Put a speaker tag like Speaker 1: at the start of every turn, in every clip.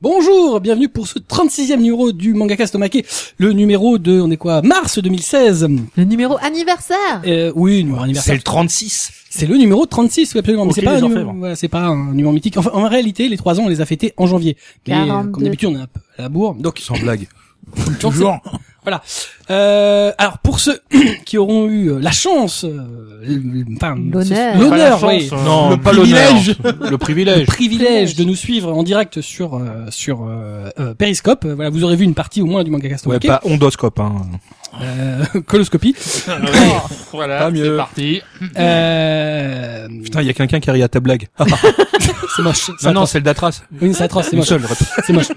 Speaker 1: Bonjour, bienvenue pour ce 36e numéro du Mangaka Stomaqué, le numéro de, on est quoi, mars 2016.
Speaker 2: Le numéro anniversaire
Speaker 1: Euh, oui, numéro
Speaker 3: C'est
Speaker 1: anniversaire.
Speaker 3: le 36.
Speaker 1: C'est le numéro 36, oui, absolument. Mais
Speaker 3: Ok,
Speaker 1: c'est pas, un
Speaker 3: les
Speaker 1: numéro-
Speaker 3: orfèvres.
Speaker 1: voilà, c'est pas un numéro mythique. Enfin, en réalité, les trois ans, on les a fêtés en janvier. Mais, euh, comme
Speaker 2: 42.
Speaker 1: d'habitude, on est un peu à la bourre. Donc,
Speaker 4: Sans blague.
Speaker 1: donc, c'est- Voilà. Euh, alors pour ceux qui auront eu la chance, euh, l- enfin,
Speaker 2: L'honneur.
Speaker 1: ce- l'honneur,
Speaker 3: Pas la
Speaker 1: oui,
Speaker 3: chance, euh, Non,
Speaker 4: hein. le
Speaker 3: pas l'honneur.
Speaker 4: privilège.
Speaker 3: Le
Speaker 1: le
Speaker 3: privilège.
Speaker 1: privilège de nous suivre en direct sur euh, sur euh, euh, Periscope. Euh, Voilà, vous aurez vu une partie au moins du manga
Speaker 4: Ouais,
Speaker 1: Castomake,
Speaker 4: pas ondoscope, hein.
Speaker 1: euh, coloscopie.
Speaker 3: Ah voilà,
Speaker 4: Pas mieux.
Speaker 3: c'est parti.
Speaker 1: Euh,
Speaker 4: Putain, il y a quelqu'un qui rit à ta blague.
Speaker 1: c'est moche. c'est
Speaker 5: Bah
Speaker 4: non, non,
Speaker 1: atroce.
Speaker 4: c'est le d'Atras.
Speaker 1: Oui, c'est atroce, c'est
Speaker 4: Une
Speaker 1: moche.
Speaker 4: seule. répète.
Speaker 1: C'est moche.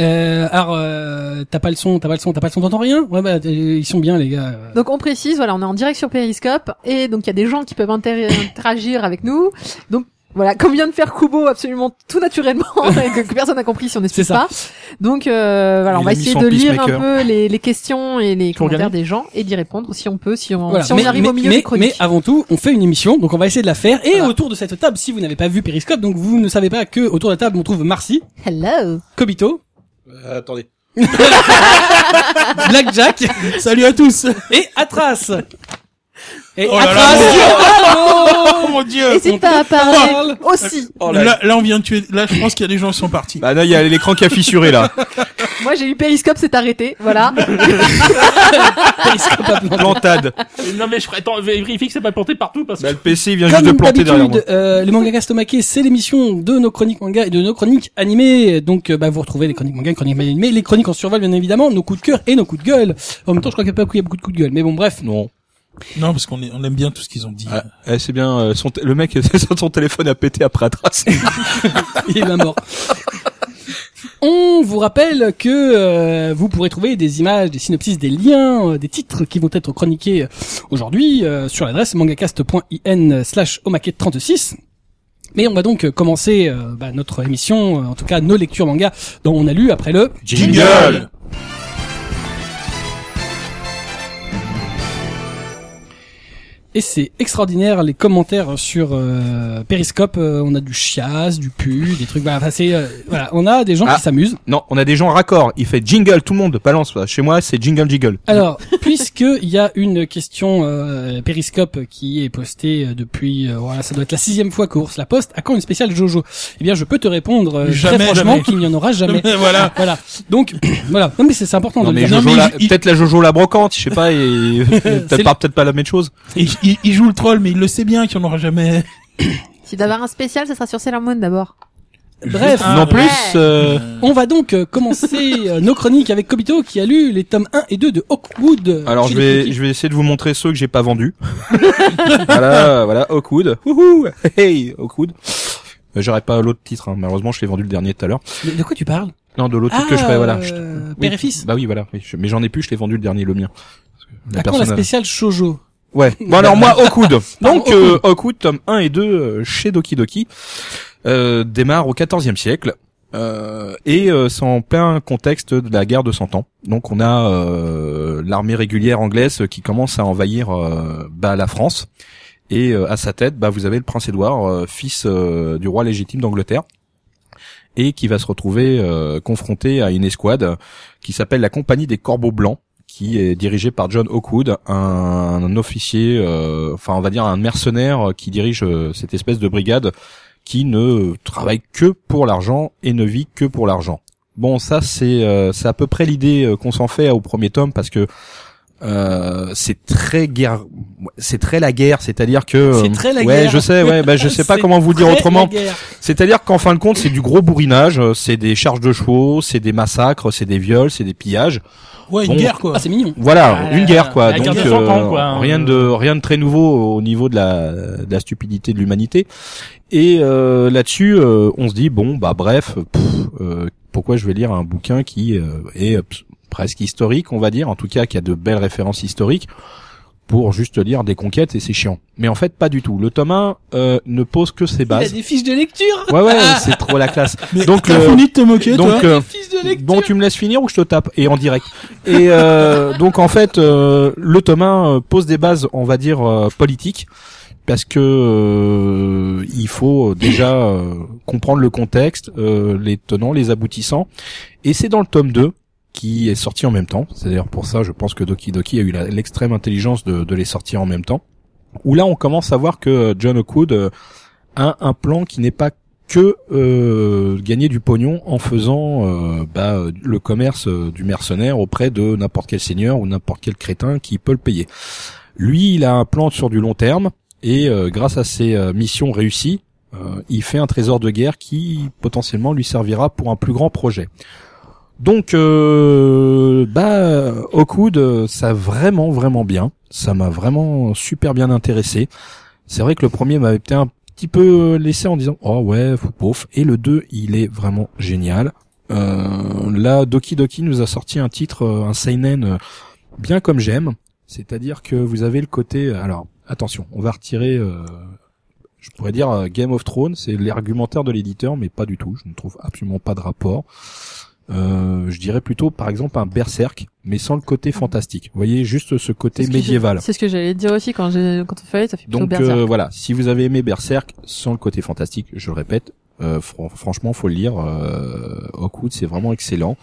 Speaker 1: Euh, alors, euh, t'as pas le son, t'as pas le son, t'as pas le son, t'entends rien Ouais, bah, euh, ils sont bien, les gars. Euh,
Speaker 2: Donc on précise, voilà, on est en direct sur Periscope et donc il y a des gens qui peuvent inter- interagir avec nous. Donc voilà, comme vient de faire Kubo absolument tout naturellement et que, que personne n'a compris si on n'explique
Speaker 1: C'est ça.
Speaker 2: pas. Donc euh, voilà,
Speaker 4: Il
Speaker 2: on va
Speaker 4: a mis
Speaker 2: essayer
Speaker 4: son
Speaker 2: de lire un
Speaker 4: peacemaker.
Speaker 2: peu les, les questions et les
Speaker 3: Pour
Speaker 2: commentaires
Speaker 3: gagner.
Speaker 2: des gens et d'y répondre si on peut, si on,
Speaker 1: Voilà.
Speaker 2: si on
Speaker 1: mais,
Speaker 2: arrive
Speaker 1: mais-
Speaker 2: au milieu
Speaker 1: mais-
Speaker 2: des chroniques.
Speaker 1: mais avant tout, on fait une émission, donc on va essayer de la faire. Et
Speaker 2: Voilà.
Speaker 1: autour de cette table, si vous n'avez pas vu Periscope, donc vous ne savez pas que autour de la table on trouve Marcy,
Speaker 2: Hello.
Speaker 1: Kobito,
Speaker 4: Euh, attendez.
Speaker 1: Blackjack
Speaker 4: Salut à tous.
Speaker 1: et Atras. Et
Speaker 5: Oh là là,
Speaker 1: Atras,
Speaker 5: Oh mon dieu
Speaker 2: N'hésite pas à parler aussi.
Speaker 4: Oh là.
Speaker 5: là, là, on vient de tuer. Là, je pense qu'il y a des gens qui sont partis.
Speaker 4: Bah là, il y a l'écran qui a fissuré là.
Speaker 2: Moi j'ai eu Periscope, c'est arrêté. Voilà.
Speaker 1: Periscope a planté.
Speaker 4: Plantade.
Speaker 3: Non mais je ferai- attends, vérifie que c'est pas planté partout parce que
Speaker 4: Bah, le PC vient juste de
Speaker 1: Comme
Speaker 4: planter derrière moi.
Speaker 1: d'habitude, euh, les mangakas stomaqués, c'est l'émission de nos chroniques manga et de nos chroniques animées. Donc, euh, bah, vous retrouvez les chroniques manga, les chroniques animées, les chroniques en survol, bien évidemment, nos coups de cœur et nos coups de gueule. En même temps, je crois qu'il n'y a pas qu'il y a beaucoup de coups de gueule, mais bon, bref.
Speaker 4: Non.
Speaker 5: Non, parce qu'on est- on aime bien tout ce qu'ils ont dit.
Speaker 4: Ah, eh, c'est bien. euh, son t- le mec, son téléphone a pété après Atras.
Speaker 1: Il est bien mort. On vous rappelle que euh, vous pourrez trouver des images, des synopsis, des liens, euh, des titres qui vont être chroniqués euh, aujourd'hui euh, sur l'adresse mangacast.in slash omake36. Mais on va donc euh, commencer euh, bah, notre émission, euh, en tout cas nos lectures manga dont on a lu après le...
Speaker 4: Jingle.
Speaker 1: Et c'est extraordinaire les commentaires sur euh, Periscope, euh, on a du chiasse, du pu, des trucs... Voilà, enfin, c'est, euh, voilà, on a des gens
Speaker 4: Ah.
Speaker 1: qui s'amusent.
Speaker 4: Non, on a des gens raccords. Il fait jingle, tout le monde balance. Voilà, Chez moi, c'est jingle, jingle.
Speaker 1: Alors, puisque il y a une question euh, Periscope qui est postée euh, depuis, euh, voilà, ça doit être la sixième fois que Ours la poste. À quand une spéciale Jojo Eh bien, je peux te répondre euh, très
Speaker 5: Jamais,
Speaker 1: franchement
Speaker 5: jamais.
Speaker 1: qu'il n'y en aura jamais.
Speaker 4: Ah.
Speaker 5: voilà.
Speaker 1: voilà. Donc, voilà. Non mais c'est c'est important
Speaker 4: Non
Speaker 1: de le
Speaker 4: mais
Speaker 1: dire.
Speaker 5: Non,
Speaker 4: Jojo,
Speaker 5: mais
Speaker 4: la-
Speaker 5: il- il-
Speaker 4: peut-être la Jojo la brocante, je sais pas, et
Speaker 1: C'est
Speaker 4: peut-être pas, peut-être pas la même chose.
Speaker 5: Et j- il, il joue le troll, mais il le sait bien qu'il n'y en aura jamais.
Speaker 2: Si d'avoir un spécial, ça sera sur Sailor Moon d'abord.
Speaker 1: Bref.
Speaker 5: Ah,
Speaker 4: non
Speaker 5: ouais.
Speaker 4: plus. euh,
Speaker 1: On va donc euh, commencer euh, nos chroniques avec Kobito qui a lu les tomes 1 et 2 de Hawkwood. euh,
Speaker 4: Alors je vais,
Speaker 1: Shingeki.
Speaker 4: je vais essayer de vous montrer ceux que j'ai pas vendus. voilà, voilà, Hawkwood. Wouhou Hey, Hawkwood. Euh, J'aurais pas l'autre titre, hein. malheureusement je l'ai vendu le dernier tout à l'heure.
Speaker 1: Mais De quoi tu parles
Speaker 4: Non, de l'autre titre que je ferai, voilà. Je-
Speaker 1: euh,
Speaker 4: Oui.
Speaker 1: Père et fils.
Speaker 4: Bah oui, voilà. Oui, je- Mais j'en ai plus, je l'ai vendu le dernier, le mien. Parce que
Speaker 1: À quand la
Speaker 4: personne a-
Speaker 1: spéciale Shoujo
Speaker 4: Ouais. Bon alors moi Hawkwood.
Speaker 1: Pardon,
Speaker 4: Donc euh, Hawkwood tome 1 et 2 euh, chez Doki Doki euh, démarre au 14e siècle. Euh, et euh, c'est en plein contexte de la guerre de Cent Ans. Donc on a euh, l'armée régulière anglaise qui commence à envahir euh, bah, la France. Et euh, à sa tête, bah, vous avez le prince Édouard, euh, fils euh, du roi légitime d'Angleterre, et qui va se retrouver euh, confronté à une escouade qui s'appelle la Compagnie des Corbeaux Blancs, qui est dirigée par John Hawkwood, un, un officier, euh, enfin on va dire un mercenaire qui dirige euh, cette espèce de brigade qui ne travaille que pour l'argent et ne vit que pour l'argent. Bon, ça c'est euh, c'est à peu près l'idée euh, qu'on s'en fait au premier tome parce que euh, c'est très guerre, c'est très la guerre, c'est-à-dire que
Speaker 1: C'est
Speaker 4: euh,
Speaker 1: très la
Speaker 4: ouais,
Speaker 1: guerre.
Speaker 4: je sais, ouais, bah, je sais pas
Speaker 1: C'est
Speaker 4: comment vous le dire
Speaker 1: Très la
Speaker 4: autrement.
Speaker 1: guerre.
Speaker 4: C'est-à-dire qu'en fin de compte, c'est du gros bourrinage, euh, c'est des charges de chevaux, c'est des massacres, c'est des viols, c'est des pillages.
Speaker 5: Ouais, une
Speaker 4: Bon.
Speaker 5: guerre, quoi.
Speaker 1: Ah, c'est mignon.
Speaker 4: Voilà,
Speaker 3: Ah,
Speaker 4: une
Speaker 3: la-
Speaker 4: guerre quoi.
Speaker 3: la
Speaker 4: Donc euh,
Speaker 3: guerre de cent ans, quoi, hein.
Speaker 4: rien de rien de très nouveau au niveau de la, de la stupidité de l'humanité. Et euh, là-dessus, euh, on se dit bon bah bref, pff, euh, pourquoi je vais lire un bouquin qui euh, est euh, ps- presque historique, on va dire, en tout cas qui a de belles références historiques pour juste lire des conquêtes et c'est chiant. Mais en fait pas du tout. Le tome 1 euh, ne pose que
Speaker 1: Il
Speaker 4: ses
Speaker 1: a
Speaker 4: bases.
Speaker 1: des fiches de lecture.
Speaker 4: Ouais ouais, c'est trop la classe.
Speaker 5: Mais
Speaker 4: Donc,
Speaker 5: t'as
Speaker 4: euh,
Speaker 5: fini de te moquer,
Speaker 4: Donc
Speaker 5: toi
Speaker 4: euh,
Speaker 1: Fiches de lecture.
Speaker 4: Bon, tu me laisses finir ou je te tape et en direct. Et euh, donc en fait, euh, le Thomas pose des bases, on va dire euh, politiques, parce que euh, il faut déjà euh, comprendre le contexte, euh, les tenants, les aboutissants. Et c'est dans le tome 2 qui est sorti en même temps. C'est d'ailleurs pour ça, je pense que Doki Doki a eu la- l'extrême intelligence de, de les sortir en même temps. Où là, on commence à voir que John O'Cood euh, a un plan qui n'est pas que euh, gagner du pognon en faisant euh, bah, euh, le commerce euh, du mercenaire auprès de n'importe quel seigneur ou n'importe quel crétin qui peut le payer. Lui, il a un plan sur du long terme et euh, grâce à ses euh, missions réussies, euh, il fait un trésor de guerre qui potentiellement lui servira pour un plus grand projet. Donc, euh, bah, Hawkwood, euh, ça vraiment vraiment bien. Ça m'a vraiment super bien intéressé. C'est vrai que le premier m'avait peut-être un petit peu laissé en disant oh ouais fou pauvre et le 2 il est vraiment génial. Euh, là, Doki Doki nous a sorti un titre, euh, un seinen euh, bien comme j'aime. C'est-à-dire que vous avez le côté. euh, Alors, attention, on va retirer. euh, je pourrais dire euh, Game of Thrones, c'est l'argumentaire de l'éditeur, mais pas du tout. Je ne trouve absolument pas de rapport. Euh, je dirais plutôt, par exemple, un Berserk, mais sans le côté fantastique. Vous voyez, juste ce côté
Speaker 2: C'est ce que
Speaker 4: médiéval.
Speaker 2: j'ai- C'est ce que j'allais dire aussi quand j'ai quand on fait ça fait plutôt
Speaker 4: Donc
Speaker 2: berserk.
Speaker 4: euh, voilà, si vous avez aimé Berserk, sans le côté fantastique, je le répète, euh, fran- franchement, faut le lire. Euh, Hawkwood, c'est vraiment excellent.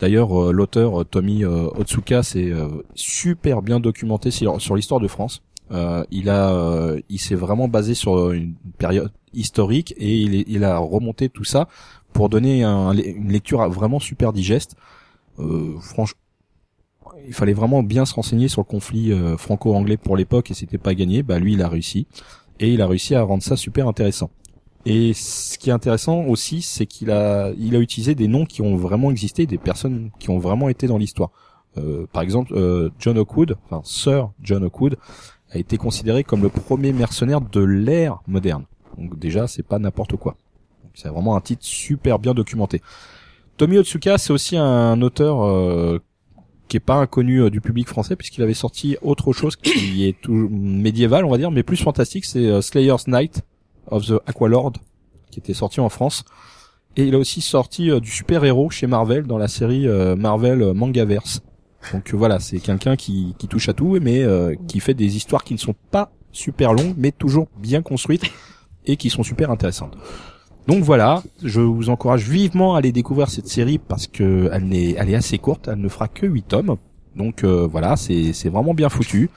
Speaker 4: D'ailleurs, euh, l'auteur euh, Tommy euh, Otsuka s'est euh, super bien documenté sur, sur l'histoire de France. Euh, il a, euh, il s'est vraiment basé sur une période historique et il, est- il a remonté tout ça pour donner un- une lecture vraiment super digeste. Euh, franchement, il fallait vraiment bien se renseigner sur le conflit euh, franco-anglais pour l'époque et c'était pas gagné. Bah lui, il a réussi et il a réussi à rendre ça super intéressant. Et ce qui est intéressant aussi, c'est qu'il a, il a utilisé des noms qui ont vraiment existé, des personnes qui ont vraiment été dans l'histoire. Euh, par exemple, euh, John Hawkwood, enfin Sir John Hawkwood, a été considéré comme le premier mercenaire de l'ère moderne. Donc déjà, c'est pas n'importe quoi. Donc, C'est vraiment un titre super bien documenté. Tommy Otsuka, c'est aussi un auteur euh, qui est pas inconnu euh, du public français puisqu'il avait sorti autre chose qui est tout médiéval, on va dire, mais plus fantastique, c'est euh, Slayer's Night of the Aqualord qui était sorti en France. Et il a aussi sorti euh, du super-héros chez Marvel dans la série euh, Marvel Mangaverse. Donc euh, voilà, c'est quelqu'un qui, qui touche à tout, mais euh, qui fait des histoires qui ne sont pas super longues, mais toujours bien construites et qui sont super intéressantes. Donc voilà, je vous encourage vivement à aller découvrir cette série parce que elle est, elle est assez courte, elle ne fera que 8 tomes. Donc euh, voilà, c'est c'est vraiment bien foutu.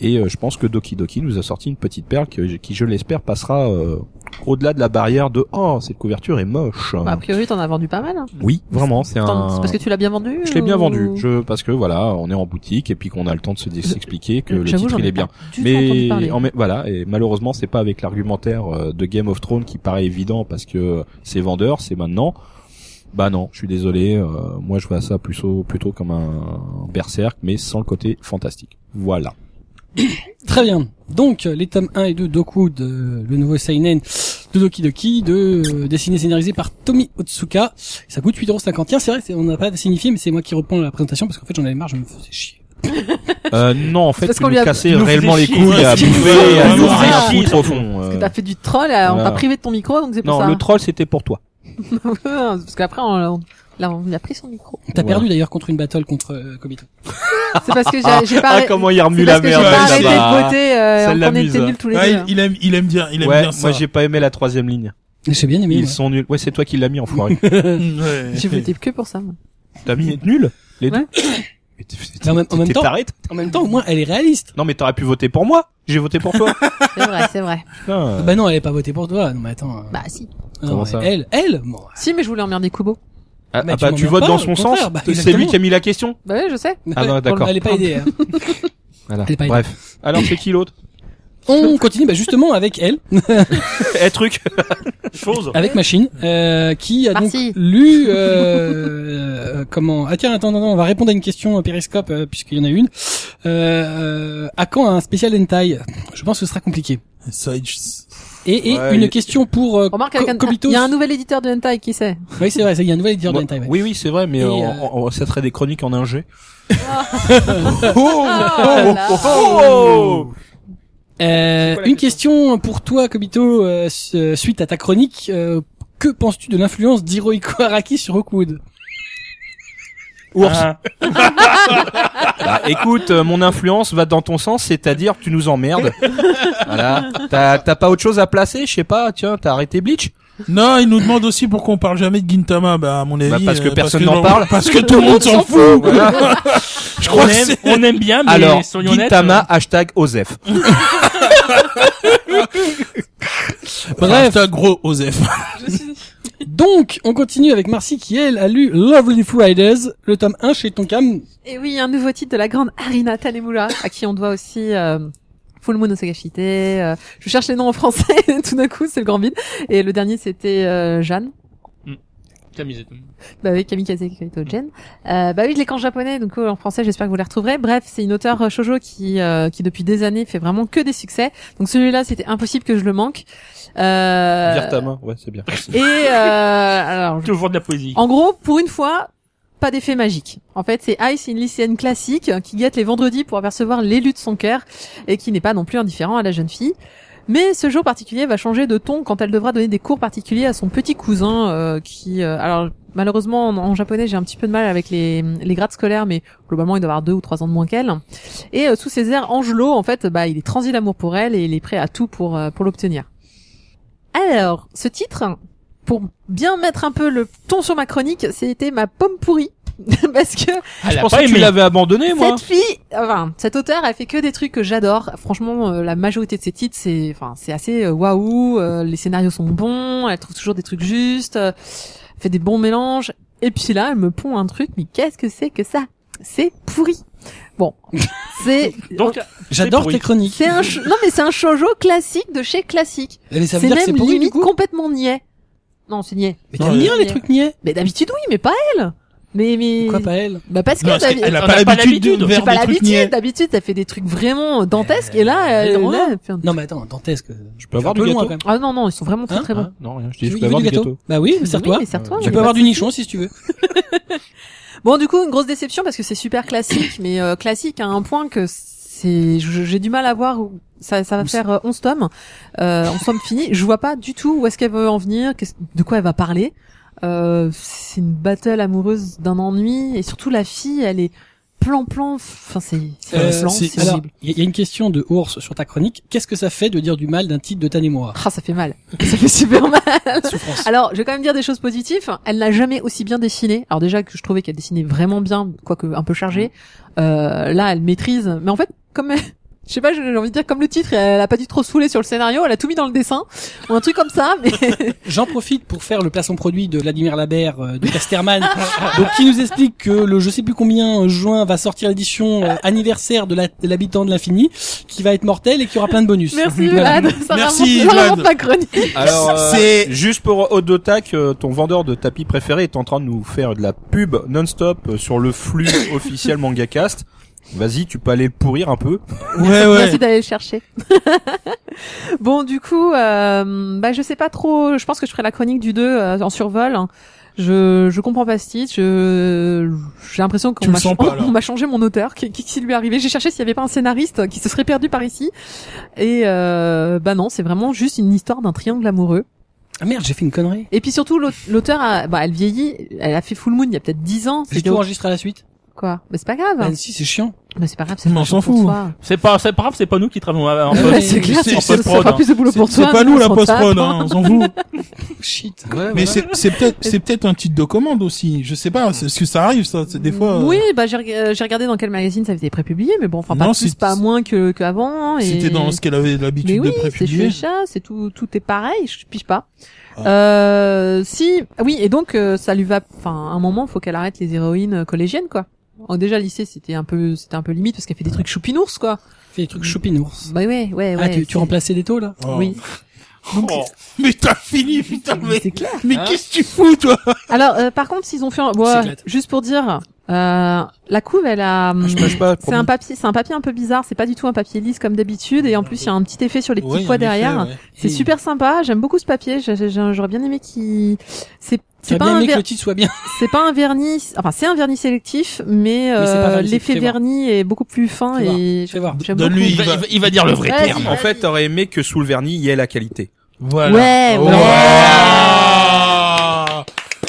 Speaker 4: Et euh, je pense que Doki Doki nous a sorti une petite perle que- qui, je l'espère, passera euh, au-delà de la barrière de « Oh, cette couverture est moche
Speaker 2: Bah, a priori, t'en as vendu pas mal. hein.
Speaker 4: Oui, vraiment, c'est
Speaker 2: T'en-
Speaker 4: un...
Speaker 2: C'est parce que tu l'as bien vendu.
Speaker 4: Je l'ai bien
Speaker 2: ou-
Speaker 4: vendu, je, parce que voilà, on est en boutique et puis qu'on a le temps de se dé- s'expliquer que le
Speaker 2: J'avoue,
Speaker 4: titre
Speaker 2: j'en
Speaker 4: il
Speaker 2: ai
Speaker 4: est bien.
Speaker 2: pas du tout entendu
Speaker 4: Mais
Speaker 2: parler.
Speaker 4: en mai- voilà, et malheureusement c'est pas avec l'argumentaire euh, de Game of Thrones qui paraît évident parce que c'est vendeur, c'est maintenant. Bah non, je suis désolé, euh, moi je vois ça plutôt plutôt comme un berserk, mais sans le côté fantastique. Voilà.
Speaker 1: Très bien. Donc euh, les tomes 1 et 2 d'Okud, le nouveau seinen de Doki Doki, de euh, dessiné et scénarisé par Tommy Otsuka. Ça coûte 8,50€. Tiens, c'est vrai, c'est- on n'a pas signifié, mais c'est moi qui reprends la présentation parce qu'en fait j'en avais marre, je me faisais chier.
Speaker 4: Euh, non, en fait,
Speaker 2: Parce
Speaker 4: tu
Speaker 2: qu'on
Speaker 4: nous
Speaker 2: lui a-
Speaker 4: cassais
Speaker 3: il nous
Speaker 4: réellement les
Speaker 3: faisait chier,
Speaker 4: couilles à
Speaker 3: parce qu'il
Speaker 4: bouffer,
Speaker 5: nous
Speaker 4: à
Speaker 5: faisait
Speaker 4: nous rien
Speaker 3: chier,
Speaker 4: foutre au fond.
Speaker 2: Parce
Speaker 4: euh.
Speaker 2: que t'as fait du troll, euh, on t'a
Speaker 4: voilà.
Speaker 2: privé de ton micro, donc c'est pour
Speaker 4: Non,
Speaker 2: ça.
Speaker 4: le troll c'était pour toi.
Speaker 2: parce qu'après, on, l'a- on- là, on lui a pris son micro.
Speaker 1: T'as
Speaker 4: Voilà.
Speaker 1: perdu d'ailleurs contre une battle contre euh, Kobito.
Speaker 2: C'est parce que j'ai- j'ai pas.
Speaker 4: Ah
Speaker 2: arrêté-
Speaker 4: comment il remue
Speaker 2: c'est
Speaker 4: la
Speaker 2: parce que j'ai
Speaker 4: merde
Speaker 2: pas
Speaker 5: ouais,
Speaker 2: arrêté
Speaker 4: là-bas.
Speaker 2: de voter,
Speaker 4: Ça
Speaker 2: euh, on
Speaker 4: l'amuse,
Speaker 2: était
Speaker 4: hein.
Speaker 2: nuls tous les
Speaker 5: Ouais,
Speaker 2: deux. hein.
Speaker 5: Ah, il aime, il aime bien, il aime
Speaker 4: Ouais,
Speaker 5: bien
Speaker 4: moi
Speaker 5: ça.
Speaker 4: j'ai pas aimé la troisième ligne.
Speaker 1: J'ai bien aimé.
Speaker 4: Ils
Speaker 1: ouais.
Speaker 4: sont nuls. Ouais, c'est toi qui l'as mis enfoiré.
Speaker 5: Mm, Ouais.
Speaker 2: J'ai voté que pour ça. moi.
Speaker 4: T'as mis nul les
Speaker 2: Ouais.
Speaker 4: deux. Mais t'es-
Speaker 1: Mais en même- en même
Speaker 4: t'es
Speaker 1: temps-
Speaker 4: taré, toi
Speaker 1: En même temps, au moins elle est réaliste.
Speaker 4: Non mais t'aurais pu voter pour moi. J'ai voté pour toi.
Speaker 2: C'est vrai, c'est vrai.
Speaker 4: Putain.
Speaker 1: Bah non, elle est pas votée pour toi. Non mais attends. euh,
Speaker 2: Bah si.
Speaker 1: non,
Speaker 4: Euh. comment
Speaker 1: mais
Speaker 4: ça
Speaker 1: elle, elle. Bon,
Speaker 2: Si, mais je voulais emmerder Kubo.
Speaker 4: ah,
Speaker 1: bah,
Speaker 4: ah,
Speaker 1: tu
Speaker 4: bah
Speaker 1: m'en
Speaker 4: tu
Speaker 1: viens
Speaker 4: votes
Speaker 1: pas,
Speaker 4: dans
Speaker 1: au
Speaker 4: son sens.
Speaker 1: contraire, bah,
Speaker 4: c'est lui
Speaker 1: exactement.
Speaker 4: qui a mis la question.
Speaker 2: Bah oui, je sais.
Speaker 4: Ah bah, d'accord.
Speaker 1: Elle est pas aidée. hein.
Speaker 4: Voilà.
Speaker 1: Elle est pas aidée.
Speaker 4: Bref. Alors c'est qui l'autre
Speaker 1: On continue bah, justement avec elle,
Speaker 4: Eh truc.
Speaker 3: Chose.
Speaker 1: avec Machine, euh, qui a donc
Speaker 2: Merci.
Speaker 1: lu euh, euh, comment Ah tiens, attends, attends, on va répondre à une question euh, Périscope euh, puisqu'il y en a une. Euh, euh, à quand un spécial hentai Je pense que ce sera compliqué.
Speaker 5: Ça, il-
Speaker 1: Et, et
Speaker 4: Ouais,
Speaker 1: une
Speaker 4: il-
Speaker 1: question pour euh,
Speaker 2: Remarque,
Speaker 1: Co-
Speaker 2: avec un-
Speaker 1: Kobitos.
Speaker 2: il y a un nouvel éditeur de hentai, qui sait
Speaker 1: Oui, c'est vrai, ça, il y a un nouvel éditeur de hentai. ouais.
Speaker 4: Oui oui c'est vrai mais
Speaker 1: Et,
Speaker 4: euh,
Speaker 1: euh,
Speaker 4: on- on- ça serait des chroniques en un G.
Speaker 2: Oh là
Speaker 4: Oh
Speaker 1: Euh, une question pour toi, Kobito, euh, s- euh, suite à ta chronique. euh, que penses-tu de l'influence d'Hirohiko Araki sur Rockwood
Speaker 4: Ours.
Speaker 3: Ah.
Speaker 4: Bah, écoute, euh, mon influence va dans ton sens, c'est-à-dire tu nous emmerdes. voilà. T'as t'as pas autre chose à placer, je sais pas. Tiens, t'as arrêté Bleach
Speaker 5: Non, il nous demande aussi pourquoi on parle jamais de Gintama. Bah, à mon avis.
Speaker 4: Bah, parce que
Speaker 5: euh,
Speaker 4: personne
Speaker 5: que-
Speaker 4: n'en parle.
Speaker 5: Parce que tout le monde s'en fout.
Speaker 4: Voilà.
Speaker 5: Je crois
Speaker 3: On
Speaker 5: que
Speaker 3: aime,
Speaker 5: c'est-
Speaker 3: on aime bien, mais
Speaker 4: Alors,
Speaker 3: soyons honnêtes.
Speaker 4: Gintama hashtag Osef.
Speaker 5: Bref. un gros Osef.
Speaker 1: Donc, on continue avec Marcy qui, elle, a lu Lovely Fridays, le tome 1 chez Tonkam.
Speaker 2: Et oui, un nouveau titre de la grande Arina Tanemura, à qui on doit aussi euh, Full Moon Osagashite. euh, je cherche les noms en français, tout d'un coup, c'est le grand vide. Et le dernier, c'était euh, Jeanne.
Speaker 3: euh, Camisette.
Speaker 2: Bah oui, Kamikaze Kyoto Jen. Euh, bah oui, je l'ai qu'en japonais, donc euh, en français, j'espère que vous la retrouverez. Bref, c'est une auteure euh, shoujo qui, euh, qui depuis des années fait vraiment que des succès. Donc celui-là, c'était impossible que je le manque. Euh,
Speaker 4: Vire ta main, ouais, c'est bien.
Speaker 2: et euh, alors,
Speaker 3: Toujours de la poésie.
Speaker 2: en gros, pour une fois, pas d'effet magique. En fait, c'est Ice, une lycéenne classique qui guette les vendredis pour apercevoir l'élu de son cœur et qui n'est pas non plus indifférent à la jeune fille. Mais ce jour particulier va changer de ton quand elle devra donner des cours particuliers à son petit cousin euh, qui... euh, alors malheureusement en, en japonais j'ai un petit peu de mal avec les, les grades scolaires mais globalement il doit avoir deux ou trois ans de moins qu'elle. Et euh, sous ses airs Angelo en fait bah, il est transi d'amour pour elle et il est prêt à tout pour, euh, pour l'obtenir. Alors ce titre pour bien mettre un peu le ton sur ma chronique, c'était ma pomme pourrie. Parce que
Speaker 4: Je
Speaker 3: l'a
Speaker 4: pensais
Speaker 3: pas
Speaker 4: que tu
Speaker 3: aimé.
Speaker 4: l'avais abandonné, moi.
Speaker 2: cette fille, enfin, cette auteure, elle fait que des trucs que j'adore. Franchement, euh, la majorité de ses titres, c'est, enfin, c'est assez euh, waouh. euh, les scénarios sont bons. Elle trouve toujours des trucs justes. euh, fait des bons mélanges. Et puis là, elle me pond un truc. Mais qu'est-ce que c'est que ça C'est pourri. Bon, c'est
Speaker 3: Donc,
Speaker 1: J'adore
Speaker 3: pourri.
Speaker 1: tes chroniques.
Speaker 2: c'est un sh- non mais c'est un shoujo classique de chez classique.
Speaker 1: Mais ça veut
Speaker 2: C'est
Speaker 1: dire que c'est
Speaker 2: même
Speaker 1: pourri, du
Speaker 2: limite
Speaker 1: coup.
Speaker 2: complètement niais. Non, c'est niais.
Speaker 1: Mais
Speaker 5: Ouais.
Speaker 1: t'aimes bien les trucs niais.
Speaker 2: Mais d'habitude oui, mais pas elle. Mais mais
Speaker 1: Pourquoi pas elle?
Speaker 2: bah parce que
Speaker 5: Non, parce
Speaker 2: d'habi-
Speaker 5: qu'elle a
Speaker 3: on
Speaker 5: pas
Speaker 3: a pas
Speaker 5: l'habitude de
Speaker 3: l'habitude.
Speaker 5: faire
Speaker 2: j'ai pas
Speaker 5: des trucs niais.
Speaker 2: l'habitude. D'habitude, ça fait des trucs vraiment dantesques et là,
Speaker 1: Euh,
Speaker 2: euh,
Speaker 1: non,
Speaker 2: là,
Speaker 1: non.
Speaker 2: elle fait un-
Speaker 1: Non, mais attends, dantesque.
Speaker 4: Je peux avoir
Speaker 1: C'est un
Speaker 4: du
Speaker 1: peu loin,
Speaker 4: gâteau
Speaker 1: quand même.
Speaker 2: ah non non, ils sont vraiment très
Speaker 1: Hein
Speaker 2: très bons.
Speaker 4: Hein Non, rien, je
Speaker 1: Tu
Speaker 4: dis, je
Speaker 1: veux- veux
Speaker 4: peux avoir
Speaker 1: du gâteau? Bah oui, mais
Speaker 2: Oui,
Speaker 1: sers-toi.
Speaker 2: Ah, mais serre-toi,
Speaker 4: Euh,
Speaker 2: mais
Speaker 1: Tu
Speaker 2: pas
Speaker 1: peux avoir
Speaker 2: de
Speaker 1: du
Speaker 2: soucis.
Speaker 1: nichon si tu veux.
Speaker 2: Bon, du coup, une grosse déception parce que c'est super classique, mais euh, classique à un point que c'est, je- j'ai du mal à voir. où- Ça, ça va faire euh, 11 tomes, euh, 11 tomes finis. Je vois pas du tout où est-ce qu'elle veut en venir, qu'est-ce- de quoi elle va parler. Euh, c'est une battle amoureuse d'un ennui et surtout la fille, elle est plan-plan. Enfin, c'est, c'est
Speaker 1: Euh,
Speaker 2: plan,
Speaker 5: c'est-
Speaker 2: c'est
Speaker 1: Alors,
Speaker 2: horrible.
Speaker 1: il y, a- il y a une question de ours sur ta chronique. Qu'est-ce que ça fait de dire du mal d'un titre de Tanemura?
Speaker 2: Ah, ça fait mal. Ça fait super mal.
Speaker 1: Souffrance.
Speaker 2: Alors, je vais quand même dire des choses positives. Elle n'a jamais aussi bien dessiné. Alors déjà que je trouvais qu'elle dessinait vraiment bien, quoique un peu chargée. Euh, là, elle maîtrise. Mais en fait, comme je sais pas, j'ai envie de dire comme le titre, elle a pas dû trop se fouler sur le scénario. Elle a tout mis dans le dessin ou un truc comme ça. Mais
Speaker 1: J'en profite pour faire le placement produit de Vladimir Labert euh, de Casterman, donc qui nous explique que le je sais plus combien euh, juin va sortir l'édition euh, anniversaire de la- de l'habitant de l'infini, qui va être mortel et qui aura plein de bonus.
Speaker 2: merci
Speaker 1: Voilà.
Speaker 2: Vlad. Ça
Speaker 5: Merci,
Speaker 2: remonte- ça
Speaker 5: Vlad.
Speaker 2: remonte ma chronique.
Speaker 4: Alors, euh,
Speaker 5: C'est-
Speaker 4: juste pour Odotac, euh, ton vendeur de tapis préféré est en train de nous faire de la pub non-stop euh, sur le flux officiel MangaCast. Vas-y, tu peux aller le pourrir un peu.
Speaker 5: Ouais,
Speaker 2: Merci
Speaker 5: Eh ouais.
Speaker 2: d'aller le chercher. bon, du coup, euh, bah, je sais pas trop. Je pense que je ferai la chronique du 2 euh, en survol. Je, je comprends pas ce titre. Je, j'ai l'impression
Speaker 5: Tu
Speaker 2: qu'on
Speaker 5: le
Speaker 2: m'a,
Speaker 5: sens pas, alors.
Speaker 2: on m'a changé mon auteur. Qu'est- Qu'est-ce qui lui est arrivé J'ai cherché s'il y avait pas un scénariste qui se serait perdu par ici. Et euh, bah non, c'est vraiment juste une histoire d'un triangle amoureux.
Speaker 1: Ah merde, j'ai fait une connerie.
Speaker 2: Et puis surtout, l'aute- l'auteur, a, bah, elle vieillit. Elle a fait Full Moon il y a peut-être 10 ans.
Speaker 1: J'ai
Speaker 2: C'était
Speaker 1: tout
Speaker 2: au-
Speaker 1: enregistré à la suite.
Speaker 2: quoi Mais c'est pas grave.
Speaker 1: Ah, si, c'est chiant.
Speaker 2: Mais c'est pas grave. C'est
Speaker 5: Mais Bah, on
Speaker 2: pas
Speaker 5: s'en
Speaker 2: grave pour
Speaker 5: fout.
Speaker 2: toi.
Speaker 3: c'est pas, c'est pas grave, c'est pas nous hein. qui travaillons en
Speaker 2: Ouais,
Speaker 3: post-
Speaker 2: c'est clair.
Speaker 5: Ah c'est-
Speaker 3: en
Speaker 5: c'est-
Speaker 2: Ça
Speaker 3: post-prod.
Speaker 2: fera plus de boulot pour
Speaker 5: C'est
Speaker 2: toi.
Speaker 5: c'est pas nous la
Speaker 2: on s'en
Speaker 5: post-prod,
Speaker 2: tape.
Speaker 5: hein, on s'en fout.
Speaker 1: Shit.
Speaker 5: Mais c'est c'est peut-être c'est peut-être un titre de commande aussi. Je sais pas, c'est- ce que ça arrive ça, c'est des fois. euh,
Speaker 2: Oui, bah j'ai reg- euh, j'ai regardé dans quel magazine ça avait été prépublié, mais bon, enfin pas
Speaker 5: Non,
Speaker 2: plus,
Speaker 5: c'est-
Speaker 2: pas moins que qu'avant. hein, Et...
Speaker 5: C'était dans ce qu'elle avait
Speaker 2: Mais
Speaker 5: l'habitude
Speaker 2: oui,
Speaker 5: de
Speaker 2: c'est
Speaker 5: prépublier. Ah.
Speaker 2: chez chat, c'est tout, tout est pareil, je pige pas. Euh, si, ah oui, et donc euh, ça lui va. Enfin, à un moment, faut qu'elle arrête les héroïnes euh, collégiennes, quoi. Oh, déjà lycée, c'était un peu, c'était un peu limite parce qu'elle fait des trucs choupinours, quoi.
Speaker 1: Fais des trucs choupinours.
Speaker 2: Bah ouais, ouais, ouais.
Speaker 1: ah, tu, tu
Speaker 2: c'est-
Speaker 1: remplaçais des taux, là?
Speaker 5: Oh.
Speaker 2: Oui.
Speaker 3: Oh.
Speaker 5: Mais t'as fini, putain, mais,
Speaker 2: C'est clair.
Speaker 5: mais
Speaker 3: Hein
Speaker 5: qu'est-ce que tu fous, toi
Speaker 2: Alors, euh, par contre, s'ils ont fait, un...
Speaker 1: C'est
Speaker 2: ouais,
Speaker 1: clair.
Speaker 2: juste pour dire, euh, la couve, elle
Speaker 5: Ah,
Speaker 2: a.
Speaker 4: Je mâche pas.
Speaker 2: Mm. C'est un papier, c'est un papier un peu bizarre. C'est pas du tout un papier lisse comme d'habitude, et en plus il y a un petit effet sur les petits
Speaker 5: Ouais,
Speaker 2: pois
Speaker 5: en effet,
Speaker 2: derrière.
Speaker 5: ouais.
Speaker 2: C'est
Speaker 1: Et
Speaker 2: super sympa. J'aime beaucoup ce papier. J'ai- j'ai- J'aurais bien aimé qu'il. C'est
Speaker 1: T'aurais
Speaker 2: c'est pas
Speaker 1: bien
Speaker 2: un
Speaker 1: aimé que
Speaker 2: ver-
Speaker 1: le titre soit bien.
Speaker 2: c'est pas un vernis. Enfin, c'est un vernis sélectif, mais,
Speaker 1: c'est pas
Speaker 2: euh,
Speaker 1: vernis,
Speaker 2: l'effet
Speaker 1: fais voir.
Speaker 2: vernis est beaucoup plus fin
Speaker 1: Fais voir,
Speaker 2: et
Speaker 1: fais voir.
Speaker 2: j'aime beaucoup.
Speaker 5: Donne-lui,
Speaker 3: Il va, il va- il va dire le vrai
Speaker 2: Vas-y.
Speaker 3: terme.
Speaker 4: En fait, t'aurais aimé que sous le
Speaker 5: hein. Oh.
Speaker 4: vernis, il y ait la qualité.
Speaker 5: Voilà.
Speaker 2: Ouais, ouais.
Speaker 5: Voilà.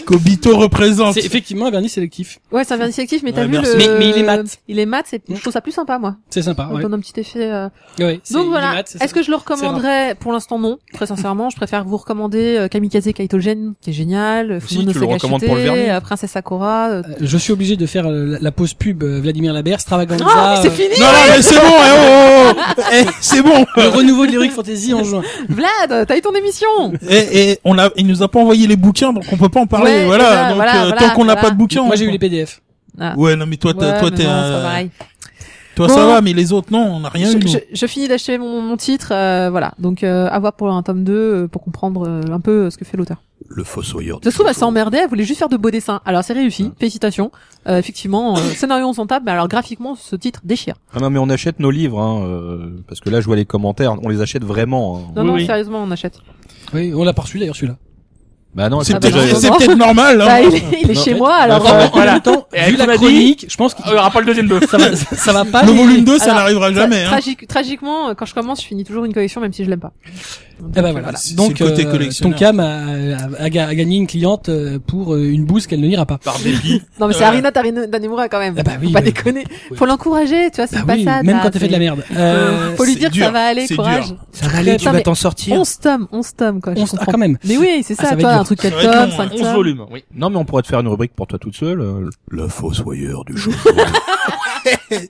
Speaker 5: Kobito représente.
Speaker 1: C'est effectivement un vernis sélectif.
Speaker 2: Ouais, c'est un vernis sélectif, mais t'as
Speaker 5: Ouais,
Speaker 2: vu le.
Speaker 5: merci.
Speaker 1: Mais- mais il est mat.
Speaker 2: Il est mat, c'est-
Speaker 1: Mm.
Speaker 2: je trouve ça plus sympa, moi.
Speaker 1: C'est sympa.
Speaker 2: Ça
Speaker 1: Ah Ouais.
Speaker 2: donne un petit effet. euh,
Speaker 1: Ouais, c'est-
Speaker 2: Donc
Speaker 1: il est
Speaker 2: voilà.
Speaker 1: mat, c'est
Speaker 2: Est-ce
Speaker 1: ça.
Speaker 2: que je le recommanderais Pour l'instant, non. Très sincèrement, je préfère vous recommander euh, Kamikaze Kaitogen, qui est génial. euh,
Speaker 4: Si,
Speaker 2: Fumono
Speaker 4: tu le recommandes
Speaker 2: Sagashite,
Speaker 4: pour le vernis.
Speaker 2: euh, Princesse Sakura. euh,
Speaker 1: Euh, Je suis obligé de faire euh, la, la pause pub euh, Vladimir Laberge, Stravaganza.
Speaker 2: Ah, mais
Speaker 1: euh,
Speaker 2: c'est fini
Speaker 5: Non, non, mais c'est bon, eh, oh, oh, oh. Eh, c'est bon.
Speaker 1: le renouveau de l'Heroic Fantasy en juin.
Speaker 2: Vlad, t'as eu ton émission
Speaker 5: Et, et Eh, on a, il nous a pas envoyé les bouquins, donc on peut pas en parler.
Speaker 2: Ouais,
Speaker 5: voilà.
Speaker 2: voilà,
Speaker 5: donc
Speaker 2: voilà,
Speaker 5: euh,
Speaker 2: voilà,
Speaker 5: tant qu'on n'a
Speaker 2: voilà.
Speaker 5: pas de bouquins.
Speaker 1: Moi
Speaker 5: on-
Speaker 1: j'ai eu les PDF.
Speaker 5: Ouais, non, mais toi, t'as-
Speaker 2: Ouais,
Speaker 5: toi,
Speaker 2: mais
Speaker 5: t'es
Speaker 2: bon, c'est
Speaker 5: un-
Speaker 2: pas pareil.
Speaker 5: toi,
Speaker 2: Bon.
Speaker 5: ça va, mais les autres, non, on n'a rien eu.
Speaker 2: je,
Speaker 5: nous.
Speaker 2: je- je finis d'acheter mon, mon titre, euh, voilà. Donc euh, à voir pour un tome 2 euh, pour comprendre euh, un peu euh, ce que fait l'auteur.
Speaker 6: Le fossoyeur.
Speaker 2: Ça se trouve, elle s'est emmerdée, elle voulait juste faire de beaux dessins. Alors c'est réussi, félicitations. Euh, effectivement, euh, scénario on s'en tape, mais alors graphiquement, ce titre déchire.
Speaker 4: Ah non, mais on achète nos livres, hein, euh, parce que là, je vois les commentaires, on les achète vraiment. hein.
Speaker 2: Non,
Speaker 3: Oui,
Speaker 2: non,
Speaker 3: oui.
Speaker 2: sérieusement, on achète.
Speaker 1: Oui, on l'a pas reçu d'ailleurs celui-là.
Speaker 4: Bah non,
Speaker 5: C'est
Speaker 2: Ah bah
Speaker 5: peut-être
Speaker 2: non, non,
Speaker 5: c'est
Speaker 2: non.
Speaker 5: peut-être normal. hein.
Speaker 2: Bah, il est, il est
Speaker 4: Non,
Speaker 2: chez
Speaker 4: mais-
Speaker 2: moi,
Speaker 5: Ah,
Speaker 2: alors...
Speaker 1: En-
Speaker 2: euh,
Speaker 1: en- en
Speaker 3: voilà.
Speaker 1: même temps,
Speaker 3: Et
Speaker 1: vu
Speaker 3: comme
Speaker 1: la
Speaker 3: a dit-
Speaker 1: chronique, je pense que
Speaker 3: Il y aura pas le deuxième deux.
Speaker 1: ça va, ça va pas.
Speaker 5: Le
Speaker 1: les-
Speaker 5: volume 2, ça
Speaker 2: alors,
Speaker 5: n'arrivera
Speaker 2: tra-
Speaker 5: jamais. Hein.
Speaker 2: tragique- tragiquement, euh, quand je commence, je finis toujours une collection, même si je l'aime pas. Donc,
Speaker 1: Eh ben
Speaker 2: euh,
Speaker 1: voilà.
Speaker 5: C'est-
Speaker 1: Donc
Speaker 5: c'est le côté
Speaker 1: euh,
Speaker 5: collectionneur.
Speaker 1: Tonkam a, a, a ga- a gagné une cliente euh, pour euh, une bouse qu'elle ne lira pas.
Speaker 3: Par dépit.
Speaker 1: Eh ben
Speaker 2: Non, mais c'est
Speaker 5: Euh,
Speaker 2: Arina Tarino- Danemura quand même.
Speaker 1: Ah bah oui,
Speaker 2: Faut pas
Speaker 1: oui.
Speaker 2: déconner.
Speaker 1: Oui.
Speaker 2: Faut l'encourager, tu vois, c'est
Speaker 1: Bah
Speaker 2: pas
Speaker 1: oui,
Speaker 2: ça.
Speaker 1: même
Speaker 2: t'as- Oh,
Speaker 1: quand t'as fait de la merde. Euh,
Speaker 2: Faut lui
Speaker 5: C'est
Speaker 2: dire
Speaker 5: dur,
Speaker 2: ça va aller,
Speaker 5: c'est
Speaker 2: courage.
Speaker 4: ça va aller, tu
Speaker 2: Attends,
Speaker 4: vas
Speaker 2: mais-
Speaker 4: t'en sortir.
Speaker 2: 11 tomes, 11 tomes quoi, je
Speaker 1: on s- ah,
Speaker 2: comprends.
Speaker 1: quand même.
Speaker 2: Mais oui, c'est
Speaker 1: Ah, ça
Speaker 2: ça,
Speaker 1: va
Speaker 2: toi,
Speaker 1: être
Speaker 2: un truc 4
Speaker 5: Ça va être
Speaker 2: tomes,
Speaker 5: long,
Speaker 2: 5
Speaker 5: hein,
Speaker 3: 11
Speaker 2: tomes.
Speaker 3: volumes, oui.
Speaker 4: Non, mais on pourrait te faire une rubrique pour toi toute seule. euh,
Speaker 6: Le fossoyeur du jour.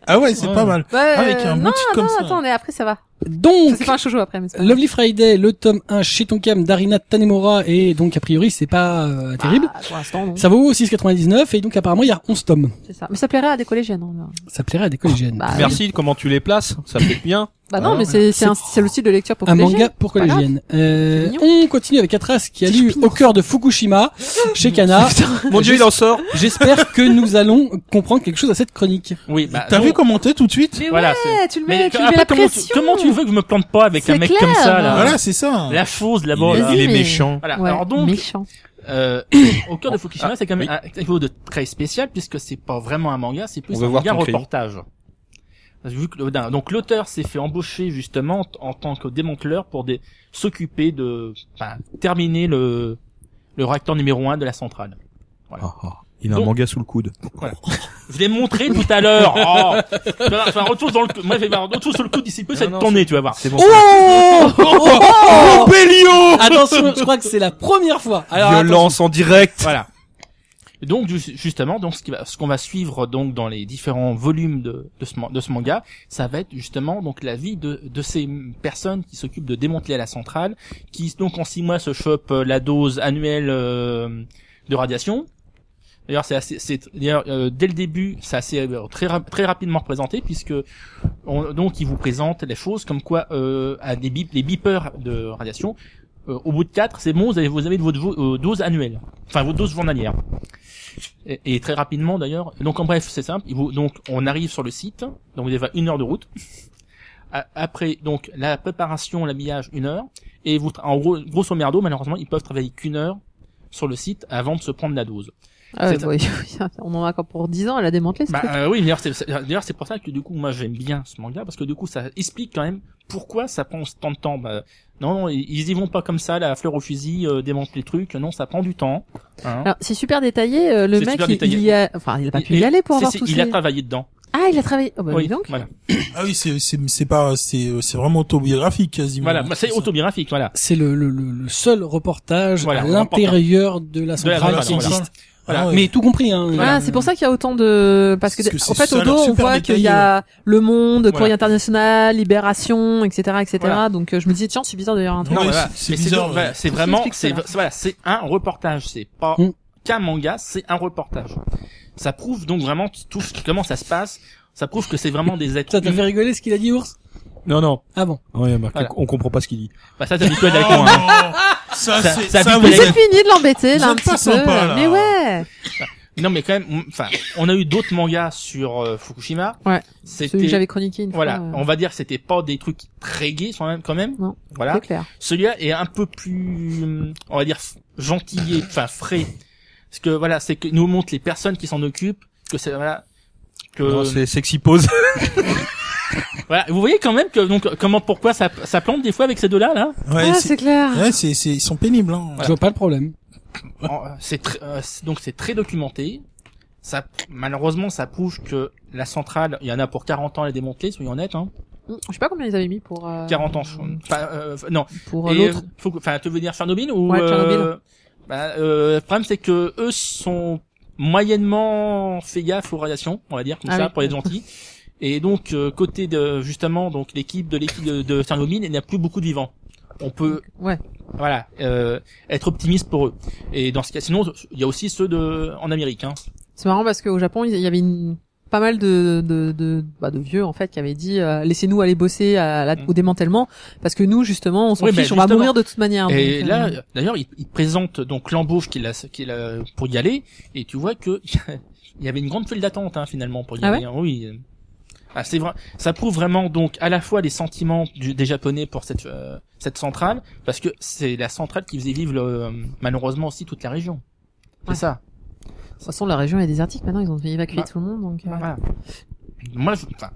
Speaker 5: Ah ouais, c'est
Speaker 4: Ouais.
Speaker 5: pas mal.
Speaker 2: Ouais,
Speaker 5: Avec
Speaker 2: euh,
Speaker 5: un bon
Speaker 2: non,
Speaker 5: titre comme
Speaker 2: non,
Speaker 5: ça.
Speaker 2: attends, mais après ça va. Ça,
Speaker 1: Donc
Speaker 2: C'est pas un shoujo après, mais c'est pas grave.
Speaker 1: Lovely Friday, le tome 1 chez Tonkam d'Arina Tanemura et donc a priori c'est pas euh, terrible.
Speaker 2: Ah, pour l'instant, non.
Speaker 1: Ça vaut 6,99 et donc apparemment il y a 11 tomes.
Speaker 2: C'est ça. Mais ça plairait à des collégiennes. hein, là.
Speaker 1: Ça plairait à des collégiennes.
Speaker 2: Bah, oui.
Speaker 4: Merci, comment tu les places, ça fait bien.
Speaker 2: Bah non,
Speaker 4: Ah,
Speaker 2: mais c'est, c'est, un- c'est le style de lecture pour
Speaker 1: un
Speaker 2: collégiennes.
Speaker 1: manga pour
Speaker 2: Pas grave.
Speaker 1: collégiennes. Euh,
Speaker 2: C'est
Speaker 1: on continue avec Atras qui a lu Au cœur de Fukushima chez Kana.
Speaker 4: Mon dieu, il en sort.
Speaker 1: J'espère que nous allons comprendre quelque chose à cette chronique.
Speaker 3: Oui, bah.
Speaker 5: T'as
Speaker 3: non.
Speaker 2: oh.
Speaker 5: vu commenter tout de suite
Speaker 2: Mais
Speaker 3: Voilà,
Speaker 2: ouais, tu le mets,
Speaker 3: Mais
Speaker 2: tu
Speaker 3: que-
Speaker 2: lui mets la
Speaker 3: après, comment tu,
Speaker 2: pression.
Speaker 3: comment tu veux que je me plante pas avec
Speaker 2: C'est
Speaker 3: un mec
Speaker 2: clair.
Speaker 3: comme ça, là?
Speaker 5: Voilà, c'est ça.
Speaker 3: La chose,
Speaker 4: Il,
Speaker 3: là-bas,
Speaker 4: est-
Speaker 3: là.
Speaker 4: il
Speaker 2: Vas-y,
Speaker 4: est
Speaker 2: mais-
Speaker 4: méchant.
Speaker 3: Voilà.
Speaker 2: Ouais,
Speaker 3: Alors donc,
Speaker 2: méchant.
Speaker 3: euh, au cœur de Fukushima, c'est quand même un niveau de très spécial puisque c'est pas vraiment un manga, c'est
Speaker 4: On
Speaker 3: plus
Speaker 4: va
Speaker 3: un
Speaker 4: voir
Speaker 3: manga
Speaker 4: ton crayon.
Speaker 3: reportage. Parce que vu que le- d'un- donc l'auteur s'est fait embaucher justement t- en tant que démanteleur pour des- s'occuper de enfin, terminer le le réacteur numéro 1 de la centrale.
Speaker 4: Ah, ah, Il a un
Speaker 3: Donc-
Speaker 4: manga sous le coude.
Speaker 3: Je l'ai montré tout à l'heure. Oh Tu vas- enfin, retour dans le cou- moi je vais voir retour sur le coup d'ici peu, ça
Speaker 4: Non,
Speaker 3: va
Speaker 4: non,
Speaker 3: te tourner, tu vas voir.
Speaker 4: C'est bon.
Speaker 1: Oh
Speaker 5: Pélio
Speaker 1: Attention, je crois que c'est la première fois. Alors,
Speaker 4: Violence en direct.
Speaker 3: Voilà. Et Donc ju- justement, donc ce qui va- ce qu'on va suivre donc dans les différents volumes de, de, ce, man- de ce manga, ça va être justement donc la vie de, de ces mm, personnes qui s'occupent de démanteler la centrale, qui donc en six mois se chopent euh, la dose annuelle euh, de radiation. D'ailleurs, c'est assez, c'est d'ailleurs euh, dès le début, c'est assez euh, très ra- très rapidement représenté puisque on- donc ils vous présentent les choses comme quoi euh, à des bip, les beepers de radiation. euh, au bout de quatre, c'est bon, vous avez, vous avez votre vo- euh, dose annuelle enfin vos doses journalières. Et, et très rapidement d'ailleurs. Donc en bref, c'est simple. Il vous- donc on arrive sur le site. Donc vous avez une heure de route. A- Après donc la préparation, l'habillage, une heure. Et vous, tra- en gros, grosso merdo, malheureusement, ils peuvent travailler qu'une heure sur le site avant de se prendre la dose.
Speaker 2: Ah ouais,
Speaker 3: C'est-
Speaker 2: bah, oui, on en a encore pour 10 ans, elle a démantelé ce
Speaker 3: Bah
Speaker 2: truc.
Speaker 3: euh, oui, d'ailleurs c'est- c'est d'ailleurs, c'est pour ça que du coup moi j'aime bien ce manga parce que du coup ça explique quand même pourquoi ça prend tant de temps. Bah, non, non, ils y vont pas comme ça, la fleur au fusil, euh, démonte les trucs. Non, ça prend du temps. hein.
Speaker 2: Alors, c'est super détaillé, euh, le
Speaker 3: C'est
Speaker 2: mec,
Speaker 3: super
Speaker 2: il,
Speaker 3: détaillé.
Speaker 2: il y a, enfin, il a pas pu
Speaker 3: Et-
Speaker 2: y aller pour
Speaker 3: si,
Speaker 2: avoir
Speaker 3: si,
Speaker 2: tout
Speaker 3: Il
Speaker 2: ça.
Speaker 3: a travaillé dedans.
Speaker 2: Ah, il a travaillé. Oh, bah, dis donc.
Speaker 3: voilà.
Speaker 5: Ah oui, c'est c'est c'est pas c'est c'est vraiment autobiographique quasiment.
Speaker 3: Voilà, bah, c'est
Speaker 5: ça.
Speaker 3: autobiographique, voilà.
Speaker 1: c'est le, le, le- le seul reportage
Speaker 3: Voilà,
Speaker 1: à
Speaker 3: le reportage.
Speaker 1: l'intérieur de la centrale
Speaker 3: centrale,
Speaker 1: qui
Speaker 3: voilà.
Speaker 1: existe.
Speaker 5: Voilà.
Speaker 1: Mais tout compris. Hein.
Speaker 2: Ah, c'est pour ça qu'il y a autant de parce que,
Speaker 5: Parce que
Speaker 2: en
Speaker 5: c'est-
Speaker 2: fait
Speaker 5: ça
Speaker 2: au
Speaker 5: a
Speaker 2: dos
Speaker 5: l'air
Speaker 2: on
Speaker 5: super
Speaker 2: voit qu'il y a le Monde, Courrier International, Libération, etc., etc.
Speaker 3: Voilà.
Speaker 2: Donc euh, je me disais tiens c'est bizarre de lire un truc.
Speaker 5: Ouais,
Speaker 3: Non, voilà.
Speaker 5: c'est- c'est
Speaker 3: Mais
Speaker 5: bizarre,
Speaker 3: donc- voilà,
Speaker 5: ouais.
Speaker 3: c'est
Speaker 2: Tout
Speaker 3: vraiment,
Speaker 2: s'explique,
Speaker 3: c'est
Speaker 2: ça.
Speaker 3: voilà, c'est un reportage. C'est pas
Speaker 1: Mm.
Speaker 3: qu'un manga, c'est un reportage. Ça prouve donc vraiment tout ce- comment ça se passe. Ça prouve que c'est vraiment des êtres
Speaker 1: Ça t'a
Speaker 3: humains.
Speaker 1: fait rigoler ce qu'il a dit, ours
Speaker 4: Non, non. Oh,
Speaker 1: Ah bon.
Speaker 4: Ouais, Marc,
Speaker 3: Voilà.
Speaker 4: on comprend pas ce qu'il dit.
Speaker 3: Bah, ça, t'es habitué avec
Speaker 5: Oh,
Speaker 3: moi. hein.
Speaker 5: ça
Speaker 3: Ça-
Speaker 5: c'est
Speaker 3: ça
Speaker 5: ça,
Speaker 3: pique
Speaker 5: vous
Speaker 3: les
Speaker 2: Mais
Speaker 5: êtes-
Speaker 2: c'est fini de l'embêter
Speaker 5: Vous
Speaker 2: là un
Speaker 5: êtes
Speaker 2: petit
Speaker 5: pas
Speaker 2: peu.
Speaker 5: sympa, là.
Speaker 2: Mais ouais.
Speaker 3: Non, mais quand même, enfin, on a eu d'autres mangas sur euh, Fukushima.
Speaker 2: Ouais. Celui que
Speaker 3: C'était,
Speaker 2: j'avais chroniqué une
Speaker 3: voilà,
Speaker 2: fois. euh,
Speaker 3: on va dire que c'était pas des trucs très gays, quand même, quand même.
Speaker 2: Non.
Speaker 3: Voilà.
Speaker 2: C'est clair.
Speaker 3: Celui-là est un peu plus, hum, on va dire, f- gentillé, enfin frais. Parce que voilà, c'est que nous montre les personnes qui s'en occupent, que c'est voilà, que
Speaker 4: Non, c'est sexy pose.
Speaker 3: voilà. Vous voyez quand même que donc comment, pourquoi ça, ça plante des fois avec ces deux-là là
Speaker 5: Ouais,
Speaker 2: ah
Speaker 5: c'est
Speaker 2: c'est Euh, clair.
Speaker 5: ouais, c'est c'est- ils sont pénibles hein.
Speaker 1: Je vois pas le problème.
Speaker 3: en- c'est tr- euh, c'est- donc c'est très documenté. Ça, malheureusement, ça prouve que la centrale, il y en a pour 40 ans à la démanteler, soyons honnêtes. Hein.
Speaker 2: Je sais pas combien ils avaient mis pour. euh,
Speaker 3: 40 ans, je- enfin, euh, non.
Speaker 2: Pour euh,
Speaker 3: Et,
Speaker 2: l'autre.
Speaker 3: euh, faut que- Enfin, tu veux dire Tchernobyl ou
Speaker 2: Ouais, Tchernobyl.
Speaker 3: euh, bah, euh, le problème c'est que eux sont moyennement fait gaffe aux radiations, on va dire comme
Speaker 2: Ah
Speaker 3: ça
Speaker 2: oui.
Speaker 3: pour être gentil. Et donc euh, côté de justement donc l'équipe de l'équipe de, de Tchernobyl, il n'y a plus beaucoup de vivants. On peut
Speaker 2: Ouais.
Speaker 3: voilà euh, être optimiste pour eux. Et dans ce cas, sinon il y a aussi ceux de en Amérique. Hein.
Speaker 2: C'est marrant parce qu'au Japon, il y avait une- pas mal de de, de, bah, de vieux en fait qui avaient dit euh, laissez-nous aller bosser à la-
Speaker 3: Mm.
Speaker 2: au démantèlement parce que nous justement on s'en
Speaker 3: Oui, mais
Speaker 2: fiche, on va
Speaker 3: justement.
Speaker 2: mourir de toute manière.
Speaker 3: Et
Speaker 2: donc, euh,
Speaker 3: là, d'ailleurs, il, il présente donc l'embauche qu'il a, qu'il a pour y aller, et tu vois que il y avait une grande file d'attente hein, finalement pour y
Speaker 2: Ah
Speaker 3: aller. hein, oui. Ah, c'est vrai. Ça prouve vraiment donc à la fois les sentiments du, des Japonais pour cette euh, cette centrale, parce que c'est la centrale qui faisait vivre le, malheureusement aussi toute la région. C'est
Speaker 2: Ouais.
Speaker 3: ça.
Speaker 2: de toute façon la région est désertique maintenant, ils ont évacué
Speaker 3: Bah,
Speaker 2: tout le monde donc. euh,
Speaker 3: Voilà. Moi, je, enfin,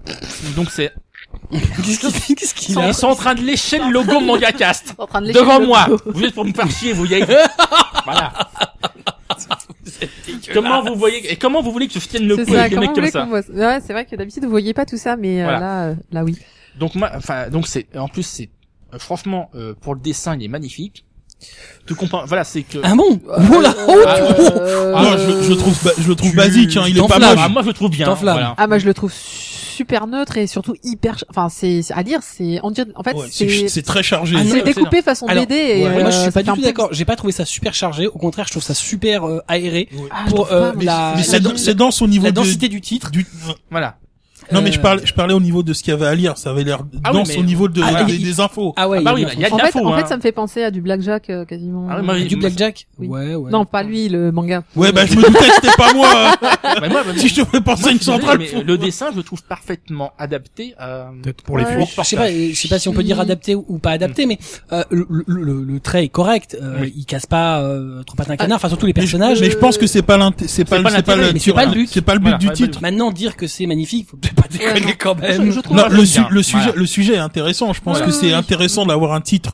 Speaker 3: donc c'est
Speaker 1: Qu'est-ce qu'il- qu'est-ce
Speaker 3: ils
Speaker 1: qu'il
Speaker 3: sont,
Speaker 1: a
Speaker 3: ils sont en train de lécher le logo Mangacast.
Speaker 2: en train de lécher
Speaker 3: devant
Speaker 2: le
Speaker 3: moi.
Speaker 2: dos.
Speaker 3: Vous êtes pour me faire chier, vous y allez. voilà. Comment vous voyez et comment vous voulez que je tienne le
Speaker 2: C'est
Speaker 3: coup avec
Speaker 2: ça,
Speaker 3: des
Speaker 2: comment
Speaker 3: mecs
Speaker 2: vous
Speaker 3: comme
Speaker 2: voulez
Speaker 3: ça
Speaker 2: qu'on voit Ouais, c'est vrai que d'habitude vous voyez pas tout ça, mais euh,
Speaker 3: Voilà.
Speaker 2: là, euh, là oui.
Speaker 3: Donc moi, enfin, donc c'est en plus c'est euh, franchement euh, pour le dessin il est magnifique. Tu comprends Voilà, c'est que
Speaker 1: Ah bon Oh là oh,
Speaker 2: Euh,
Speaker 5: Ah, je, je le trouve, ba- je le trouve
Speaker 1: Tu-
Speaker 5: basique, hein, il est pas
Speaker 1: t'enflammes.
Speaker 5: mal.
Speaker 3: Ah, moi je le trouve bien.
Speaker 1: T'enflamme.
Speaker 3: Voilà.
Speaker 2: Ah, moi je le trouve super neutre et surtout hyper. ch- Enfin, c'est c'est- à dire, c'est on dirait- en fait
Speaker 5: Ouais,
Speaker 2: c'est
Speaker 5: c'est- c'est très chargé.
Speaker 3: Ah, non,
Speaker 2: c'est
Speaker 3: c'est-
Speaker 2: découpé façon
Speaker 1: Alors,
Speaker 2: BD. Et,
Speaker 1: Moi, je
Speaker 2: euh,
Speaker 1: suis
Speaker 2: c'est
Speaker 1: pas du
Speaker 2: un
Speaker 1: tout
Speaker 2: peu-
Speaker 1: d'accord. J'ai pas trouvé ça super chargé. Au contraire, je trouve ça super euh, aéré
Speaker 2: Ah, je
Speaker 1: pour
Speaker 2: trouve
Speaker 1: euh,
Speaker 2: pas, moi,
Speaker 1: la,
Speaker 5: Mais
Speaker 1: la,
Speaker 5: c'est dans- c'est dense au niveau
Speaker 1: la
Speaker 5: de-
Speaker 1: densité du titre.
Speaker 5: du.
Speaker 3: Voilà.
Speaker 5: Non, mais je
Speaker 1: Euh,
Speaker 5: parlais, je parlais au niveau de ce qu'il y avait à lire. Ça avait l'air
Speaker 3: Ah oui,
Speaker 5: dense
Speaker 3: mais-
Speaker 5: au niveau de,
Speaker 1: Ah,
Speaker 5: des,
Speaker 1: il-
Speaker 5: des infos.
Speaker 1: Ah ouais.
Speaker 3: Ah bah
Speaker 1: il
Speaker 3: oui,
Speaker 1: y a
Speaker 3: il y a de
Speaker 2: en fait,
Speaker 3: l'info,
Speaker 2: en
Speaker 3: hein.
Speaker 2: fait, ça me fait penser à du blackjack euh, quasiment.
Speaker 3: Ah oui, moi,
Speaker 1: bien-
Speaker 3: oui,
Speaker 1: du blackjack.
Speaker 2: Oui.
Speaker 1: Ouais, ouais.
Speaker 2: Non, pas lui, le manga.
Speaker 5: Ouais, bah, je me doutais que c'était pas moi. hein.
Speaker 3: Mais Bah, moi, mais-
Speaker 5: si je te fais penser
Speaker 3: moi,
Speaker 5: à
Speaker 3: je
Speaker 5: une
Speaker 3: suis désolé,
Speaker 5: centrale.
Speaker 3: mais
Speaker 5: fou.
Speaker 3: le dessin, je le trouve parfaitement adapté. euh, à-
Speaker 4: Peut-être pour
Speaker 2: les Ouais.
Speaker 1: Je sais pas, je sais pas si on peut
Speaker 2: Mm.
Speaker 1: dire adapté ou pas adapté, mais euh, le, le- le- le trait est correct. Euh,
Speaker 3: Oui.
Speaker 1: Il casse pas euh, trop patin
Speaker 2: Ah,
Speaker 1: canard. Enfin, surtout les
Speaker 5: Mais je,
Speaker 1: personnages.
Speaker 5: mais je pense que c'est pas l'inté- c'est pas,
Speaker 3: pas
Speaker 5: c'est pas
Speaker 3: l'intérêt,
Speaker 5: le, hein.
Speaker 1: mais c'est pas le but.
Speaker 5: c'est pas le but
Speaker 3: Voilà,
Speaker 5: du
Speaker 3: ouais, pas le
Speaker 5: titre.
Speaker 1: Maintenant, dire que c'est magnifique, faut peut-être pas déconner quand même.
Speaker 3: je trouve
Speaker 5: Non,
Speaker 3: ça
Speaker 5: le,
Speaker 3: bien.
Speaker 5: su- le sujet,
Speaker 3: Voilà.
Speaker 5: le sujet est intéressant. Je pense
Speaker 2: Oui,
Speaker 5: que
Speaker 2: oui,
Speaker 5: c'est
Speaker 2: oui.
Speaker 5: intéressant d'avoir un titre.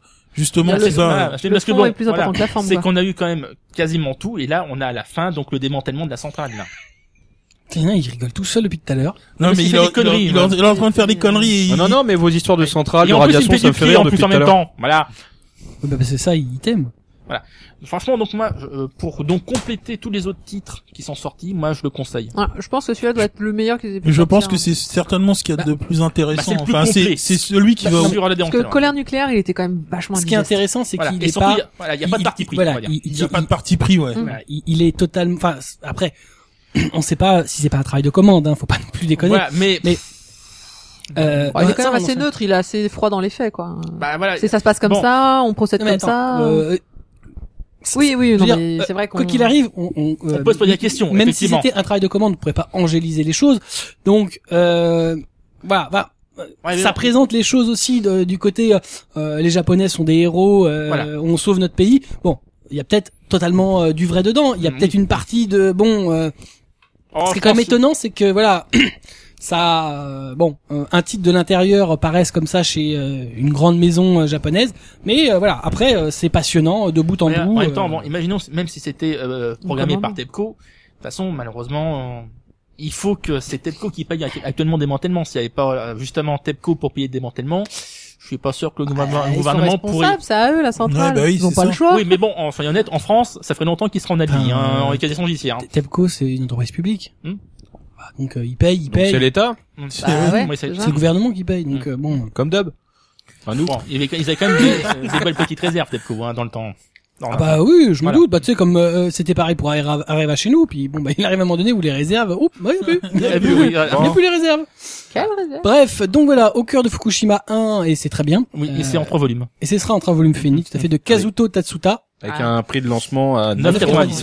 Speaker 2: Il
Speaker 5: Justement,
Speaker 2: y a
Speaker 5: c'est
Speaker 2: le-
Speaker 5: pas.
Speaker 3: c'est
Speaker 2: Le
Speaker 3: parce que
Speaker 2: fond
Speaker 3: bon,
Speaker 2: est plus important
Speaker 3: voilà,
Speaker 2: que la forme,
Speaker 3: C'est
Speaker 2: quoi.
Speaker 3: qu'on a eu quand même quasiment tout, et là on a à la fin donc le démantèlement de la centrale. Là.
Speaker 1: Putain, il rigole tout seul depuis tout à l'heure.
Speaker 5: Non,
Speaker 3: parce
Speaker 5: mais
Speaker 3: qu'il
Speaker 5: il
Speaker 3: fait
Speaker 5: est en-
Speaker 3: des conneries,
Speaker 5: il est en- il est en train de faire des conneries. et il-
Speaker 4: non, non, mais vos histoires de centrale,
Speaker 3: et
Speaker 4: de
Speaker 3: en plus, il
Speaker 4: radiation,
Speaker 3: me fait
Speaker 4: ça
Speaker 3: des
Speaker 4: me fait
Speaker 3: cris
Speaker 4: rire
Speaker 3: en
Speaker 4: depuis
Speaker 3: plus
Speaker 4: tout à
Speaker 3: en même
Speaker 4: l'heure.
Speaker 3: temps. Voilà.
Speaker 1: Ouais, bah, bah, c'est ça, il t'aime.
Speaker 3: Franchement, donc moi, je- euh, pour donc compléter tous les autres titres qui sont sortis, moi je le conseille.
Speaker 2: Ouais, je pense que celui-là doit être le meilleur qu'ils aient pu
Speaker 5: Je
Speaker 2: sortir,
Speaker 5: pense que
Speaker 2: hein.
Speaker 5: c'est certainement ce qu'il y a de plus intéressant.
Speaker 3: c'est le plus
Speaker 5: Enfin, c'est
Speaker 3: complet. Bah,
Speaker 5: c'est celui qui va.
Speaker 3: Sur la
Speaker 2: Parce que
Speaker 3: démantèlement.
Speaker 2: colère nucléaire, il était quand même vachement
Speaker 1: Ce qui est
Speaker 2: indigeste.
Speaker 1: intéressant, c'est
Speaker 3: Voilà.
Speaker 1: qu'il
Speaker 3: Et
Speaker 1: est
Speaker 3: surtout,
Speaker 1: pas.
Speaker 3: il y a- voilà, il n'y a pas de parti pris. on
Speaker 1: Voilà,
Speaker 3: va dire.
Speaker 1: il,
Speaker 5: Il
Speaker 1: il-
Speaker 5: n'y a pas
Speaker 1: il-
Speaker 5: de parti pris, ouais.
Speaker 2: Mm.
Speaker 1: voilà, il- il est totalement. Enfin, c- après, on sait pas si c'est pas un travail de commande. Hein, faut pas non plus déconner.
Speaker 3: Voilà, mais
Speaker 1: Mais- Euh,
Speaker 2: Ouais, Oh, il est
Speaker 1: ça,
Speaker 2: quand même
Speaker 1: on
Speaker 2: assez
Speaker 1: en-
Speaker 2: neutre, il est assez froid dans les faits, quoi.
Speaker 3: bah voilà.
Speaker 2: C'est ça se passe comme
Speaker 3: Bon.
Speaker 2: ça, on procède
Speaker 1: Non,
Speaker 2: comme
Speaker 1: mais attends,
Speaker 2: ça.
Speaker 1: euh,
Speaker 2: oui, oui,
Speaker 1: je
Speaker 2: non,
Speaker 1: veux dire,
Speaker 2: mais
Speaker 1: euh,
Speaker 2: c'est vrai qu'on.
Speaker 1: Quoi qu'il arrive, on, on, euh,
Speaker 3: On peut se poser la question,
Speaker 1: Même si
Speaker 3: effectivement.
Speaker 1: c'était un travail de commande, on pourrait pas angéliser les choses. Donc euh, voilà, voilà.
Speaker 3: Ouais, mais-
Speaker 1: ça présente les choses aussi de- du côté euh, les Japonais sont des héros, euh,
Speaker 3: Voilà.
Speaker 1: on sauve notre pays. Bon, il y a peut-être totalement euh, du vrai dedans. Il y a
Speaker 3: Mm,
Speaker 1: peut-être une partie de bon. euh,
Speaker 3: Oh,
Speaker 1: ce qui
Speaker 3: je
Speaker 1: est quand même
Speaker 3: pense-
Speaker 1: étonnant, c'est que voilà, ça, euh, bon, euh, un titre de l'intérieur paraisse comme ça chez euh, une grande maison euh, japonaise, mais euh, voilà, après euh, c'est passionnant euh, de bout en
Speaker 3: Mais,
Speaker 1: bout.
Speaker 3: en même temps,
Speaker 1: euh,
Speaker 3: bon, imaginons même si c'était euh, programmé
Speaker 2: commande.
Speaker 3: par Tepco, de toute façon, malheureusement, euh, il faut que c'est Tepco qui paye actuellement le démantèlement. S'il n'y avait pas euh, justement Tepco pour payer le démantèlement, je suis pas sûr que le
Speaker 1: Ah,
Speaker 3: gouvernement,
Speaker 2: Ils sont
Speaker 3: gouvernement pourrait.
Speaker 2: responsables, C'est à eux la centrale.
Speaker 5: Ouais, bah oui,
Speaker 2: ils ont
Speaker 5: c'est
Speaker 2: pas
Speaker 5: ça.
Speaker 2: le choix.
Speaker 3: Oui, mais bon, en soyons honnêtes, en France, ça ferait longtemps qu'ils seraient en habit,
Speaker 5: Putain.
Speaker 3: hein, en éducation judiciaire. hein.
Speaker 1: TEPCO, c'est une entreprise publique.
Speaker 3: Hmm.
Speaker 1: Bah, donc euh, ils payent, ils
Speaker 4: Donc c'est
Speaker 1: payent.
Speaker 4: l'État,
Speaker 5: C'est-
Speaker 2: Bah ouais,
Speaker 3: Oui, Hum. c'est-
Speaker 1: C'est le
Speaker 2: déjà.
Speaker 1: gouvernement qui paye,
Speaker 3: Hmm.
Speaker 1: donc euh, bon.
Speaker 4: comme d'hab. Enfin, nous.
Speaker 3: Bon, il y avait- ils avaient quand même des, euh, des belles petites réserves, Tepco, hein, dans le temps. Dans
Speaker 1: Ah
Speaker 3: le-
Speaker 1: bah oui, je me
Speaker 3: Voilà.
Speaker 1: doute. Bah tu sais comme euh, c'était pareil pour Areva Areva chez nous, puis bon bah il arrive à un moment donné où les réserves, oups, bah, il n'y a plus, il n'y
Speaker 3: Eh
Speaker 1: a
Speaker 3: oui, oui,
Speaker 1: plus,
Speaker 3: voilà.
Speaker 1: il y a plus les réserves.
Speaker 2: Quelle réserve
Speaker 1: Bref, donc voilà, au cœur de Fukushima 1 et c'est très bien.
Speaker 3: Oui,
Speaker 1: Euh,
Speaker 3: et c'est en trois volumes.
Speaker 1: Et ce sera en train volume fini, tout à fait,
Speaker 3: Ah
Speaker 1: de Kazuto Tatsuta.
Speaker 4: Avec un prix de lancement à
Speaker 3: 9,90.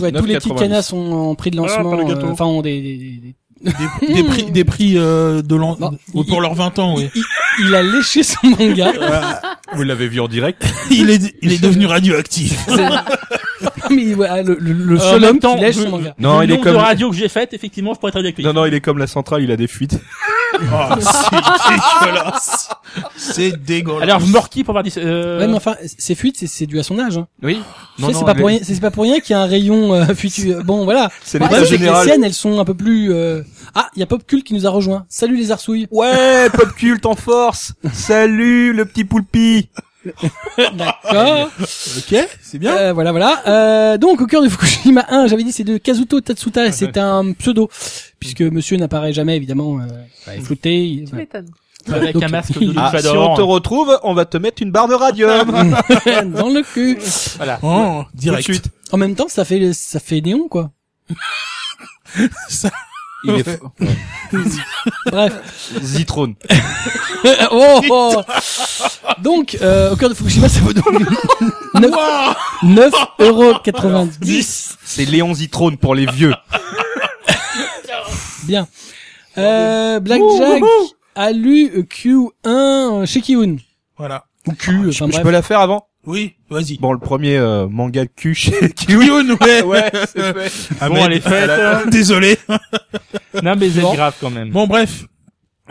Speaker 4: 9,90.
Speaker 1: Ouais, tous les petits
Speaker 4: 9,90.
Speaker 1: canards sont en prix de lancement.
Speaker 5: Ah, pas le
Speaker 1: euh,
Speaker 5: gâteau.
Speaker 1: Enfin, ont des, des- des-
Speaker 5: Des, des prix, des prix euh, de l'an
Speaker 1: Non,
Speaker 5: ou
Speaker 1: il-
Speaker 5: pour leurs 20 ans, oui.
Speaker 1: Il, il a léché son manga.
Speaker 4: Vous l'avez vu en direct.
Speaker 5: il est, il est devenu radioactif.
Speaker 1: mais ouais, le, le, le
Speaker 3: Euh,
Speaker 1: seul
Speaker 3: en même
Speaker 1: homme
Speaker 3: temps,
Speaker 1: qui lèche
Speaker 3: je-
Speaker 1: son manga.
Speaker 4: Non,
Speaker 3: Le
Speaker 4: il est
Speaker 3: nombre de
Speaker 4: comme,
Speaker 3: radio que j'ai faite, effectivement, je pourrais être avec lui.
Speaker 4: non, non, il est comme la centrale, il a des fuites.
Speaker 5: Oh, c'est dégueulasse. C'est dégueulasse.
Speaker 3: Alors, Morky pour avoir dit, euh...
Speaker 1: Ouais, mais enfin, ces fuites, c'est- c'est dû à son âge. Hein.
Speaker 4: Oui.
Speaker 1: Tu sais, c'est pas, pour rien- c'est pas pour rien qu'il y a un rayon euh, fuitu- euh, Bon, voilà.
Speaker 4: C'est
Speaker 1: Le
Speaker 4: les
Speaker 1: problème,
Speaker 4: bases
Speaker 1: c'est que les
Speaker 4: générales.
Speaker 1: siennes, elles sont un peu plus... euh, Ah, il y a Popcult qui nous a rejoint. Salut les arsouilles.
Speaker 4: Ouais, pop culte en force. Salut, le petit poulpi.
Speaker 3: Ah,
Speaker 1: D'accord.
Speaker 5: Ok, c'est bien.
Speaker 1: Euh, voilà, voilà. Euh, donc, au cœur de Fukushima 1, j'avais dit c'est de Kazuto Tatsuta. et C'est un pseudo, puisque monsieur n'apparaît jamais, évidemment. Euh, il est flouté. il-
Speaker 2: Tu m'étonnes.
Speaker 3: avec
Speaker 1: Donc,
Speaker 3: un masque de
Speaker 4: Ah, si on te retrouve, on va te mettre une barre de radium.
Speaker 1: dans le cul.
Speaker 3: Voilà.
Speaker 5: Oh,
Speaker 4: Tout de
Speaker 5: direct.
Speaker 4: suite.
Speaker 1: En même temps, ça fait ça fait néon quoi.
Speaker 4: Il est
Speaker 1: Bref.
Speaker 4: Zitrone.
Speaker 1: oh, oh. Donc, euh, au cœur de Fukushima, ça vaut donc 9 9,90€.
Speaker 4: C'est Léon Zitrone pour les vieux.
Speaker 1: Ah, Bien. Euh, Blackjack Alu Q1 euh, chez Kiun.
Speaker 5: Voilà.
Speaker 1: Ou Q,
Speaker 4: je,
Speaker 1: enfin
Speaker 4: peux- je
Speaker 1: bref.
Speaker 4: peux la faire avant
Speaker 5: Oui, vas-y.
Speaker 4: Bon, le premier euh, manga cul chez
Speaker 5: Kyuyun, ouais.
Speaker 4: Ouais, c'est fait.
Speaker 5: Ah,
Speaker 3: Bon,
Speaker 5: merde.
Speaker 3: elle est faite,
Speaker 5: Ah, Désolé.
Speaker 3: Non, mais c'est
Speaker 5: Bon.
Speaker 3: grave quand même.
Speaker 5: Bon, bref.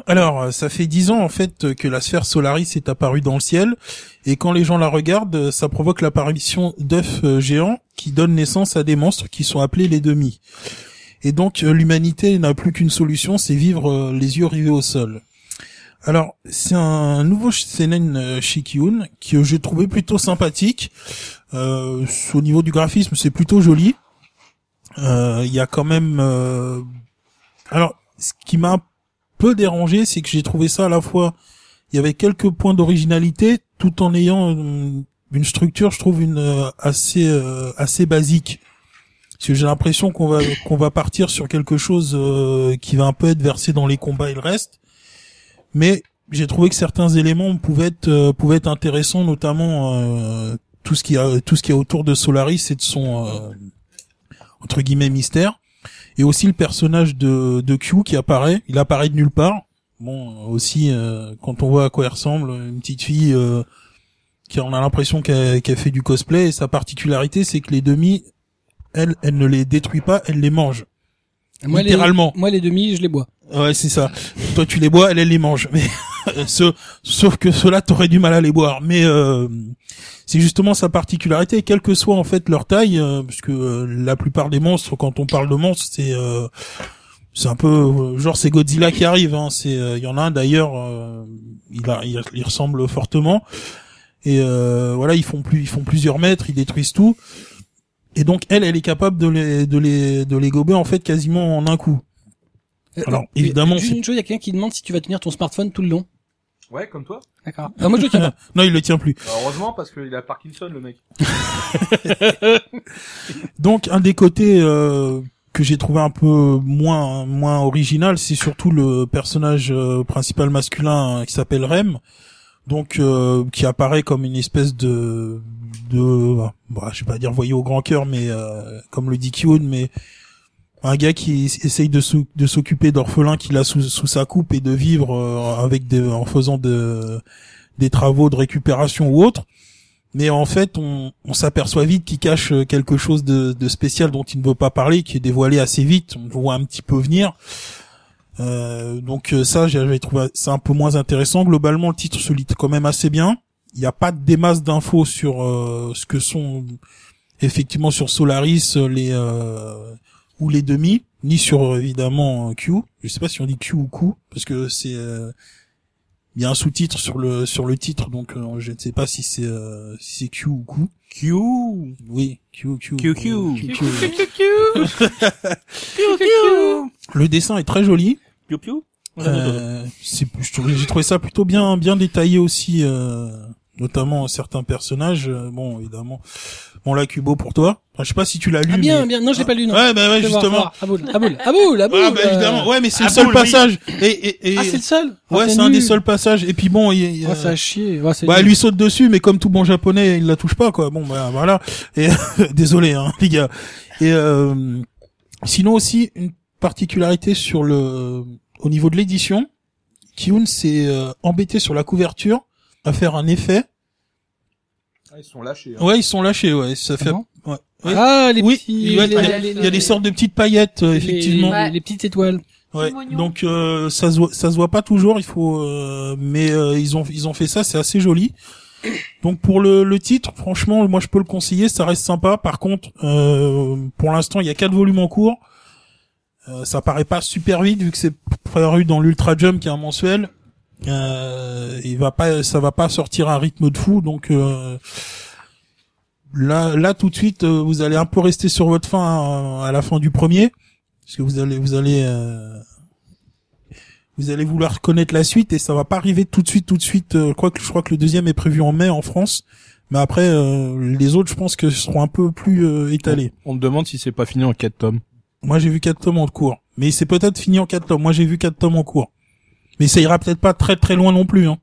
Speaker 5: Alors, euh, ça fait dix ans, en fait, euh, que la sphère Solaris est apparue dans le ciel. Et quand les gens la regardent, euh, ça provoque l'apparition d'œufs euh, géants qui donnent naissance à des monstres qui sont appelés les demi. Et donc, euh, l'humanité n'a plus qu'une solution, c'est vivre euh, les yeux rivés au sol. Alors, c'est un nouveau seinen euh, Shikyun que j'ai trouvé plutôt sympathique. Euh, au niveau du graphisme, c'est plutôt joli. Euh, Il y a quand même... euh, Alors, ce qui m'a un peu dérangé, c'est que j'ai trouvé ça à la fois... Il y avait quelques points d'originalité, tout en ayant euh, une structure, je trouve, une euh, assez euh, assez basique. Parce que j'ai l'impression qu'on va qu'on va partir sur quelque chose euh, qui va un peu être versé dans les combats et le reste. Mais j'ai trouvé que certains éléments pouvaient être euh, pouvaient être intéressants, notamment euh, tout ce qui a tout ce qui est autour de Solaris et de son euh, entre guillemets mystère, et aussi le personnage de de Q qui apparaît. Il apparaît de nulle part. Bon, euh, aussi euh, quand on voit à quoi elle ressemble, une petite fille euh, qui on a l'impression qu'elle qu'elle fait du cosplay. Et sa particularité, c'est que les demi, elle, elle ne les détruit pas, elle les mange.
Speaker 1: Moi les,
Speaker 5: littéralement.
Speaker 1: moi les demi, je les bois.
Speaker 5: Ouais, c'est ça. Toi, tu les bois, elle, elle les mange. Mais euh, ce- sauf que cela, t'aurais du mal à les boire. Mais euh, c'est justement sa particularité, quelle que soit en fait leur taille, euh, parce que euh, la plupart des monstres, quand on parle de monstres, c'est euh, c'est un peu euh, genre c'est Godzilla qui arrive. hein. C'est euh, il y en a un d'ailleurs, euh, il, a- il il ressemble fortement. Et euh, voilà, ils font plus, ils font plusieurs mètres, ils détruisent tout. Et donc elle, elle est capable de les de les de les gober en fait quasiment en un coup. Alors, évidemment,
Speaker 1: Juste
Speaker 5: c'est-
Speaker 1: une chose, il y a quelqu'un qui demande si tu vas tenir ton smartphone tout le long.
Speaker 4: Ouais, comme toi. Bah,
Speaker 1: D'accord. Ah, moi je le tiens pas.
Speaker 5: Non, il le tient plus.
Speaker 4: heureusement parce qu'il a Parkinson le mec.
Speaker 5: Donc un des côtés euh, que j'ai trouvé un peu moins moins original, c'est surtout le personnage euh, principal masculin euh, qui s'appelle Rem, donc euh, qui apparaît comme une espèce de de bah, je vais pas dire voyez au grand cœur, mais euh, comme le dit Kyun, mais un gars qui es- essaye de s'oc- de s'occuper d'orphelins qu'il a sous, sous sa coupe et de vivre euh, avec des, en faisant de, des travaux de récupération ou autre mais en fait on, on s'aperçoit vite qu'il cache euh, quelque chose de, de spécial dont il ne veut pas parler qui est dévoilé assez vite on le voit un petit peu venir Euh, donc euh, ça j'avais trouvé ça un peu moins intéressant globalement le titre se lit quand même assez bien il n'y a pas des masses d'infos sur euh, ce que sont effectivement sur Solaris euh, les euh, ou les demi ni sur euh, évidemment euh, Q je sais pas si on dit Q ou Q parce que c'est euh, il y a un sous-titre sur le sur le titre donc euh, je ne sais pas si c'est euh, si c'est Q ou Q
Speaker 4: Q.
Speaker 5: oui Q Q
Speaker 4: Q, Q.
Speaker 5: le dessin est très joli
Speaker 3: Piu piu.
Speaker 5: Euh, c'est- je trouvais- j'ai trouvé ça plutôt bien bien détaillé aussi euh, notamment certains personnages euh, bon évidemment bon là Kubo pour toi Enfin, je sais pas si tu l'as lu
Speaker 1: Ah bien,
Speaker 5: mais-
Speaker 1: bien. Non, je l'ai pas lu, non.
Speaker 5: ouais bah ouais
Speaker 1: Je vais voir,
Speaker 5: justement
Speaker 1: faut voir. Aboul, aboul, aboul, aboul.
Speaker 5: Ah bah
Speaker 1: euh.
Speaker 5: évidemment, ouais mais c'est le
Speaker 3: Ah
Speaker 5: seul
Speaker 3: bon, oui.
Speaker 5: passage. Et, et, et-
Speaker 1: Ah, c'est le seul? Ah,
Speaker 5: ouais c'est un
Speaker 1: nul.
Speaker 5: des seuls passages. Et puis bon, il, il-
Speaker 1: Ah, ça a chier. Ouais, c'est
Speaker 5: bah,
Speaker 1: nul.
Speaker 5: elle lui saute dessus, mais comme tout bon japonais, il la touche pas quoi. Bon bah voilà. Et désolé hein, les gars. Et euh, sinon aussi une particularité sur le au niveau de l'édition, Kiun s'est euh, embêté sur la couverture à faire un effet.
Speaker 4: Ah, ils sont lâchés. hein.
Speaker 5: Ouais ils sont lâchés ouais ça fait.
Speaker 1: Ah bon
Speaker 5: ouais.
Speaker 1: Ah, les
Speaker 5: oui,
Speaker 1: petits,
Speaker 5: il y a,
Speaker 1: les-
Speaker 5: il y a des sortes de petites paillettes euh,
Speaker 1: les-
Speaker 5: effectivement.
Speaker 1: Les, les petites étoiles.
Speaker 5: Ouais.
Speaker 2: Petit moignon.
Speaker 5: Donc euh, ça se voit, ça se voit pas toujours. Il faut, euh, mais euh, ils ont ils ont fait ça. C'est assez joli. Donc pour le, le titre, franchement, moi je peux le conseiller. Ça reste sympa. Par contre, euh, pour l'instant, il y a quatre volumes en cours. Euh, ça paraît pas super vite vu que c'est paru dans l'Ultra Jump qui est un mensuel. Euh, il va pas, ça va pas sortir à un rythme de fou. Donc euh, là, là tout de suite, euh, vous allez un peu rester sur votre fin hein, à la fin du premier, parce que vous allez, vous allez, euh, vous allez vouloir connaître la suite et ça va pas arriver tout de suite, tout de suite. euh, Quoique, je crois que le deuxième est prévu en mai en France, mais après euh, les autres, je pense que seront un peu plus euh, étalés.
Speaker 4: On me demande si c'est pas fini en quatre tomes.
Speaker 5: Moi, j'ai vu quatre tomes en cours, mais c'est peut-être fini en quatre tomes. Moi, j'ai vu quatre tomes en cours, mais ça ira peut-être pas très très loin non plus. Hein.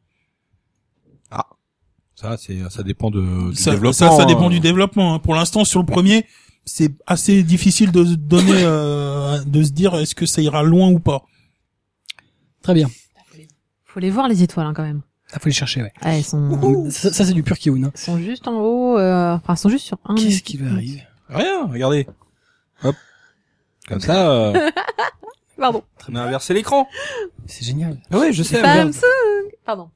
Speaker 4: Ça, c'est, ça dépend de, Euh, du
Speaker 5: ça,
Speaker 4: développement.
Speaker 5: ça, ça dépend
Speaker 4: hein.
Speaker 5: du développement. hein. Pour l'instant, sur le premier, c'est assez difficile de se donner, euh, de se dire est-ce que ça ira loin ou pas.
Speaker 1: Très bien.
Speaker 2: Faut les voir les étoiles hein, quand même.
Speaker 1: Ça faut les chercher, ouais.
Speaker 2: Ah, elles sont,
Speaker 1: Ça, ça, c'est du pur Kioun. Hein.
Speaker 2: elles sont juste en haut. euh, Enfin, elles sont juste sur un.
Speaker 1: Qu'est-ce qui lui arrive
Speaker 4: Rien, regardez. Hop. Comme ça, euh,
Speaker 2: Pardon.
Speaker 4: on a inversé l'écran.
Speaker 1: C'est génial.
Speaker 4: Ah ouais, je sais.
Speaker 2: Samsung. Pardon.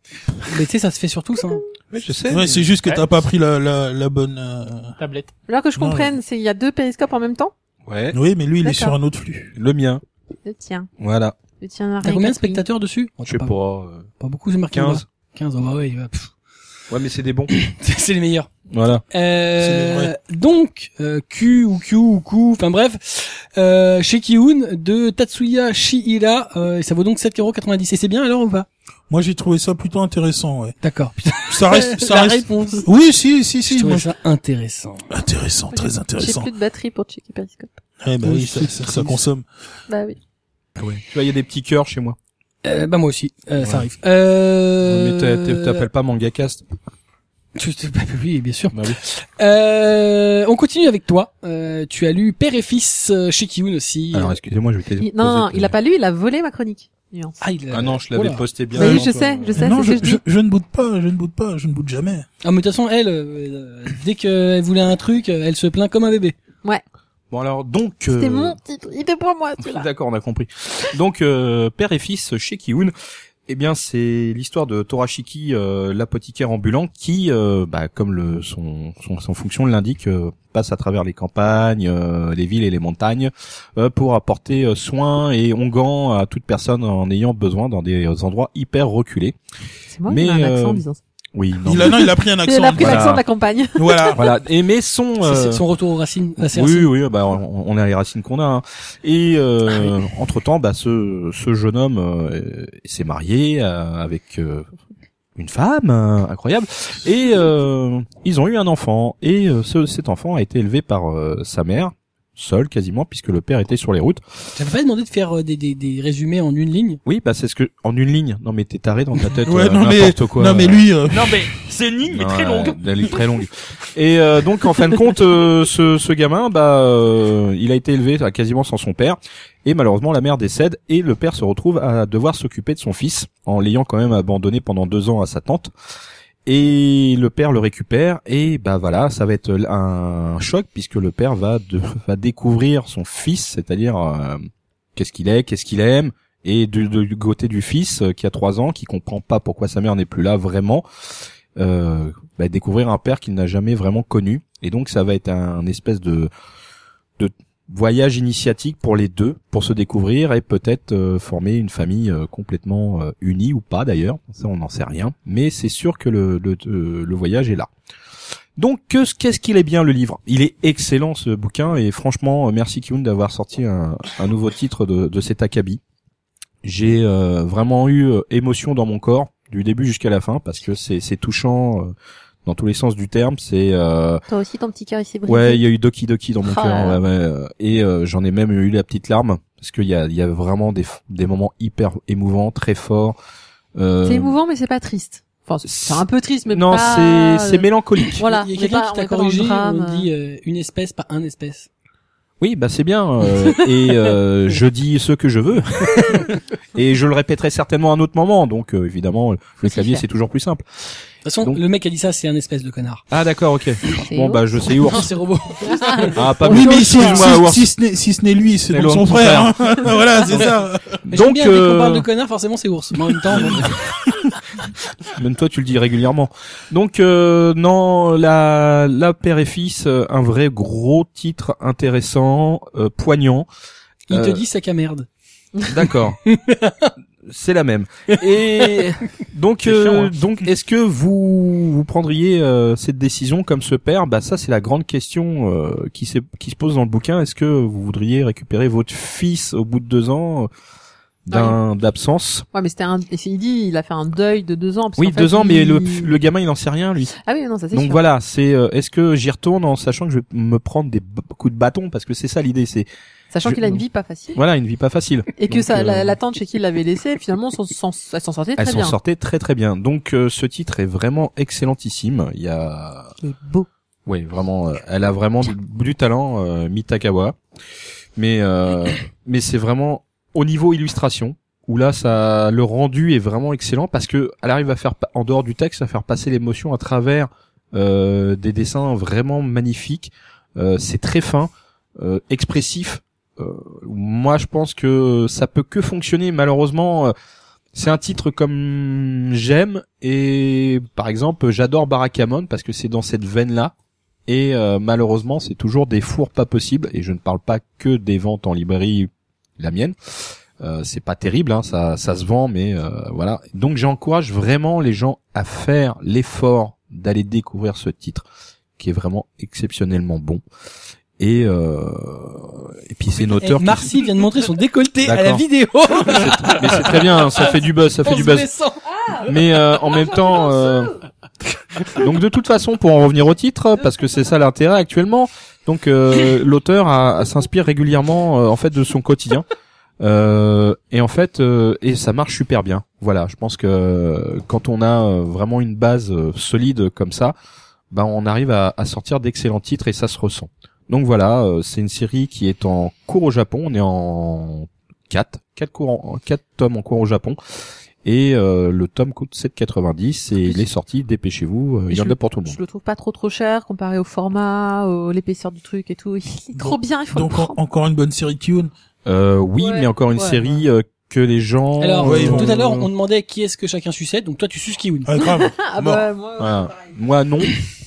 Speaker 1: Mais tu sais, ça se fait sur tous. Hein.
Speaker 4: Ouais, je sais.
Speaker 5: Ouais, c'est juste que
Speaker 3: Ouais.
Speaker 5: t'as pas pris la, la, la bonne. euh,
Speaker 3: Tablette.
Speaker 2: Alors que je
Speaker 5: Non,
Speaker 2: comprenne, c'est il y a deux périscopes en même temps.
Speaker 4: Ouais,
Speaker 5: Oui, mais lui, il est sur
Speaker 2: D'accord.
Speaker 5: un autre flux.
Speaker 4: le mien.
Speaker 2: Le tien.
Speaker 4: Voilà.
Speaker 2: Le tien. n'a
Speaker 1: T'as
Speaker 2: rien
Speaker 1: combien de
Speaker 2: compris.
Speaker 1: spectateurs dessus Oh,
Speaker 4: Je sais
Speaker 1: t'as
Speaker 4: pas. euh,
Speaker 1: Pas beaucoup, c'est marqué.
Speaker 4: 15.
Speaker 1: 15, oh, bah ouais, bah, pff,
Speaker 4: Ouais, mais c'est des bons.
Speaker 1: c'est les meilleurs.
Speaker 4: voilà.
Speaker 1: Euh,
Speaker 5: C'est
Speaker 1: donc euh, Q ou Q ou Q, enfin bref, euh, chez Kiun de Tatsuya Shihira, euh, et ça vaut donc 7,90€. Et c'est bien alors ou pas
Speaker 5: Moi, j'ai trouvé ça plutôt intéressant. Ouais.
Speaker 1: D'accord. Putain,
Speaker 5: Ça reste, ça
Speaker 1: la
Speaker 5: reste.
Speaker 1: réponse.
Speaker 5: Oui, si, si,
Speaker 1: Je
Speaker 5: si.
Speaker 1: trouvais
Speaker 5: moi,
Speaker 1: ça intéressant.
Speaker 5: je- Intéressant, très
Speaker 2: J'ai
Speaker 5: intéressant.
Speaker 2: plus de batterie pour checker périscope.
Speaker 5: Eh ben oui, ça,
Speaker 1: Oui,
Speaker 5: ça-
Speaker 1: c'est
Speaker 5: ça consomme.
Speaker 2: Bah oui.
Speaker 4: Ah Tu vois, il y a des petits cœurs chez moi.
Speaker 1: Euh, bah moi aussi, euh, ça
Speaker 4: Ouais.
Speaker 1: arrive. Euh...
Speaker 4: Mais t'as- t'as- t'appelles pas Mangacast.
Speaker 1: Tu- tu- bah Oui, bien sûr.
Speaker 4: Bah oui.
Speaker 1: Euh, on continue avec toi. Euh, tu as lu Père et Fils euh, chez Kiun aussi.
Speaker 4: Alors, excusez-moi, je vais te
Speaker 2: Il- Non, non, non, il a pas lu, il a volé ma chronique. Nuance.
Speaker 1: ah, il a-
Speaker 4: euh, Ah non, je l'avais
Speaker 1: Oula.
Speaker 4: posté bien.
Speaker 2: Bah oui,
Speaker 4: avant
Speaker 2: je
Speaker 4: toi.
Speaker 2: sais, je sais,
Speaker 5: non,
Speaker 2: c'est
Speaker 5: je,
Speaker 2: ce que je
Speaker 5: je,
Speaker 2: dis.
Speaker 5: je ne boude pas, je ne boude pas, je ne boude jamais.
Speaker 1: Ah, mais de toute façon, elle, euh, euh, dès qu'elle voulait un truc, euh, elle se plaint comme un bébé.
Speaker 4: Bon alors, donc...
Speaker 2: C'était
Speaker 4: euh,
Speaker 2: mon titre. Il était pour moi,
Speaker 4: Oui,
Speaker 2: celui-là.
Speaker 4: D'accord, on a compris. Donc euh, père et fils chez Kiun, eh bien c'est l'histoire de Torashiki, euh, l'apothicaire ambulant, qui, euh, bah, comme le son son, son fonction l'indique, euh, passe à travers les campagnes, euh, les villes et les montagnes euh, pour apporter euh, soins et onguents à toute personne en ayant besoin dans des endroits hyper reculés.
Speaker 2: C'est moi
Speaker 4: Mais,
Speaker 2: qui ai un accent
Speaker 4: euh,
Speaker 2: en disant ça.
Speaker 4: Oui. non,
Speaker 5: Il
Speaker 4: mais-
Speaker 5: a, non, il a pris un
Speaker 2: Il
Speaker 5: accent.
Speaker 2: a pris
Speaker 4: Voilà.
Speaker 2: l'accent de la campagne.
Speaker 5: Voilà.
Speaker 4: Voilà. Et mais son
Speaker 1: C'est-
Speaker 4: euh,
Speaker 1: C'est son retour aux racines. à ses
Speaker 4: Oui,
Speaker 1: racines.
Speaker 4: oui, bah on, on a les racines qu'on a. hein. Et euh, entre temps, bah ce, ce jeune homme euh, s'est marié euh, avec euh, une femme euh, incroyable. Et euh, ils ont eu un enfant. Et euh, ce, cet enfant a été élevé par euh, sa mère, seule quasiment, puisque le père était sur les routes.
Speaker 1: J'avais pas demandé de faire euh, des, des, des résumés en une ligne.
Speaker 4: Oui, bah c'est ce que en une ligne. Non mais t'es taré dans ta tête.
Speaker 5: Ouais,
Speaker 4: euh,
Speaker 5: non, mais-
Speaker 4: n'importe quoi.
Speaker 5: non, mais lui, euh,
Speaker 3: Non, mais c'est une ligne, mais très
Speaker 4: Non,
Speaker 3: longue.
Speaker 4: euh, Elle est très longue. Et euh, donc en fin de compte, euh, ce, ce gamin, bah, euh, il a été élevé euh, quasiment sans son père. Et malheureusement, la mère décède et le père se retrouve à devoir s'occuper de son fils en l'ayant quand même abandonné pendant deux ans à sa tante. Et le père le récupère et bah voilà, ça va être l- un choc puisque le père va de, va découvrir son fils, c'est-à-dire euh, qu'est-ce qu'il est, qu'est-ce qu'il aime. Et du, du- du côté du fils euh, qui a trois ans, qui comprend pas pourquoi sa mère n'est plus là vraiment, euh, bah, découvrir un père qu'il n'a jamais vraiment connu. Et donc ça va être un, espèce de, de voyage initiatique pour les deux, pour se découvrir et peut-être euh, former une famille euh, complètement euh, unie ou pas d'ailleurs. Ça on n'en sait rien. Mais c'est sûr que le, le, euh, le voyage est là. Donc que- qu'est-ce qu'il est bien le livre Il est excellent ce bouquin et franchement euh, merci Kyun d'avoir sorti un, un nouveau titre de, de cet acabit. J'ai euh, vraiment eu euh, émotion dans mon corps du début jusqu'à la fin parce que c'est c'est touchant euh, dans tous les sens du terme. C'est euh,
Speaker 2: Toi aussi, ton petit cœur, il s'est brisé.
Speaker 4: Ouais, il y a eu Doki Doki dans mon
Speaker 2: Oh
Speaker 4: cœur.
Speaker 2: là
Speaker 4: ouais, ouais, euh, Et euh, j'en ai même eu la petite larme parce qu'il y a, il y a vraiment des, f- des moments hyper émouvants, très forts. Euh,
Speaker 2: C'est émouvant, mais c'est pas triste. Enfin, c'est- c'est un peu triste, mais
Speaker 4: non,
Speaker 2: pas... euh,
Speaker 4: c'est c'est mélancolique.
Speaker 2: Voilà,
Speaker 1: Il y a
Speaker 2: on est
Speaker 1: quelqu'un
Speaker 2: pas-
Speaker 1: qui
Speaker 2: on
Speaker 1: t'a
Speaker 2: est pas dans le
Speaker 1: corrigé, on
Speaker 2: drame.
Speaker 1: dit euh, une espèce, pas un espèce.
Speaker 4: Oui, bah c'est bien. euh, et euh, je dis ce que je veux. et je le répéterai certainement à un autre moment. Donc euh, évidemment, le
Speaker 2: s'y
Speaker 4: clavier
Speaker 2: faire.
Speaker 4: c'est toujours plus simple.
Speaker 1: De toute façon,
Speaker 4: Donc-
Speaker 1: le mec a dit ça, c'est un espèce de connard.
Speaker 4: Ah d'accord, ok. Bon bah je sais
Speaker 1: Non,
Speaker 4: ours.
Speaker 1: c'est robot.
Speaker 4: Ah pas
Speaker 5: Oui,
Speaker 4: mieux.
Speaker 5: mais si,
Speaker 4: Excuse-moi,
Speaker 5: si-
Speaker 4: Howard.
Speaker 5: si ce n'est si ce n'est lui, c'est
Speaker 4: Mais
Speaker 5: donc
Speaker 4: le-
Speaker 5: son
Speaker 4: son
Speaker 5: frère. hein. voilà, c'est ça.
Speaker 1: Mais j'aime
Speaker 4: Donc,
Speaker 1: bien, dès qu'on
Speaker 4: euh,
Speaker 1: parle de connard, forcément c'est ours. Mais en même temps, bon,
Speaker 4: Même toi, tu le dis régulièrement. Donc, euh, non, la, la père et fils, euh, un vrai gros titre intéressant, euh, poignant.
Speaker 1: il te
Speaker 4: Euh,
Speaker 1: dit sac à merde.
Speaker 4: D'accord. C'est la même. Et donc,
Speaker 3: C'est
Speaker 4: euh,
Speaker 3: chiant, hein.
Speaker 4: donc, est-ce que vous vous prendriez euh, cette décision comme ce père Bah, ça, c'est la grande question euh, qui, s'est- qui se pose dans le bouquin. Est-ce que vous voudriez récupérer votre fils au bout de deux ans euh, d'un d'absence
Speaker 2: Ouais, mais c'était un. et Il dit, il a fait un deuil de deux ans. parce
Speaker 4: Oui,
Speaker 2: qu'en fait,
Speaker 4: deux ans, mais
Speaker 2: il-
Speaker 4: le, le gamin, il en sait rien, lui.
Speaker 2: Ah oui, non, ça c'est
Speaker 4: Donc
Speaker 2: sûr.
Speaker 4: voilà, c'est euh, est-ce que j'y retourne en sachant que je vais me prendre des b- coups de bâton parce que c'est ça l'idée, c'est
Speaker 2: Sachant
Speaker 4: je-
Speaker 2: qu'il a une vie pas facile.
Speaker 4: voilà une vie pas facile.
Speaker 2: Et que
Speaker 4: Donc,
Speaker 2: ça, la,
Speaker 4: euh,
Speaker 2: la tante chez qui il l'avait laissé, finalement, s'en- s'en- elle s'en sortait
Speaker 4: elle
Speaker 2: très
Speaker 4: s'en
Speaker 2: bien.
Speaker 4: sortait très très bien. Donc euh, ce titre est vraiment excellentissime. Il y a
Speaker 2: Il est beau.
Speaker 4: oui vraiment, euh, elle a vraiment du, du talent, euh, Mitakawa. Mais euh, mais c'est vraiment au niveau illustration où là ça le rendu est vraiment excellent parce que elle arrive à faire pa- en dehors du texte à faire passer l'émotion à travers euh, des dessins vraiment magnifiques. Euh, c'est très fin, euh, expressif. Euh, moi, je pense que ça peut que fonctionner. Malheureusement, euh, c'est un titre comme j'aime et par exemple, j'adore Barakamon parce que c'est dans cette veine-là. Et euh, malheureusement, c'est toujours des fours pas possibles. Et je ne parle pas que des ventes en librairie, la mienne. Euh, c'est pas terrible, hein, ça, ça se vend, mais euh, voilà. Donc j'encourage vraiment les gens à faire l'effort d'aller découvrir ce titre, qui est vraiment exceptionnellement bon. Et euh, et puis c'est une
Speaker 1: Eh,
Speaker 4: auteur. qui-
Speaker 1: Marcy vient de montrer son décolleté à la
Speaker 4: D'accord.
Speaker 1: vidéo.
Speaker 4: Mais c'est très bien, hein, ça fait du buzz, ça fait
Speaker 1: en
Speaker 4: du
Speaker 1: se
Speaker 4: buzz.
Speaker 1: blessant.
Speaker 4: Mais euh, en même temps, euh, donc de toute façon, pour en revenir au titre, parce que c'est ça l'intérêt actuellement. Donc euh, l'auteur a- a- s'inspire régulièrement euh, en fait de son quotidien. Euh, et en fait, euh, et ça marche super bien. Voilà, je pense que euh, quand on a euh, vraiment une base euh, solide comme ça, ben on arrive à, à sortir d'excellents titres et ça se ressent. Donc voilà, euh, c'est une série qui est en cours au Japon. On est en quatre, quatre cours, en, quatre tomes en cours au Japon. Et euh, le tome coûte 7,90 et il est sorti. Dépêchez-vous, euh, il y en a pour tout le monde.
Speaker 2: Je le trouve pas trop trop cher comparé au format, au- l'épaisseur du truc et tout. Il est trop bien, il faut
Speaker 5: Donc
Speaker 2: le
Speaker 5: en-
Speaker 2: prendre.
Speaker 5: encore une bonne série de Kyun.
Speaker 4: Euh, oui,
Speaker 2: Ouais,
Speaker 4: mais encore une
Speaker 2: ouais,
Speaker 4: série euh, que les gens.
Speaker 1: Alors,
Speaker 5: Ouais, ils
Speaker 1: tout
Speaker 5: vont-
Speaker 1: à l'heure, on demandait qui est-ce que chacun suçait. Donc toi, tu suces Kiwi.
Speaker 5: Ah, grave.
Speaker 2: Ah
Speaker 5: mort.
Speaker 2: bah, moi,
Speaker 4: Voilà. Moi non,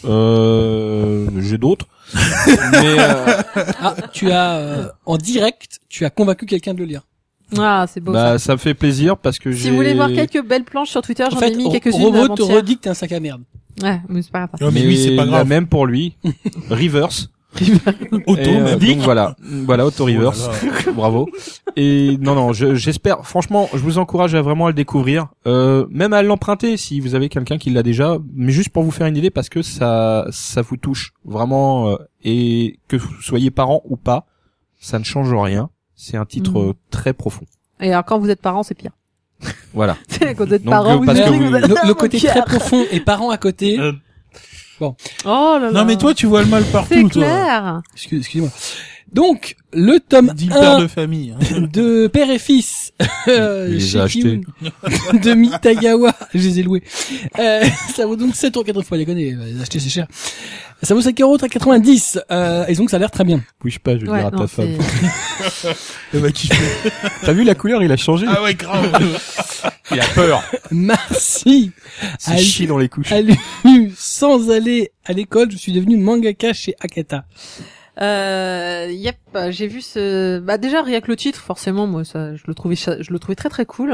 Speaker 4: euh, j'ai d'autres. mais euh,
Speaker 1: Ah, tu as euh, en direct, tu as convaincu quelqu'un de le lire.
Speaker 2: Ah, c'est beau. ça.
Speaker 4: bah, ça me fait plaisir parce que j'ai.
Speaker 2: Si vous voulez voir quelques belles planches sur Twitter,
Speaker 1: en
Speaker 2: Ah, j'en
Speaker 1: fait,
Speaker 2: ai mis quelques-unes.
Speaker 1: Robot te
Speaker 2: avant-hier.
Speaker 1: redit que t'es un sac à merde.
Speaker 2: Ouais, mais c'est pas grave.
Speaker 5: Ah, mais, lui, c'est pas
Speaker 4: la
Speaker 5: grave.
Speaker 4: même pour lui. Reverse.
Speaker 5: Auto,
Speaker 4: Et, euh,
Speaker 5: même
Speaker 4: donc voilà, voilà Auto Reverse.
Speaker 5: Oh là là.
Speaker 4: Bravo. Et non, non, je- j'espère. franchement, je vous encourage à vraiment à le découvrir, euh, même à l'emprunter si vous avez quelqu'un qui l'a déjà, mais juste pour vous faire une idée parce que ça, ça vous touche vraiment euh, et que vous soyez parent ou pas, ça ne change rien. C'est un titre
Speaker 2: Mhm.
Speaker 4: euh, très profond.
Speaker 2: Et alors quand vous êtes parents, c'est pire.
Speaker 4: Voilà.
Speaker 2: C'est quand vous êtes
Speaker 4: Donc,
Speaker 2: parents,
Speaker 4: euh,
Speaker 2: vous
Speaker 4: parce
Speaker 2: avez
Speaker 4: que vous-
Speaker 1: Le, le côté très profond et parent à côté.
Speaker 3: Euh,
Speaker 2: Oh là là.
Speaker 5: Non mais toi tu vois le mal
Speaker 2: c'est
Speaker 5: partout toi.
Speaker 2: clair.
Speaker 1: Excuse- Excusez-moi. Donc, le tome
Speaker 5: Dis le père
Speaker 1: 1
Speaker 5: de famille. hein.
Speaker 1: de Père et Fils, euh,
Speaker 4: Il les a
Speaker 1: chez Kiun,
Speaker 4: achetés.
Speaker 1: de Mitagawa, je les ai loués. Euh, ça vaut donc 7 euros, faut les connaître, euh, les acheter c'est cher. Ça vaut 5,90 euros, euh, et donc ça a l'air très bien.
Speaker 4: Bouge pas, je vais
Speaker 2: Ouais,
Speaker 4: dire à
Speaker 2: non,
Speaker 4: ta femme.
Speaker 2: c'est-
Speaker 5: Le mec, qui fait-
Speaker 4: T'as vu la couleur, il a changé.
Speaker 5: Ah ouais grave.
Speaker 3: Il a peur.
Speaker 1: Merci.
Speaker 4: C'est
Speaker 1: Ah,
Speaker 4: chi dans les couches.
Speaker 1: À l'UU, sans aller à l'école, je suis devenu mangaka chez Akata.
Speaker 2: Euh, yep, j'ai vu ce. Bah déjà rien que le titre, forcément, moi ça, je le trouvais, cha- je le trouvais très très cool.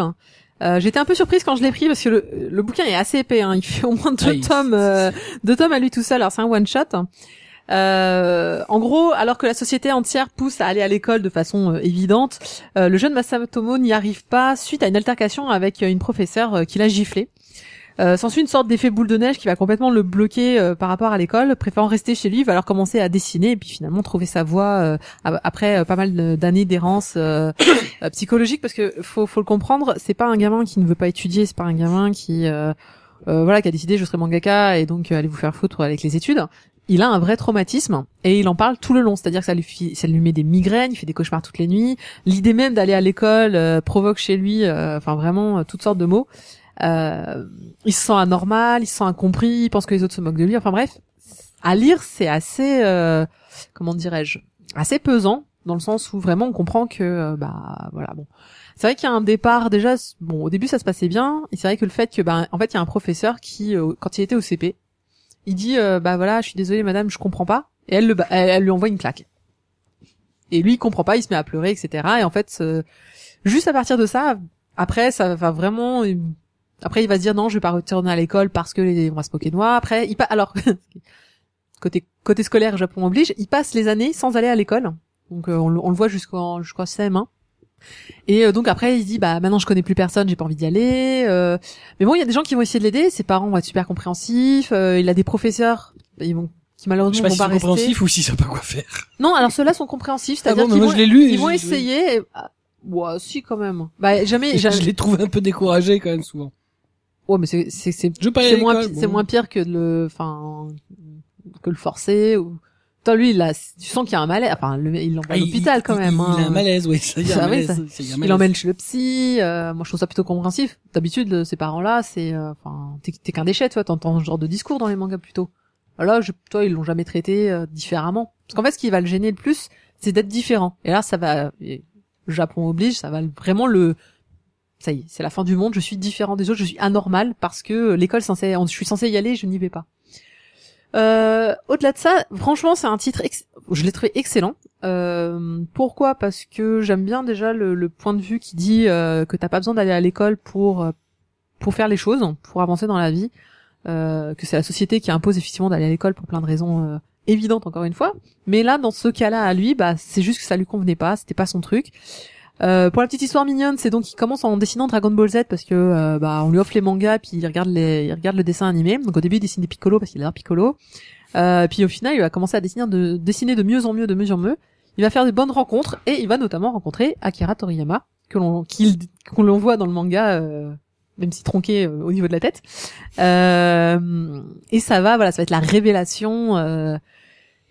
Speaker 2: Euh, J'étais un peu surprise quand je l'ai pris parce que le, le bouquin est assez épais. Hein. Il fait au moins deux
Speaker 1: Ah, il-
Speaker 2: tomes, euh, deux tomes à lui tout seul. Alors c'est un one shot. Euh, en gros, alors que la société entière pousse à aller à l'école de façon euh, évidente, euh, le jeune Masatomo n'y arrive pas suite à une altercation avec euh, une professeure euh, qui l'a giflé. Euh, S'ensuit une sorte d'effet boule de neige qui va complètement le bloquer euh, par rapport à l'école, préférant rester chez lui, il va alors commencer à dessiner et puis finalement trouver sa voie euh, a- après euh, pas mal de- d'années d'errance euh, euh, psychologique parce que faut, faut le comprendre, c'est pas un gamin qui ne veut pas étudier, c'est pas un gamin qui euh, euh, voilà qui a décidé je serai mangaka et donc euh, allez vous faire foutre avec les études. il a un vrai traumatisme et il en parle tout le long. C'est-à-dire que ça lui, fi- ça lui met des migraines, il fait des cauchemars toutes les nuits. L'idée même d'aller à l'école euh, provoque chez lui, euh, enfin vraiment euh, toutes sortes de maux. Euh, il se sent anormal, il se sent incompris, il pense que les autres se moquent de lui. Enfin bref, à lire c'est assez, euh, comment dirais-je, assez pesant dans le sens où vraiment on comprend que euh, bah voilà bon. C'est vrai qu'il y a un départ déjà. c- Bon, au début ça se passait bien. Et c'est vrai que le fait que bah en fait il y a un professeur qui euh, quand il était au CP, il dit euh, bah voilà je suis désolé madame je comprends pas et elle le ba- elle, elle lui envoie une claque et lui il comprend pas il se met à pleurer etc et en fait euh, juste à partir de ça après ça va vraiment euh, après il va se dire non je vais pas retourner à l'école parce que les, on va se moquer de moi après il pas alors côté côté scolaire Japon oblige il passe les années sans aller à l'école donc euh, on, le- on le voit jusqu'en jusqu'en CM1 et euh, donc après il se dit bah maintenant je connais plus personne j'ai pas envie d'y aller euh, mais bon, il y a des gens qui vont essayer de l'aider. Ses parents vont être super compréhensifs. euh, il a des professeurs bah, ils vont, qui
Speaker 1: Je sais
Speaker 2: malheureusement
Speaker 1: pas
Speaker 2: vont
Speaker 1: si c'est
Speaker 2: pas rester.
Speaker 1: compréhensif ou si ça pas quoi faire.
Speaker 2: Non, alors ceux-là sont compréhensifs. C'est-à-dire
Speaker 1: Ah bon, mais
Speaker 2: qu'ils
Speaker 1: moi,
Speaker 2: vont,
Speaker 1: je l'ai lu et
Speaker 2: ils vont
Speaker 1: je-
Speaker 2: essayer. Et... ah, ouah, si quand même. Bah jamais. jamais...
Speaker 1: Je les trouve un peu découragés quand même souvent.
Speaker 2: Ouais, mais c'est c'est c'est
Speaker 1: Je veux pas aller
Speaker 2: c'est
Speaker 1: à
Speaker 2: moins
Speaker 1: l'école,
Speaker 2: pi-
Speaker 1: bon.
Speaker 2: c'est moins pire que de le enfin que le forcer ou. Toi, lui, là, tu sens qu'il y a un malaise. Enfin, le- il l'envoie à
Speaker 1: Ah, il-
Speaker 2: l'hôpital
Speaker 1: il-
Speaker 2: quand même.
Speaker 1: Il,
Speaker 2: hein.
Speaker 1: il a un malaise, oui. Ça y est,
Speaker 2: Ah
Speaker 1: un
Speaker 2: oui,
Speaker 1: malaise,
Speaker 2: ça-
Speaker 1: ça y est, un
Speaker 2: Il
Speaker 1: malaise.
Speaker 2: l'emmène chez le psy. euh, moi, je trouve ça plutôt compréhensif. D'habitude, le- ces parents-là, c'est, euh, enfin, t'es- t'es qu'un déchet, toi. T'entends ce genre de discours dans les mangas plutôt. Là, je, toi, ils l'ont jamais traité euh, différemment. Parce qu'en fait, ce qui va le gêner le plus, c'est d'être différent. Et là, ça va, et le Japon oblige, ça va le- vraiment le, ça y est, c'est la fin du monde. Je suis différent des autres. Je suis anormal parce que l'école, censée, je suis censé y aller, je n'y vais pas. Euh, au-delà de ça, franchement, c'est un titre, ex- je l'ai trouvé excellent. Euh, pourquoi Parce que j'aime bien déjà le, le point de vue qui dit euh, que t'as pas besoin d'aller à l'école pour euh, pour faire les choses, pour avancer dans la vie, euh, que c'est la société qui impose effectivement d'aller à l'école pour plein de raisons euh, évidentes encore une fois. Mais là, dans ce cas-là, à lui, bah c'est juste que ça lui convenait pas, c'était pas son truc. Euh, pour la petite histoire mignonne, c'est donc il commence en dessinant Dragon Ball Z parce que euh, bah on lui offre les mangas puis il regarde les il regarde le dessin animé. Donc au début il dessine des Piccolo parce qu'il adore Piccolo. Euh, puis au final il va commencer à dessiner de dessiner de mieux en mieux, de mieux en mieux. Il va faire de bonnes rencontres et il va notamment rencontrer Akira Toriyama que l'on qu'il qu'on l'on voit dans le manga euh, même si tronqué euh, au niveau de la tête. Euh, et ça va voilà, ça va être la révélation euh,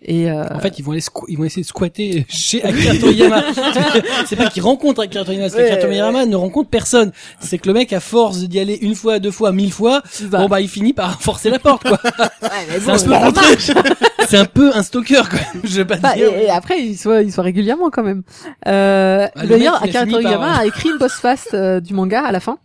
Speaker 2: et euh,
Speaker 1: En fait, ils vont aller squ- ils vont essayer de squatter chez Akira Toriyama. C'est- c'est pas qu'ils rencontrent Akira Toriyama, c'est
Speaker 2: Ouais.
Speaker 1: qu'Akira Toriyama ne rencontre personne. C'est que le mec, à force d'y aller une fois, deux fois, mille fois,
Speaker 2: bah,
Speaker 1: bon bah, il finit par forcer la porte, quoi.
Speaker 2: ouais, mais
Speaker 1: C'est
Speaker 2: bon, bah,
Speaker 1: un, peu-
Speaker 2: ça marche.
Speaker 1: c'est un peu un stalker, quoi. Je vais pas
Speaker 2: Bah,
Speaker 1: dire.
Speaker 2: et, et après, il soit, il soit régulièrement quand même. Euh,
Speaker 1: Bah, le
Speaker 2: D'ailleurs,
Speaker 1: mec, il a
Speaker 2: Akira
Speaker 1: fini par-
Speaker 2: Toriyama a écrit une boss fast euh, du manga à la fin.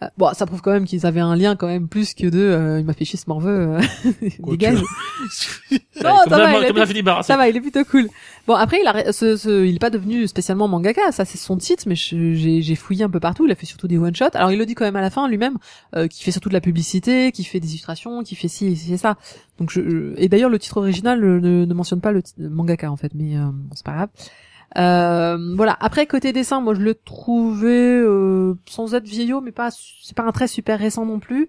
Speaker 2: Euh, bon, ça prouve quand même qu'ils avaient un lien quand même plus que de. euh, il m'a fait chier ce morveux. euh,
Speaker 5: Quoi
Speaker 2: dégage.
Speaker 3: Ouais,
Speaker 2: non,
Speaker 3: comme
Speaker 2: ça
Speaker 3: ça,
Speaker 2: va,
Speaker 3: moi,
Speaker 2: il a
Speaker 3: comme ça,
Speaker 2: été-
Speaker 3: je suis débarrassé.
Speaker 2: ça va, il est plutôt cool. Bon, après, il, a, ce, ce- il est pas devenu spécialement mangaka, ça c'est son titre, mais je- j'ai j'ai fouillé un peu partout, il a fait surtout des one-shots. Alors il le dit quand même à la fin lui-même, euh, qui fait surtout de la publicité, qui fait des illustrations, qui fait ci et ci et ça. Donc je, je- et d'ailleurs le titre original euh, ne, ne mentionne pas le ti- le mangaka en fait, mais euh, bon, c'est pas grave. Euh, voilà. Après côté dessin, moi je le trouvais euh, sans être vieillot, mais pas c'est pas un trait super récent non plus,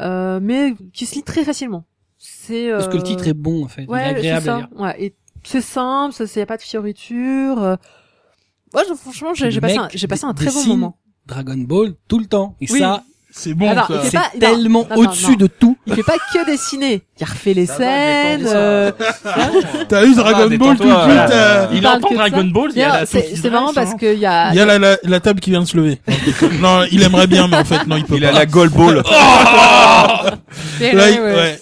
Speaker 2: euh, mais qui se lit très facilement. C'est
Speaker 1: Parce que le
Speaker 2: euh,
Speaker 1: titre est bon, en fait. il est
Speaker 2: Ouais, c'est
Speaker 1: agréable à
Speaker 2: ça.
Speaker 1: lire.
Speaker 2: Ouais, et c'est simple, ça, c'est y a pas de fioritures. euh. Moi, je- franchement, j'ai
Speaker 1: Le
Speaker 2: j'ai passé,
Speaker 1: mec
Speaker 2: un- j'ai passé un très bon
Speaker 1: dessine
Speaker 2: moment.
Speaker 1: Dragon Ball tout le temps. Et
Speaker 2: Oui.
Speaker 1: ça,
Speaker 5: C'est bon,
Speaker 2: Alors,
Speaker 5: ça.
Speaker 2: il fait pas- non,
Speaker 1: tellement
Speaker 2: non, non,
Speaker 1: au-dessus
Speaker 2: non.
Speaker 1: de tout.
Speaker 2: Il fait pas que dessiner. Il refait les
Speaker 7: Ça va,
Speaker 2: scènes.
Speaker 7: détends-toi.
Speaker 2: euh,
Speaker 5: T'as eu
Speaker 4: va,
Speaker 5: Dragon Ball tout de
Speaker 4: détends-toi,
Speaker 5: suite.
Speaker 4: euh,
Speaker 5: euh,
Speaker 3: Il
Speaker 2: parle
Speaker 3: entend
Speaker 2: que de ça.
Speaker 3: Dragon Ball, il y a la
Speaker 2: D'ailleurs, C'est
Speaker 3: sauce qui
Speaker 2: c'est
Speaker 3: se
Speaker 2: marrant
Speaker 3: dresse,
Speaker 2: parce
Speaker 3: hein.
Speaker 2: qu'il y a,
Speaker 5: Il y a la, la, la table qui vient de se lever. non, il aimerait bien, mais en fait, non, il peut
Speaker 4: Il
Speaker 5: pas.
Speaker 4: a la gold ball.
Speaker 2: Ouais,
Speaker 5: Là,
Speaker 2: ouais,
Speaker 5: il-
Speaker 2: Eh ouais.
Speaker 5: ouais.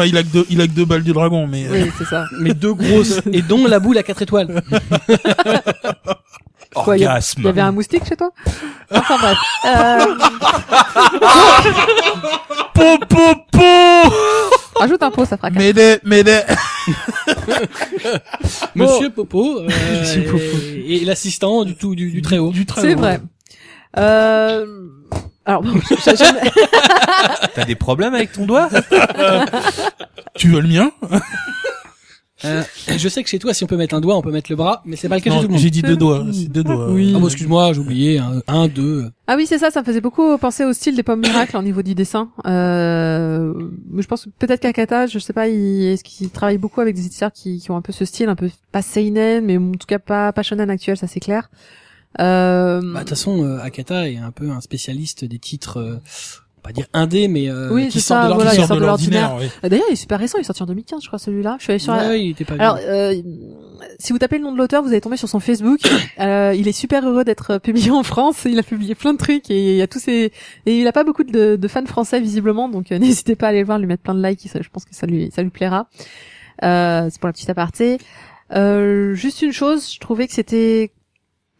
Speaker 5: Enfin, il a que deux, il a que deux balles du dragon, mais euh,
Speaker 2: Oui, c'est ça.
Speaker 1: Mais deux grosses. et dont la boule à quatre étoiles.
Speaker 2: Quoi, il y a- Il y
Speaker 4: Orgasme.
Speaker 2: avait un moustique chez toi Enfin bref. Euh,
Speaker 5: po po po.
Speaker 2: rajoute un pot, ça fracasse.
Speaker 5: M'aider, m'aider.
Speaker 1: Monsieur Popo, euh, et, et l'assistant du tout, du, du très haut.
Speaker 5: Du train.
Speaker 2: C'est vrai. Euh, alors, bon, je- je- je-
Speaker 4: T'as des problèmes avec ton doigt
Speaker 5: Tu veux le mien
Speaker 1: Euh, je sais que chez toi, si on peut mettre un doigt, on peut mettre le bras, mais c'est pas le cas chez
Speaker 5: Non,
Speaker 1: tout le monde.
Speaker 5: j'ai dit deux doigts. C'est deux doigts.
Speaker 2: Oui.
Speaker 1: Ah bon, excuse-moi, j'ai oublié, un, un, deux.
Speaker 2: Ah oui, c'est ça, ça me faisait beaucoup penser au style des pommes miracles au niveau du dessin. Euh, je pense que peut-être qu'Akata, je sais pas, il, est-ce qu'il travaille beaucoup avec des éditeurs qui, qui ont un peu ce style, un peu pas seinen, mais en tout cas pas, pas shonen actuel, ça c'est clair. Euh,
Speaker 1: Bah, de toute façon, euh, Akata est un peu un spécialiste des titres euh, pas dire indé, mais euh,
Speaker 2: Oui,
Speaker 1: qui
Speaker 2: c'est
Speaker 1: sort
Speaker 2: ça,
Speaker 1: de
Speaker 2: voilà,
Speaker 1: l'ordinaire.
Speaker 2: il
Speaker 5: sort
Speaker 2: sort
Speaker 5: de
Speaker 2: de
Speaker 5: l'ordinaire, oui.
Speaker 2: Euh, D'ailleurs, il est super récent, il est sorti en 2015, je crois, celui-là. Je suis allée sur la-
Speaker 1: Ouais, il était pas vieux.
Speaker 2: Alors, euh, si vous tapez le nom de l'auteur, vous allez tomber sur son Facebook. Euh, il est super heureux d'être euh, publié en France. Il a publié plein de trucs et il y a tous ses et il a pas beaucoup de, de fans français visiblement. Donc euh, n'hésitez pas à aller le voir, lui mettre plein de likes. ça- Je pense que ça lui ça lui plaira. Euh, c'est pour la petite aparté. Euh, juste une chose, je trouvais que c'était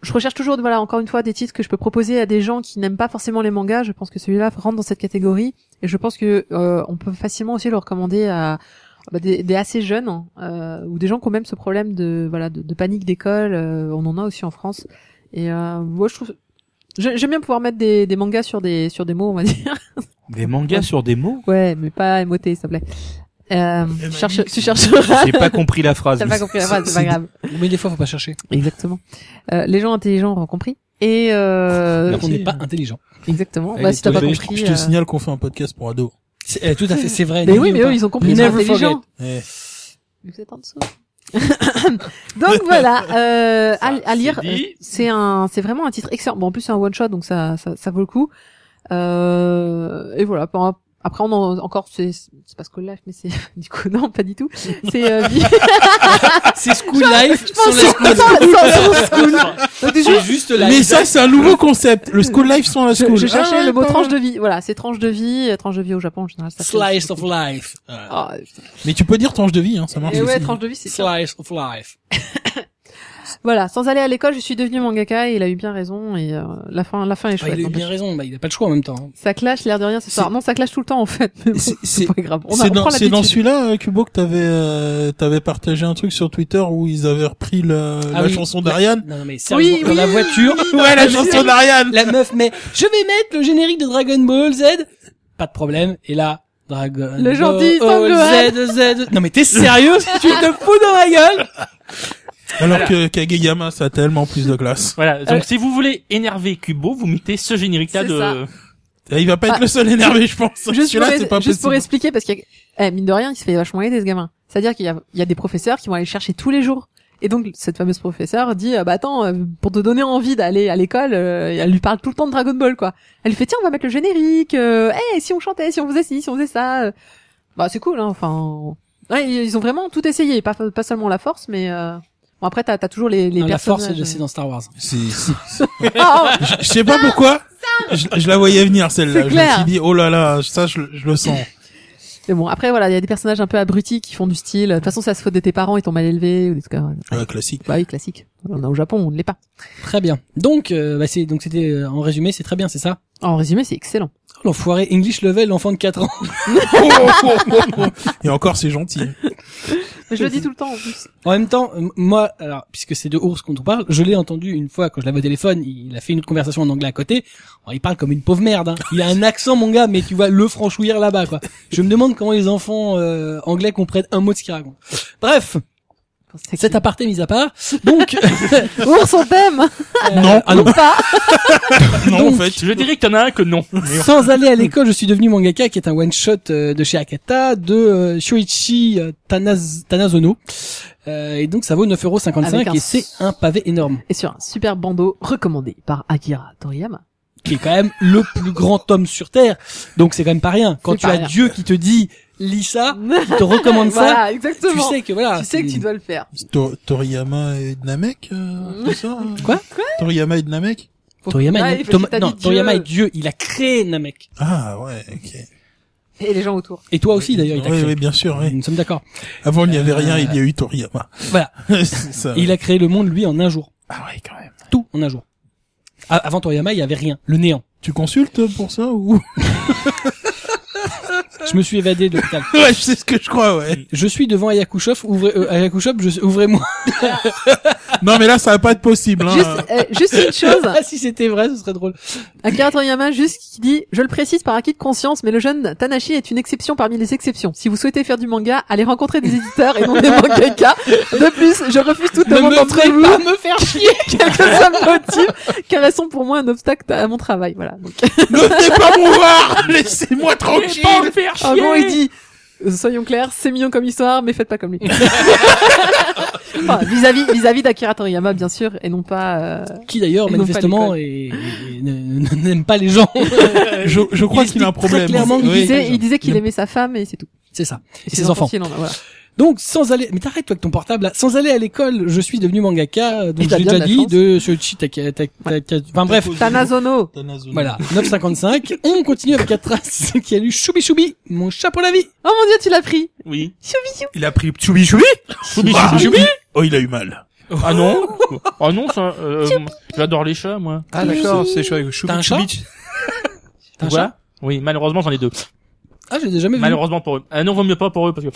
Speaker 2: je recherche toujours, voilà, encore une fois, des titres que je peux proposer à des gens qui n'aiment pas forcément les mangas. Je pense que celui-là rentre dans cette catégorie, et je pense que euh, on peut facilement aussi le recommander à bah, des, des assez jeunes hein, euh, ou des gens qui ont même ce problème de voilà de, de panique d'école. euh, on en a aussi en France. Et euh, moi, je trouve, je- j'aime bien pouvoir mettre des, des mangas sur des sur des mots, on va dire.
Speaker 4: Des mangas sur des mots
Speaker 2: Ouais, mais pas émoté, s'il te plaît. Euh,
Speaker 5: Eh ben,
Speaker 2: tu, cherches,
Speaker 5: Nick,
Speaker 2: tu chercheras.
Speaker 4: J'ai pas compris la phrase.
Speaker 2: T'as pas compris la phrase, c'est pas grave.
Speaker 1: Mais des fois, faut pas chercher.
Speaker 2: Exactement. Euh, les gens intelligents auront compris. Et euh,
Speaker 1: on n'est pas intelligent.
Speaker 2: exactement.
Speaker 4: Elle
Speaker 2: Bah,
Speaker 4: est
Speaker 2: si t'as pas
Speaker 4: tombée.
Speaker 2: compris.
Speaker 5: Eh, Je te
Speaker 2: euh,
Speaker 5: signale qu'on fait un podcast pour ados.
Speaker 1: C'est- euh, tout à fait, c'est vrai.
Speaker 2: Mais
Speaker 1: n'oublions
Speaker 2: oui, mais
Speaker 1: pas.
Speaker 2: eux, ils ont compris. Ils sont
Speaker 1: Never
Speaker 2: intelligents.
Speaker 5: Eh.
Speaker 2: Vous êtes en dessous. donc voilà, euh, à, à lire,
Speaker 3: c'est dit.
Speaker 2: euh, c'est un, c'est vraiment un titre excellent. Bon, en plus c'est un one shot, donc ça, ça, ça vaut le coup. Euh, et voilà. pour un- Après, on en, encore, c'est, c'est pas School Life, mais c'est du coup non, pas du tout. C'est euh, vie-
Speaker 1: C'est School Life sans la
Speaker 2: sans-
Speaker 1: school.
Speaker 2: sans- sans- school.
Speaker 1: C'est juste la
Speaker 5: Mais ça, c'est un nouveau concept. Le school life sans la
Speaker 2: Je,
Speaker 5: school.
Speaker 2: je cherchais
Speaker 5: Ah,
Speaker 2: le mot
Speaker 5: pas
Speaker 2: tranche
Speaker 5: mal.
Speaker 2: de vie. Voilà, c'est tranche de vie, euh, tranche de vie au Japon en général. Ça fait-
Speaker 1: slice of life.
Speaker 2: Ah,
Speaker 5: Mais tu peux dire tranche de vie, hein, ça marche.
Speaker 2: et Eh ouais,
Speaker 5: aussi.
Speaker 2: tranche de vie, c'est ça.
Speaker 1: Slice of life.
Speaker 2: Voilà, sans aller à l'école, je suis devenu mangaka et il a eu bien raison et euh, la fin, la fin est
Speaker 1: Ah,
Speaker 2: chouette.
Speaker 1: il a eu
Speaker 2: n'empêche.
Speaker 1: bien raison, bah, il a pas le choix en même temps.
Speaker 2: Ça clash l'air de rien ce soir.
Speaker 5: C'est-
Speaker 2: Non, ça clash tout le temps en fait. mais bon,
Speaker 5: C'est-
Speaker 2: C'est
Speaker 5: c'est-
Speaker 2: pas grave. On, a,
Speaker 5: C'est
Speaker 2: on
Speaker 5: dans,
Speaker 2: prend
Speaker 5: c'est dans
Speaker 2: l'habitude.
Speaker 5: celui-là, euh, Kubo, que t'avais, euh, t'avais partagé un truc sur Twitter où ils avaient repris la,
Speaker 1: Ah
Speaker 5: la
Speaker 1: oui.
Speaker 5: chanson d'Ariane.
Speaker 1: Non, non, mais sérieusement,
Speaker 2: Oui,
Speaker 1: dans
Speaker 2: oui,
Speaker 1: la
Speaker 2: oui,
Speaker 1: voiture.
Speaker 5: Ouais, la chanson d'Ariane!
Speaker 1: Ah, La meuf, mais je vais mettre le générique de Dragon Ball Z. Pas de problème. Et là, Dragon
Speaker 2: Le gentil
Speaker 1: Ball
Speaker 2: Sangohan.
Speaker 1: Z, Z. Non, mais t'es sérieux? tu te fous dans la gueule?
Speaker 5: Alors que Kageyama, ça a tellement plus de classe.
Speaker 3: Voilà, donc si vous voulez énerver Kubo, vous mettez ce générique-là
Speaker 2: Euh. C'est
Speaker 3: de...
Speaker 2: ça.
Speaker 5: Et il va pas
Speaker 2: Ah.
Speaker 5: être le seul énervé, je pense.
Speaker 2: Juste, pour,
Speaker 5: Celui-là, c'est pas
Speaker 2: juste pour
Speaker 5: possible.
Speaker 2: expliquer parce qu'il y a... eh, mine de rien, il se fait vachement aider ce gamin. C'est-à-dire qu'il y a, il y a des professeurs qui vont aller le chercher tous les jours. Et donc cette fameuse professeure dit ah bah attends euh, pour te donner envie d'aller à l'école, euh, elle lui parle tout le temps de Dragon Ball quoi. Elle lui fait tiens on va mettre le générique. Euh, eh, si on chantait, si on faisait ci, si on faisait ça. euh. Bah c'est cool hein, enfin. Ouais, ils ils ont vraiment tout essayé, pas pas seulement la force mais euh, bon après t'as as toujours les les
Speaker 1: Non, la
Speaker 2: personnages. euh,
Speaker 1: force, c'est c'est dans Star Wars.
Speaker 5: C'est- c'est-
Speaker 2: Ah, ah,
Speaker 5: Je sais pas pourquoi. Je, je la voyais venir,
Speaker 2: C'est
Speaker 5: celle-là. Je me
Speaker 2: clair.
Speaker 5: suis dit, oh là là, ça, je, le- je le sens.
Speaker 2: Mais bon, après, voilà, il y a des personnages un peu abrutis qui font du style. De toute façon, ça se faute de tes parents, ils t'ont mal élevé, ou des trucs. comme ça.
Speaker 5: Ouais, classique.
Speaker 2: Bah oui, classique. On est au Japon, on ne l'est pas.
Speaker 1: Très bien. Donc, euh, bah, c'est, donc c'était, euh, en résumé, c'est très bien, c'est ça?
Speaker 2: En résumé, c'est excellent.
Speaker 1: Oh, L'enfoiré English Level, l'enfant de 4 ans.
Speaker 2: Oh,
Speaker 5: Et encore, c'est gentil.
Speaker 2: Mais je le dis tout le temps, en plus.
Speaker 1: En même temps, euh, moi, alors, puisque c'est de ours qu'on parle, je l'ai entendu une fois quand je l'avais au téléphone, il a fait une autre conversation en anglais à côté. Alors, il parle comme une pauvre merde, hein. Il a un accent, mon gars, mais tu vois, le franchouillère là-bas, quoi. Je me demande comment les enfants, euh, anglais comprennent un mot de ce qu'il raconte. Bref, cet aparté mis à part. Donc,
Speaker 2: Ours, on t'aime!
Speaker 1: non, ah non,
Speaker 2: Ou pas!
Speaker 5: Non,
Speaker 1: Donc,
Speaker 5: en fait.
Speaker 3: Je dirais que t'en as un que non.
Speaker 1: Sans aller à l'école, je suis devenu mangaka, qui est un one shot de chez Akata de euh, Shoichi euh, Tanaz- Tanazono. Euh, et donc ça vaut
Speaker 2: Avec
Speaker 1: 9,55€
Speaker 2: un
Speaker 1: et c'est un pavé énorme,
Speaker 2: Et sur un super bandeau recommandé par Akira Toriyama.
Speaker 1: qui est quand même le plus grand homme sur terre. Donc c'est quand même pas rien. Quand
Speaker 2: C'est
Speaker 1: tu
Speaker 2: pas
Speaker 1: as
Speaker 2: rien.
Speaker 1: Dieu qui te dit lis
Speaker 2: Ah,
Speaker 1: ça, qui te recommande ça,
Speaker 2: voilà,
Speaker 1: tu
Speaker 2: exactement.
Speaker 1: sais que voilà.
Speaker 2: Tu sais que
Speaker 1: c'est-
Speaker 2: tu dois le faire.
Speaker 5: To- Toriyama et Namek, euh, tout ça. euh
Speaker 1: Quoi
Speaker 5: Toriyama et Namek.
Speaker 2: Faut-
Speaker 1: Toriyama,
Speaker 2: Ouais,
Speaker 1: il-
Speaker 2: parce
Speaker 1: Toma-
Speaker 2: que t'as
Speaker 1: non,
Speaker 2: dit
Speaker 1: Toriyama est
Speaker 2: Dieu.
Speaker 1: Dieu, il a créé Namek.
Speaker 5: Ah ouais, ok.
Speaker 2: Et les gens autour.
Speaker 1: Et toi aussi d'ailleurs, il t'a
Speaker 5: Oui,
Speaker 1: créé.
Speaker 5: oui, bien sûr. Oui.
Speaker 1: Nous sommes d'accord.
Speaker 5: Avant il n'y avait rien, il y a eu Toriyama.
Speaker 1: Voilà.
Speaker 5: c'est ça.
Speaker 1: Et il a créé le monde lui en un jour,
Speaker 5: Ah ouais, quand même.
Speaker 1: tout en un jour. A- Avant Toriyama, il y avait rien, le néant.
Speaker 5: Tu consultes pour ça ou
Speaker 1: Je me suis évadé de l'hôpital.
Speaker 5: Ouais, je sais ce que je crois. Ouais.
Speaker 1: Je suis devant Ayakushov, ouvrez, euh, Ayakushov, je- ouvrez-moi.
Speaker 5: non, mais là, ça va pas être possible. Hein.
Speaker 2: Juste, euh, juste une chose.
Speaker 1: ah, si c'était vrai, ce serait drôle.
Speaker 2: Akira Toriyama juste qui dit « Je le précise par acquis de conscience, mais le jeune Tanashi est une exception parmi les exceptions. Si vous souhaitez faire du manga, allez rencontrer des éditeurs et non des mangaka. De plus, je refuse toute demande entre vous.
Speaker 1: pas me faire chier!
Speaker 2: quel que soit le motif, car elles sont pour moi un obstacle à mon travail. » Voilà. Donc,
Speaker 5: ne venez pas mouvoir Laissez-moi tranquille.
Speaker 2: en gros, il dit « Soyons clairs, c'est mignon comme histoire, mais faites pas comme lui. » Enfin, Vis-à-vis vis-à-vis d'Akira Toriyama, bien sûr, et non pas... euh,
Speaker 1: Qui d'ailleurs,
Speaker 2: Ils n'ont pas
Speaker 1: manifestement,
Speaker 2: l'école.
Speaker 1: est- est- ne- ne- n'aime pas les gens.
Speaker 5: je, je crois
Speaker 1: il
Speaker 5: qu'il a un
Speaker 1: explique très
Speaker 5: problème.
Speaker 1: clairement
Speaker 2: Il
Speaker 1: Oui.
Speaker 2: disait, il disait qu'il
Speaker 1: Le-
Speaker 2: aimait sa femme et c'est tout.
Speaker 1: C'est ça. Et
Speaker 2: Ses
Speaker 1: ses enfants.
Speaker 2: s'il en a, voilà.
Speaker 1: Donc sans aller, mais t'arrêtes toi avec ton portable. Là. Sans aller à l'école, je suis devenu mangaka. euh, Donc
Speaker 2: Et t'as
Speaker 1: j'ai
Speaker 2: bien
Speaker 1: déjà
Speaker 2: de la
Speaker 1: dit
Speaker 2: chance.
Speaker 1: de Shoichi Taka- Taka- Taka- Enfin bref,
Speaker 2: Tanazono.
Speaker 5: Thanazono.
Speaker 1: voilà. 9,55. On continue avec Atras qui a lu Choubi Choubi. Mon chapeau la vie.
Speaker 2: Oh mon dieu, tu l'as pris.
Speaker 3: Oui.
Speaker 5: Il a pris Tchoubi Choubi
Speaker 3: Ah,
Speaker 5: Oh, il a eu mal.
Speaker 3: Ah non Ah non, ça, euh, j'adore les chats, moi.
Speaker 4: Ah d'accord, c'est chouette.
Speaker 1: T'as un chat T'as un
Speaker 3: Voilà.
Speaker 1: chat
Speaker 3: Oui, malheureusement, j'en ai deux.
Speaker 1: Ah, j'ai jamais vu.
Speaker 3: Malheureusement pour eux. Ah non, vaut mieux pas pour eux, parce que...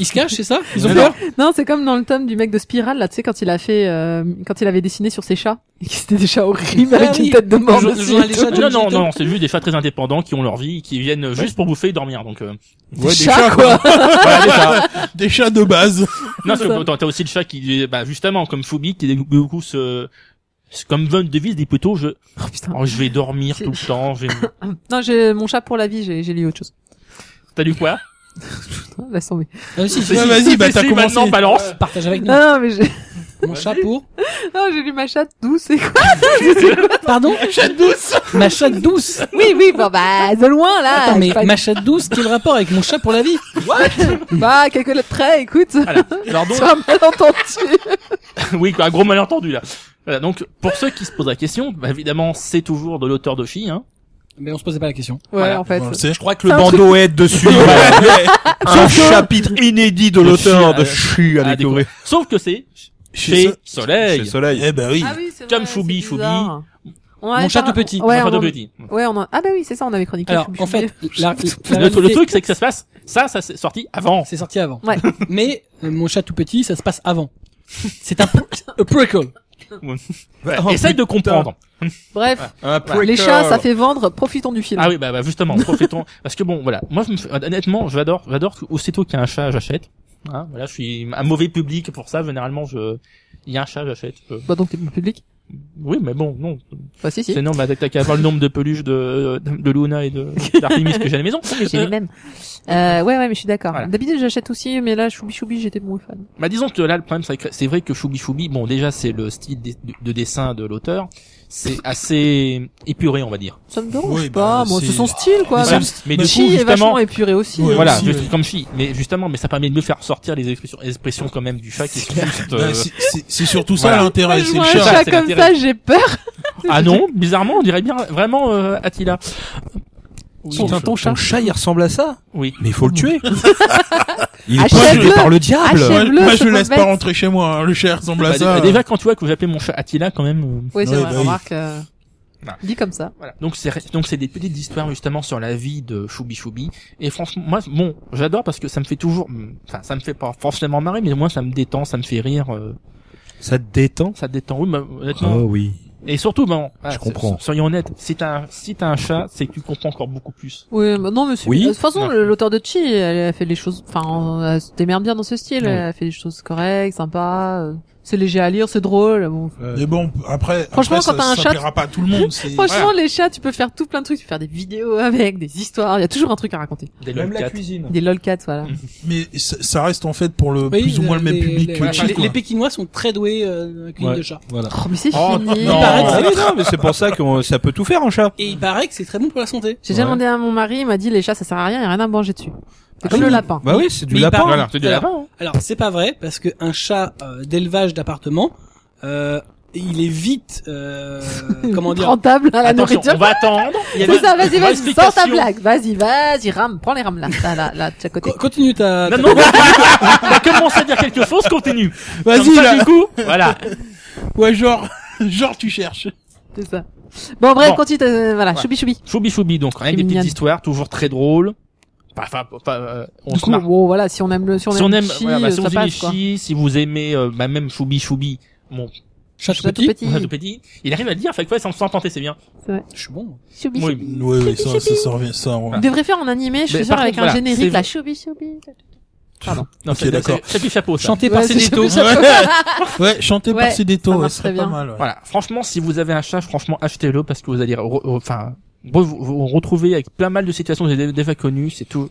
Speaker 1: Ils se cachent, c'est ça Ils ont
Speaker 3: Non,
Speaker 1: peur
Speaker 2: Non, c'est comme dans le tome du mec de Spiral, là, tu sais, quand il a fait, euh, quand il avait dessiné sur ses chats, et que c'était des chats horribles
Speaker 1: Ah
Speaker 2: avec
Speaker 1: oui.
Speaker 2: une tête Ah, de mort
Speaker 1: Le jour- le
Speaker 2: dessus
Speaker 1: jour
Speaker 2: et
Speaker 1: à
Speaker 2: tout.
Speaker 1: l'échelle.
Speaker 3: Non, non, non, c'est juste des chats très indépendants qui ont leur vie, qui viennent juste pour bouffer et dormir, donc... euh,
Speaker 5: Ouais, des
Speaker 2: chats,
Speaker 5: quoi. des chats de base.
Speaker 3: Non, parce
Speaker 2: C'est
Speaker 3: que
Speaker 2: ça.
Speaker 3: t'as- t'as aussi le chat qui, bah, justement, comme Foubi, qui dégoûte beaucoup ce... c'est Comme Von Davis dit plutôt, je,
Speaker 2: Oh, putain.
Speaker 3: oh, je vais dormir
Speaker 2: C'est-
Speaker 3: tout le temps. je vais-
Speaker 2: Non, j'ai mon chat pour la vie, j'ai j'ai lu autre chose.
Speaker 3: T'as lu quoi
Speaker 2: Putain, Laisse tomber.
Speaker 1: Ah, si, si,
Speaker 5: Ouais,
Speaker 1: si.
Speaker 5: vas-y, bah
Speaker 3: Si,
Speaker 5: t'as
Speaker 3: si,
Speaker 5: commencé.
Speaker 3: Maintenant, balance.
Speaker 1: Partage avec nous.
Speaker 2: Non, non, mais j'ai,
Speaker 1: Mon chat pour.
Speaker 2: non, Oh, j'ai lu ma chatte douce et quoi.
Speaker 1: Pardon Ma chatte douce Ma chatte douce
Speaker 2: Oui, oui, bon, bah, de loin, là.
Speaker 1: Attends, mais
Speaker 2: C'est pas-
Speaker 1: ma chatte douce, quel rapport avec mon chat pour la vie
Speaker 2: Bah, quelques lettres près, écoute.
Speaker 3: Voilà. Alors donc,
Speaker 2: Sur un malentendu.
Speaker 3: oui, quoi, un gros malentendu là. Voilà, donc pour ceux qui se posent la question, bah, évidemment, c'est toujours de l'auteur d'Oshi. Hein.
Speaker 1: Mais on se posait pas la question.
Speaker 2: Ouais,
Speaker 3: Voilà.
Speaker 2: en fait.
Speaker 5: On le sait.
Speaker 4: Je crois que le
Speaker 2: C'est un truc-
Speaker 4: bandeau est dessus. un chapitre inédit de l'auteur de
Speaker 3: Euh,
Speaker 4: Chu à
Speaker 3: à
Speaker 4: découvrir.
Speaker 3: Sauf que c'est
Speaker 5: Chez
Speaker 3: chez
Speaker 5: So-
Speaker 3: Soleil.
Speaker 4: Chez Soleil.
Speaker 5: Eh ben oui.
Speaker 2: Ah oui, c'est
Speaker 3: Comme
Speaker 2: vrai,
Speaker 3: Choubi,
Speaker 2: c'est
Speaker 3: Choubi.
Speaker 2: bizarre. On avait
Speaker 1: Mon chat
Speaker 2: parlé-
Speaker 1: tout petit.
Speaker 2: Ouais,
Speaker 3: Enfin,
Speaker 2: on
Speaker 3: de
Speaker 2: en-
Speaker 3: petit.
Speaker 2: ouais, on en- ah bah oui, c'est ça, on avait chroniqué.
Speaker 1: Alors,
Speaker 2: Choubi,
Speaker 1: en
Speaker 2: Choubi.
Speaker 1: fait, la- la-
Speaker 3: Le,
Speaker 1: la-
Speaker 3: le truc, c'est que ça se passe. Ça, ça c'est sorti avant.
Speaker 1: c'est sorti avant.
Speaker 2: Ouais.
Speaker 1: Mais euh, mon chat tout petit, ça se passe avant. C'est un pr- a prequel.
Speaker 4: Oh,
Speaker 3: Essaye de comprendre.
Speaker 2: bref,
Speaker 4: Un prequel.
Speaker 2: les chats, ça fait vendre, profitons du film.
Speaker 3: Ah oui, bah, bah justement, profitons. Parce que bon, voilà. Moi, je me fais- honnêtement, j'adore, j'adore. que Aussitôt qu'il y a un chat, j'achète. Hein, voilà, je suis un mauvais public pour ça. Généralement, je, il y a un chat, j'achète. Euh,
Speaker 2: Bah donc t'es le public.
Speaker 3: oui, mais bon, non.
Speaker 2: Bah si si.
Speaker 3: C'est non, bah t'as qu'à voir le nombre de peluches de, de Luna et de d'Artemis que j'ai à la maison.
Speaker 2: J'ai
Speaker 3: Euh,
Speaker 2: les mêmes. Euh, ouais ouais mais je suis d'accord.
Speaker 3: Voilà.
Speaker 2: D'habitude j'achète aussi mais là choubi choubi j'étais moins fan.
Speaker 3: Bah disons que là le problème c'est que c'est vrai que Choubi Choubi bon déjà c'est le style de, de dessin de l'auteur c'est assez épuré on va dire
Speaker 2: Ça me dérange
Speaker 5: Oui,
Speaker 2: pas.
Speaker 5: bah,
Speaker 2: moi c'est
Speaker 5: c'est-
Speaker 2: son style quoi.
Speaker 5: Ah,
Speaker 3: Voilà.
Speaker 5: mais
Speaker 3: mais
Speaker 5: mais
Speaker 3: du
Speaker 2: Le
Speaker 3: coup
Speaker 2: chi est
Speaker 3: justement
Speaker 2: vachement épuré aussi.
Speaker 5: Ouais,
Speaker 3: voilà
Speaker 5: aussi,
Speaker 3: juste
Speaker 5: ouais.
Speaker 3: comme chi mais justement mais ça permet de mieux faire sortir les expressions les expressions quand même du chat qui sont juste, euh,
Speaker 5: Ben, c'est- c'est- c'est surtout ça
Speaker 3: Voilà.
Speaker 2: Moi,
Speaker 5: l'intérêt,
Speaker 2: je
Speaker 5: c'est
Speaker 2: vois
Speaker 5: le
Speaker 2: un
Speaker 5: chat.
Speaker 2: chat
Speaker 3: c'est
Speaker 2: comme ça
Speaker 3: l'intérêt.
Speaker 2: j'ai peur.
Speaker 3: ah non bizarrement on dirait bien vraiment euh, Attila oui,
Speaker 4: Putain,
Speaker 3: je-
Speaker 4: ton chat. il ressemble à ça
Speaker 3: oui
Speaker 4: Mais il faut le tuer. Il est
Speaker 2: Achète-le.
Speaker 4: possédé par le diable.
Speaker 2: Achète.
Speaker 5: Moi,
Speaker 2: C'est
Speaker 5: je-
Speaker 2: bleu,
Speaker 5: moi,
Speaker 2: c'est
Speaker 5: je
Speaker 2: pas
Speaker 5: laisse
Speaker 2: bête.
Speaker 5: pas rentrer chez moi, hein. le chat ressemble à
Speaker 3: Bah,
Speaker 5: ça.
Speaker 3: dé- déjà quand tu vois que j'appelais mon chat Attila quand même euh,
Speaker 2: Ouais c'est
Speaker 5: Ouais,
Speaker 2: vrai.
Speaker 5: bah,
Speaker 2: Remarque. euh,
Speaker 3: Voilà.
Speaker 2: Dit comme ça.
Speaker 3: Voilà. Donc c'est donc c'est des petites histoires justement sur la vie de Choubi Choubi et franchement moi bon j'adore parce que ça me fait toujours hmm, enfin ça me fait pas forcément marrer mais moi ça me détend ça me fait rire euh,
Speaker 4: Ça te détend.
Speaker 3: ça te détend oui mais
Speaker 2: Ah.
Speaker 3: honnêtement
Speaker 4: Oh oui.
Speaker 3: et surtout bon ah,
Speaker 4: Je comprends.
Speaker 3: soyons honnêtes si t'as un si t'as un chat c'est que tu comprends encore beaucoup plus
Speaker 2: Oui, bah non, mais c'est-
Speaker 4: Oui.
Speaker 2: de toute façon,
Speaker 3: Non.
Speaker 2: le- l'auteur de Chi, elle a fait les choses, enfin, euh, elle se démerde bien dans ce style,
Speaker 3: Oui.
Speaker 2: elle a fait des choses correctes, sympas, euh, c'est léger à lire, c'est drôle, bon,
Speaker 5: Mais bon, après,
Speaker 2: Franchement,
Speaker 5: après,
Speaker 2: quand t'as
Speaker 5: ça,
Speaker 2: un
Speaker 5: ça
Speaker 2: chat-
Speaker 5: plaira pas à tout le monde. c'est-
Speaker 2: Franchement, les chats, tu peux faire tout plein de trucs. Tu peux faire des vidéos avec, des histoires. Il y a toujours un truc à raconter.
Speaker 3: des lolcats.
Speaker 4: cuisine.
Speaker 2: Des lolcats, voilà.
Speaker 3: Mm.
Speaker 5: Mais ça ça reste en fait pour le plus ou moins le même public
Speaker 1: les,
Speaker 5: que
Speaker 1: les-
Speaker 5: Chi,
Speaker 1: les-
Speaker 5: quoi.
Speaker 1: les Pékinois sont très doués euh, avec une
Speaker 4: Ouais.
Speaker 1: de chat.
Speaker 4: Voilà.
Speaker 2: Oh, mais c'est
Speaker 3: Oh,
Speaker 2: fini.
Speaker 3: non.
Speaker 1: paraît que
Speaker 4: Ah
Speaker 1: c'est-
Speaker 4: oui, non, mais c'est pour ça que ça peut tout faire un chat.
Speaker 1: Et il paraît que c'est très bon pour la santé.
Speaker 2: J'ai déjà demandé à mon mari, il m'a dit, les chats, ça sert à rien, il y a rien à manger dessus. C'est comme
Speaker 4: oui.
Speaker 2: le lapin.
Speaker 4: Bah oui, c'est du
Speaker 1: Mais il
Speaker 4: lapin.
Speaker 1: parle.
Speaker 3: voilà c'est du lapin hein.
Speaker 1: Alors c'est pas vrai parce que un chat euh, d'élevage d'appartement, euh, il est vite euh, comment dire
Speaker 2: Rentable à la
Speaker 3: Attention, on
Speaker 2: nourriture.
Speaker 3: va attendre il y
Speaker 2: C'est ça, vas-y, vas-y,
Speaker 3: une
Speaker 2: sors ta
Speaker 3: explication.
Speaker 2: blague. Vas-y, vas-y, rame, prends les rames là. Là, là, là, de chaque côté.
Speaker 1: Co- Continue ta.
Speaker 3: non
Speaker 1: ta-
Speaker 3: non t'as commencé à dire quelque chose continue
Speaker 5: Vas-y,
Speaker 3: Comme ça,
Speaker 5: là.
Speaker 3: du coup voilà
Speaker 5: Ouais, genre, genre tu cherches.
Speaker 2: C'est ça. Bon, bref,
Speaker 3: Bon.
Speaker 2: continue, euh, voilà,
Speaker 3: Ouais.
Speaker 2: choubi choubi.
Speaker 3: Choubi Choubi donc avec des
Speaker 2: mignonne.
Speaker 3: petites histoires toujours très drôles enfin pas- pas, euh, on
Speaker 2: Du
Speaker 3: se
Speaker 2: coup,
Speaker 3: marre
Speaker 2: wow, voilà, si on aime le, si on
Speaker 3: si on
Speaker 2: aime,
Speaker 3: aime,
Speaker 2: le chi,
Speaker 3: voilà, bah,
Speaker 2: euh,
Speaker 3: si
Speaker 2: ça
Speaker 3: vous aimez
Speaker 2: passe, quoi.
Speaker 3: Chi, si vous aimez euh, bah, même Choubi Choubi, mon
Speaker 1: Chat
Speaker 2: Chat
Speaker 1: petit.
Speaker 2: tout petit.
Speaker 3: mon tout petit, il arrive à le dire à chaque fois sans sans tenter, c'est bien.
Speaker 1: Je suis bon.
Speaker 2: Choubi
Speaker 3: Oui.
Speaker 2: choubi.
Speaker 5: Oui, oui, ça, ça, ça revient, ça. ouais.
Speaker 2: Il devrait faire en animé, je
Speaker 3: Mais
Speaker 2: suis sûr,
Speaker 3: par
Speaker 2: avec
Speaker 3: contre,
Speaker 2: un
Speaker 3: voilà, c'est-
Speaker 2: générique, là, choubi choubi.
Speaker 3: Non,
Speaker 5: Ok,
Speaker 3: c'est-
Speaker 5: d'accord.
Speaker 3: c'est- C'est du chapeau, ça.
Speaker 1: Chanté par
Speaker 2: Ouais, c'est-
Speaker 1: Cédéto.
Speaker 5: Ouais, chanter
Speaker 2: Ouais,
Speaker 5: par ses détours,
Speaker 2: ça
Speaker 5: ouais,
Speaker 2: marche
Speaker 5: ce
Speaker 2: très
Speaker 5: serait pas
Speaker 2: bien.
Speaker 5: mal. ouais.
Speaker 3: Voilà. Franchement, si vous avez un chat, franchement, achetez-le parce que vous allez, re- re- enfin, re- vous retrouver avec plein mal de situations que vous avez déjà connues, c'est tout.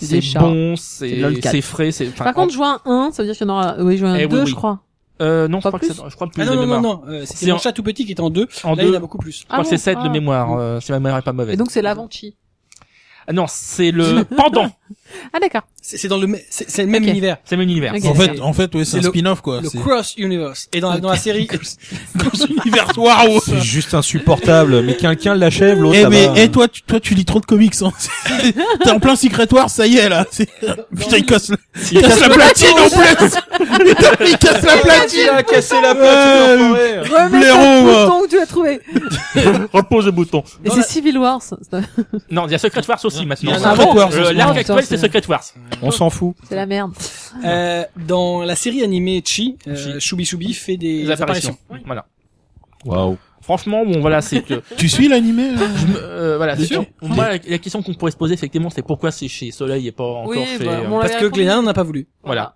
Speaker 2: Des
Speaker 3: C'est
Speaker 2: chats.
Speaker 3: bon,
Speaker 2: C'est
Speaker 3: c'est
Speaker 2: lolcat.
Speaker 3: c'est frais, c'est. enfin,
Speaker 2: Par contre, je vois un 1, ça veut dire qu'il y en aura, oui, je vois un
Speaker 3: Eh oui,
Speaker 2: 2,
Speaker 3: oui.
Speaker 2: je crois.
Speaker 3: Euh, non, je
Speaker 2: Pas
Speaker 3: crois, que
Speaker 2: plus
Speaker 3: c'est- je crois plus
Speaker 1: Ah
Speaker 3: de
Speaker 1: non, non, non,
Speaker 3: mémoire.
Speaker 1: non, euh,
Speaker 3: C'est
Speaker 1: c'était mon
Speaker 3: en-
Speaker 1: chat tout petit qui était en deux.
Speaker 3: En
Speaker 1: Là,
Speaker 3: deux,
Speaker 1: il y en
Speaker 3: je
Speaker 1: a beaucoup plus.
Speaker 2: Ah
Speaker 3: crois que c'est
Speaker 2: bon
Speaker 3: 7 de
Speaker 2: Ah.
Speaker 3: mémoire, euh, si ma mémoire est pas mauvaise.
Speaker 2: Et donc c'est l'Avanchi.
Speaker 3: Ah non, c'est le pendant.
Speaker 2: Ah d'accord.
Speaker 1: C'est c'est dans le, mê- c'est c'est le même
Speaker 2: Ok.
Speaker 1: univers.
Speaker 3: C'est le même univers.
Speaker 2: Ok.
Speaker 5: En
Speaker 1: C'est-
Speaker 5: fait, en fait, ouais, c'est
Speaker 1: c'est
Speaker 5: un
Speaker 1: le-
Speaker 5: spin-off, quoi.
Speaker 1: Le
Speaker 5: C'est-
Speaker 1: Cross Universe. Et dans, la- dans la série,
Speaker 5: Univers, waouh!
Speaker 4: C'est juste insupportable. Mais quelqu'un l'achève, l'autre.
Speaker 5: Eh
Speaker 4: ça
Speaker 5: mais,
Speaker 4: va.
Speaker 5: eh toi, tu, toi, tu lis trop de comics, hein. T'es en plein secrétoire, ça y est, là. C'est- Putain, il casse, la- il casse la platine, en plus! Putain, il casse la platine!
Speaker 4: Il a cassé la
Speaker 5: Ouais.
Speaker 4: platine, l'enfoiré.
Speaker 2: Remets
Speaker 5: blaireau,
Speaker 2: le
Speaker 3: euh.
Speaker 5: moi.
Speaker 2: bouton que tu as trouvé.
Speaker 3: Repose le bouton.
Speaker 2: Et
Speaker 1: Dans
Speaker 2: c'est
Speaker 1: la-
Speaker 2: Civil Wars. C'est
Speaker 3: Non, il y a Secret Wars aussi maintenant.
Speaker 5: Il y a
Speaker 2: Ah
Speaker 5: Secret
Speaker 2: bon
Speaker 5: Wars
Speaker 3: Euh,
Speaker 5: aussi.
Speaker 3: L'arc
Speaker 2: Ah,
Speaker 3: actuel,
Speaker 2: putain,
Speaker 3: c'est
Speaker 2: c'est-
Speaker 3: Secret Wars.
Speaker 4: On s'en fout.
Speaker 2: c'est la merde.
Speaker 1: euh, dans la série animée Chi, euh, Choubi Choubi fait des
Speaker 3: Les apparitions.
Speaker 1: apparitions.
Speaker 3: Voilà.
Speaker 4: Waouh.
Speaker 3: Franchement, bon, voilà, c'est que,
Speaker 5: Tu suis l'animé? euh
Speaker 3: je me- euh, voilà,
Speaker 5: Bien
Speaker 3: c'est-
Speaker 5: sûr.
Speaker 3: Moi, la, la question qu'on pourrait se poser, effectivement, c'est pourquoi c'est chez Soleil et pas encore
Speaker 2: Oui,
Speaker 3: chez,
Speaker 2: bah,
Speaker 3: euh,
Speaker 2: bon, On
Speaker 1: Parce
Speaker 2: l'avait
Speaker 1: que
Speaker 2: répondu.
Speaker 1: Glénin n'a pas voulu.
Speaker 3: voilà.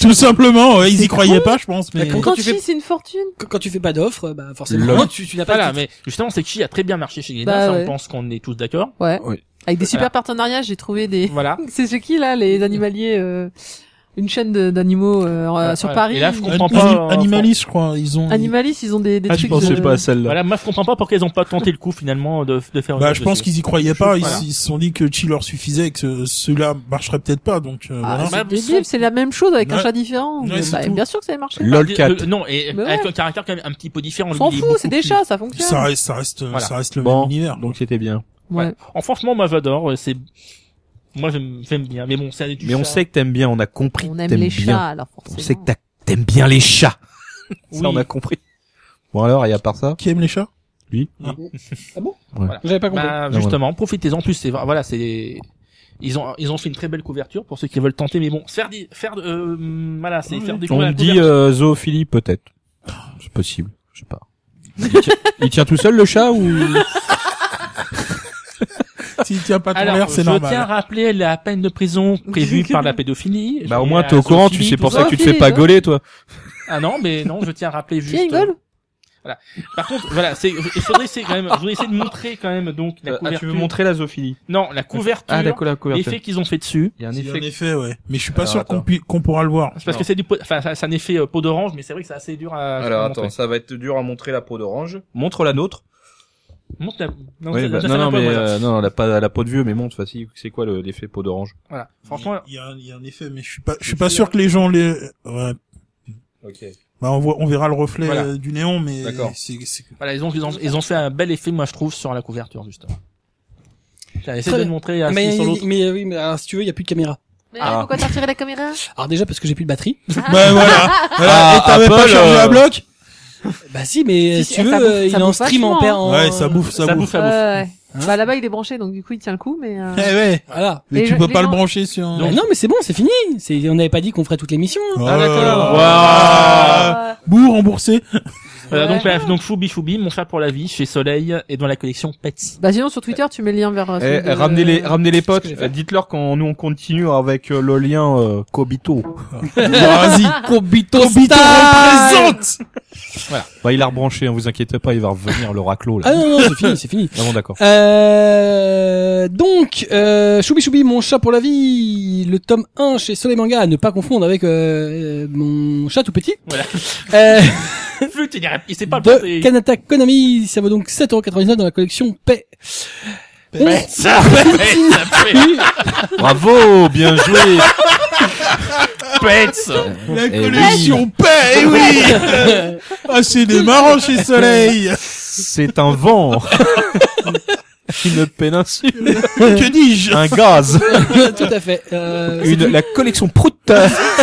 Speaker 5: Tout simplement, ouais, ils y croyaient pas, je pense, mais.
Speaker 1: D'accord.
Speaker 2: Quand
Speaker 1: Quand
Speaker 2: tu
Speaker 1: tu fais-
Speaker 2: c'est une fortune.
Speaker 1: Qu- Quand tu fais pas d'offre, bah, forcément,
Speaker 4: L'homme.
Speaker 1: tu, tu n'as pas
Speaker 3: Voilà,
Speaker 1: de
Speaker 3: mais justement, c'est qui a très bien marché chez Glénat,
Speaker 2: Bah,
Speaker 3: ça,
Speaker 2: ouais.
Speaker 3: on pense qu'on est tous d'accord.
Speaker 2: Ouais.
Speaker 4: Oui.
Speaker 2: Avec des super
Speaker 3: Voilà.
Speaker 2: partenariats, j'ai trouvé des.
Speaker 3: Voilà.
Speaker 2: C'est chez qui là les animaliers euh, Une chaîne de- d'animaux euh, en-
Speaker 3: Ouais,
Speaker 2: sur
Speaker 3: ouais.
Speaker 2: Paris.
Speaker 3: Et là, je comprends
Speaker 5: Anim-
Speaker 3: pas, euh,
Speaker 5: Animalis, je crois, ils ont.
Speaker 2: Animalis, ils ont des, des
Speaker 4: Ah, je
Speaker 2: trucs.
Speaker 4: pensais
Speaker 2: de-
Speaker 4: pas à celle-là.
Speaker 3: Voilà, moi, je comprends pas pourquoi ils ont pas tenté le coup, finalement, de, de faire une
Speaker 5: Bah,
Speaker 3: autre
Speaker 5: je pense
Speaker 3: dessus.
Speaker 5: qu'ils y croyaient pas. Ils
Speaker 3: Voilà.
Speaker 5: ils se sont dit que Chi leur suffisait et que ce- celui-là marcherait peut-être pas. Donc euh,
Speaker 2: Ah,
Speaker 5: voilà.
Speaker 2: c'est
Speaker 3: Bah,
Speaker 2: débile,
Speaker 3: sont-
Speaker 2: c'est la même chose avec un
Speaker 5: Ouais.
Speaker 2: chat différent.
Speaker 5: Ouais, c'est
Speaker 2: Bah,
Speaker 5: tout.
Speaker 2: bien sûr que ça a marché.
Speaker 4: LOLcat.
Speaker 3: Le- Ah, euh, non, et
Speaker 2: Mais
Speaker 3: avec
Speaker 2: ouais.
Speaker 3: un caractère quand même un petit peu différent.
Speaker 2: On
Speaker 3: lui,
Speaker 2: s'en
Speaker 3: il est
Speaker 2: fout, c'est
Speaker 3: beaucoup
Speaker 2: des
Speaker 3: plus-
Speaker 2: chats, ça fonctionne.
Speaker 5: Ça reste, ça reste, euh,
Speaker 3: Voilà.
Speaker 5: ça reste le
Speaker 4: Bon.
Speaker 5: même univers.
Speaker 4: Donc c'était bien.
Speaker 2: Ouais.
Speaker 3: En franchement, moi j'adore. euh, C'est, moi j'aime j'aime bien. Mais bon, c'est aller du
Speaker 4: Mais on
Speaker 3: chat.
Speaker 4: sait que t'aimes bien, on a compris.
Speaker 2: On
Speaker 4: que
Speaker 2: aime
Speaker 4: t'aimes
Speaker 2: les
Speaker 4: bien.
Speaker 2: chats, alors
Speaker 4: On
Speaker 2: forcément.
Speaker 4: sait que t'as- t'aimes bien les chats.
Speaker 3: Oui.
Speaker 4: Ça, on a compris. Bon alors, et à part ça
Speaker 5: Qui aime les chats
Speaker 1: Ah
Speaker 5: Ah
Speaker 1: titre. Ah J'avais pas compris.
Speaker 3: Bah,
Speaker 4: voilà.
Speaker 3: justement, profitez-en En plus. C'est voilà, c'est ils ont ils ont fait une très belle couverture pour ceux qui veulent tenter. Mais bon, se faire des- faire euh, voilà, c'est
Speaker 5: Oui.
Speaker 3: faire des
Speaker 4: On me dit euh, zoophilie peut-être. C'est possible, je sais pas. Il tient, il tient tout seul le chat ou
Speaker 5: S'il tient pas ton
Speaker 3: Alors,
Speaker 5: l'air,
Speaker 3: je
Speaker 5: c'est
Speaker 3: tiens à
Speaker 5: normal.
Speaker 3: rappeler la peine de prison prévue par la pédophilie.
Speaker 4: Bah
Speaker 3: Et
Speaker 4: au moins
Speaker 3: la
Speaker 4: t'es au courant, tu
Speaker 3: zoophilie,
Speaker 4: sais
Speaker 3: tout
Speaker 4: pour
Speaker 2: ça.
Speaker 4: ça que tu te fais pas
Speaker 2: Zoophilie,
Speaker 4: gauler toi.
Speaker 3: Ah non, mais non, je tiens à rappeler juste. euh,
Speaker 2: Tiens,
Speaker 4: euh,
Speaker 2: rigole.
Speaker 3: Par contre, voilà, c'est, il faudrait essayer quand même, je voudrais essayer de montrer quand même donc
Speaker 4: Euh, ah,
Speaker 3: la couverture.
Speaker 4: la zoophilie Ah,
Speaker 3: Non, la couverture.
Speaker 4: la
Speaker 3: L'effet qu'ils ont fait dessus.
Speaker 4: Il y a
Speaker 5: Il y a Un effet, ouais. Mais je suis pas
Speaker 4: Alors,
Speaker 5: sûr qu'on
Speaker 4: attends.
Speaker 5: pui- qu'on pourra le voir.
Speaker 3: C'est parce que c'est du pot, enfin, ça- c'est un effet euh, peau d'orange, mais c'est vrai que c'est assez dur à. à montrer.
Speaker 4: ça va être dur à montrer la peau d'orange. Montre la nôtre.
Speaker 3: Montre la- non,
Speaker 4: Oui,
Speaker 3: ça-
Speaker 4: bah,
Speaker 3: ça-
Speaker 4: non,
Speaker 3: ça
Speaker 4: non,
Speaker 3: va pas,
Speaker 4: mais
Speaker 3: voilà.
Speaker 4: euh, non, la pas la peau de vieux, mais montre. Facile. C'est quoi le- l'effet peau d'orange
Speaker 3: Voilà. Franchement,
Speaker 5: il y a, un- il y a un effet, mais je suis pas, je suis pas sûr que les gens les. ouais.
Speaker 4: Ok.
Speaker 5: Bah, on voit, on verra le reflet
Speaker 3: Voilà.
Speaker 5: euh, du néon, mais
Speaker 4: D'accord.
Speaker 5: c'est, c'est-
Speaker 3: voilà, ils ont, ils ont, ils ont fait un bel effet, moi je trouve, sur la couverture justement. Tiens, Essaye
Speaker 1: Très
Speaker 3: de le
Speaker 1: bien.
Speaker 3: montrer à
Speaker 1: mais,
Speaker 3: sur l'autre.
Speaker 1: mais, oui, mais alors, si tu veux, il y a plus de caméra.
Speaker 2: Mais
Speaker 4: Ah.
Speaker 2: pourquoi t'as retiré la caméra
Speaker 1: Alors déjà parce que j'ai plus de batterie.
Speaker 5: Bah voilà. voilà.
Speaker 4: Ah,
Speaker 5: et t'avais pas
Speaker 4: Apple,
Speaker 5: chargé à
Speaker 4: euh,
Speaker 5: bloc
Speaker 1: bah si, mais
Speaker 2: Si,
Speaker 1: si
Speaker 2: si,
Speaker 1: tu
Speaker 2: ça
Speaker 1: veux,
Speaker 2: bouffe-
Speaker 1: euh, il
Speaker 2: ça
Speaker 1: est en
Speaker 2: bouffe
Speaker 1: stream en
Speaker 2: vachement,
Speaker 1: paire.
Speaker 2: hein.
Speaker 1: en-
Speaker 5: Ouais, ça bouffe, Oh. ça,
Speaker 3: Ça
Speaker 5: bouffe.
Speaker 3: bouffe, ça
Speaker 2: Ouais,
Speaker 3: bouffe.
Speaker 2: ouais.
Speaker 4: Hein
Speaker 2: Bah là-bas il est branché donc du coup il tient le coup mais euh,
Speaker 5: Eh ouais.
Speaker 1: Voilà.
Speaker 5: Mais
Speaker 2: Les
Speaker 5: tu
Speaker 2: gens-
Speaker 5: peux
Speaker 2: les
Speaker 5: pas
Speaker 2: gens-
Speaker 5: le brancher sur un...
Speaker 1: Mais non, mais c'est bon, c'est fini. C'est, on n'avait pas dit qu'on ferait toute l'émission. hein.
Speaker 5: Oh
Speaker 3: Ah,
Speaker 5: là
Speaker 3: d'accord.
Speaker 5: là.
Speaker 4: Waouh.
Speaker 2: euh,
Speaker 5: Bouh, remboursé.
Speaker 3: Voilà, donc,
Speaker 2: Ouais.
Speaker 3: la- donc Foubi Foubi, mon chat pour la vie, chez Soleil et dans la collection Pets.
Speaker 2: bah sinon sur Twitter tu mets le lien vers euh,
Speaker 4: Eh,
Speaker 2: celui de-
Speaker 4: ramenez les ramenez les potes.
Speaker 1: que j'ai
Speaker 4: euh, Dites-leur quand nous on continue avec euh, le lien euh, Kobito.
Speaker 5: Vas-y.
Speaker 2: Ah.
Speaker 1: Kobito, style
Speaker 5: Kobito représente
Speaker 4: Bah il a rebranché, hein, vous inquiétez pas, il va revenir le raclo là.
Speaker 1: Ah non, non, c'est fini, c'est fini.
Speaker 4: Ah bon d'accord.
Speaker 1: Euh, donc, euh, Choubi Choubi, mon chat pour la vie, le tome 1 chez Soleil Manga, à ne pas confondre avec euh, euh, mon chat tout petit.
Speaker 3: Voilà.
Speaker 1: Euh,
Speaker 3: Flûte, il, y a- il sait pas le porter.
Speaker 1: de Kanata Konami, ça vaut donc 7,99€ dans la collection Paix. On
Speaker 3: Pets, ça fait,
Speaker 1: continue
Speaker 4: Bravo, bien joué.
Speaker 3: Pets.
Speaker 5: La
Speaker 4: Eh oui.
Speaker 5: collection paix, eh oui Ah, c'est des marrants chez Soleil
Speaker 4: C'est un vent. Une péninsule.
Speaker 5: Que dis-je
Speaker 4: Un gaz.
Speaker 1: Tout à fait. Euh, c'est
Speaker 4: Une, la collection Prout.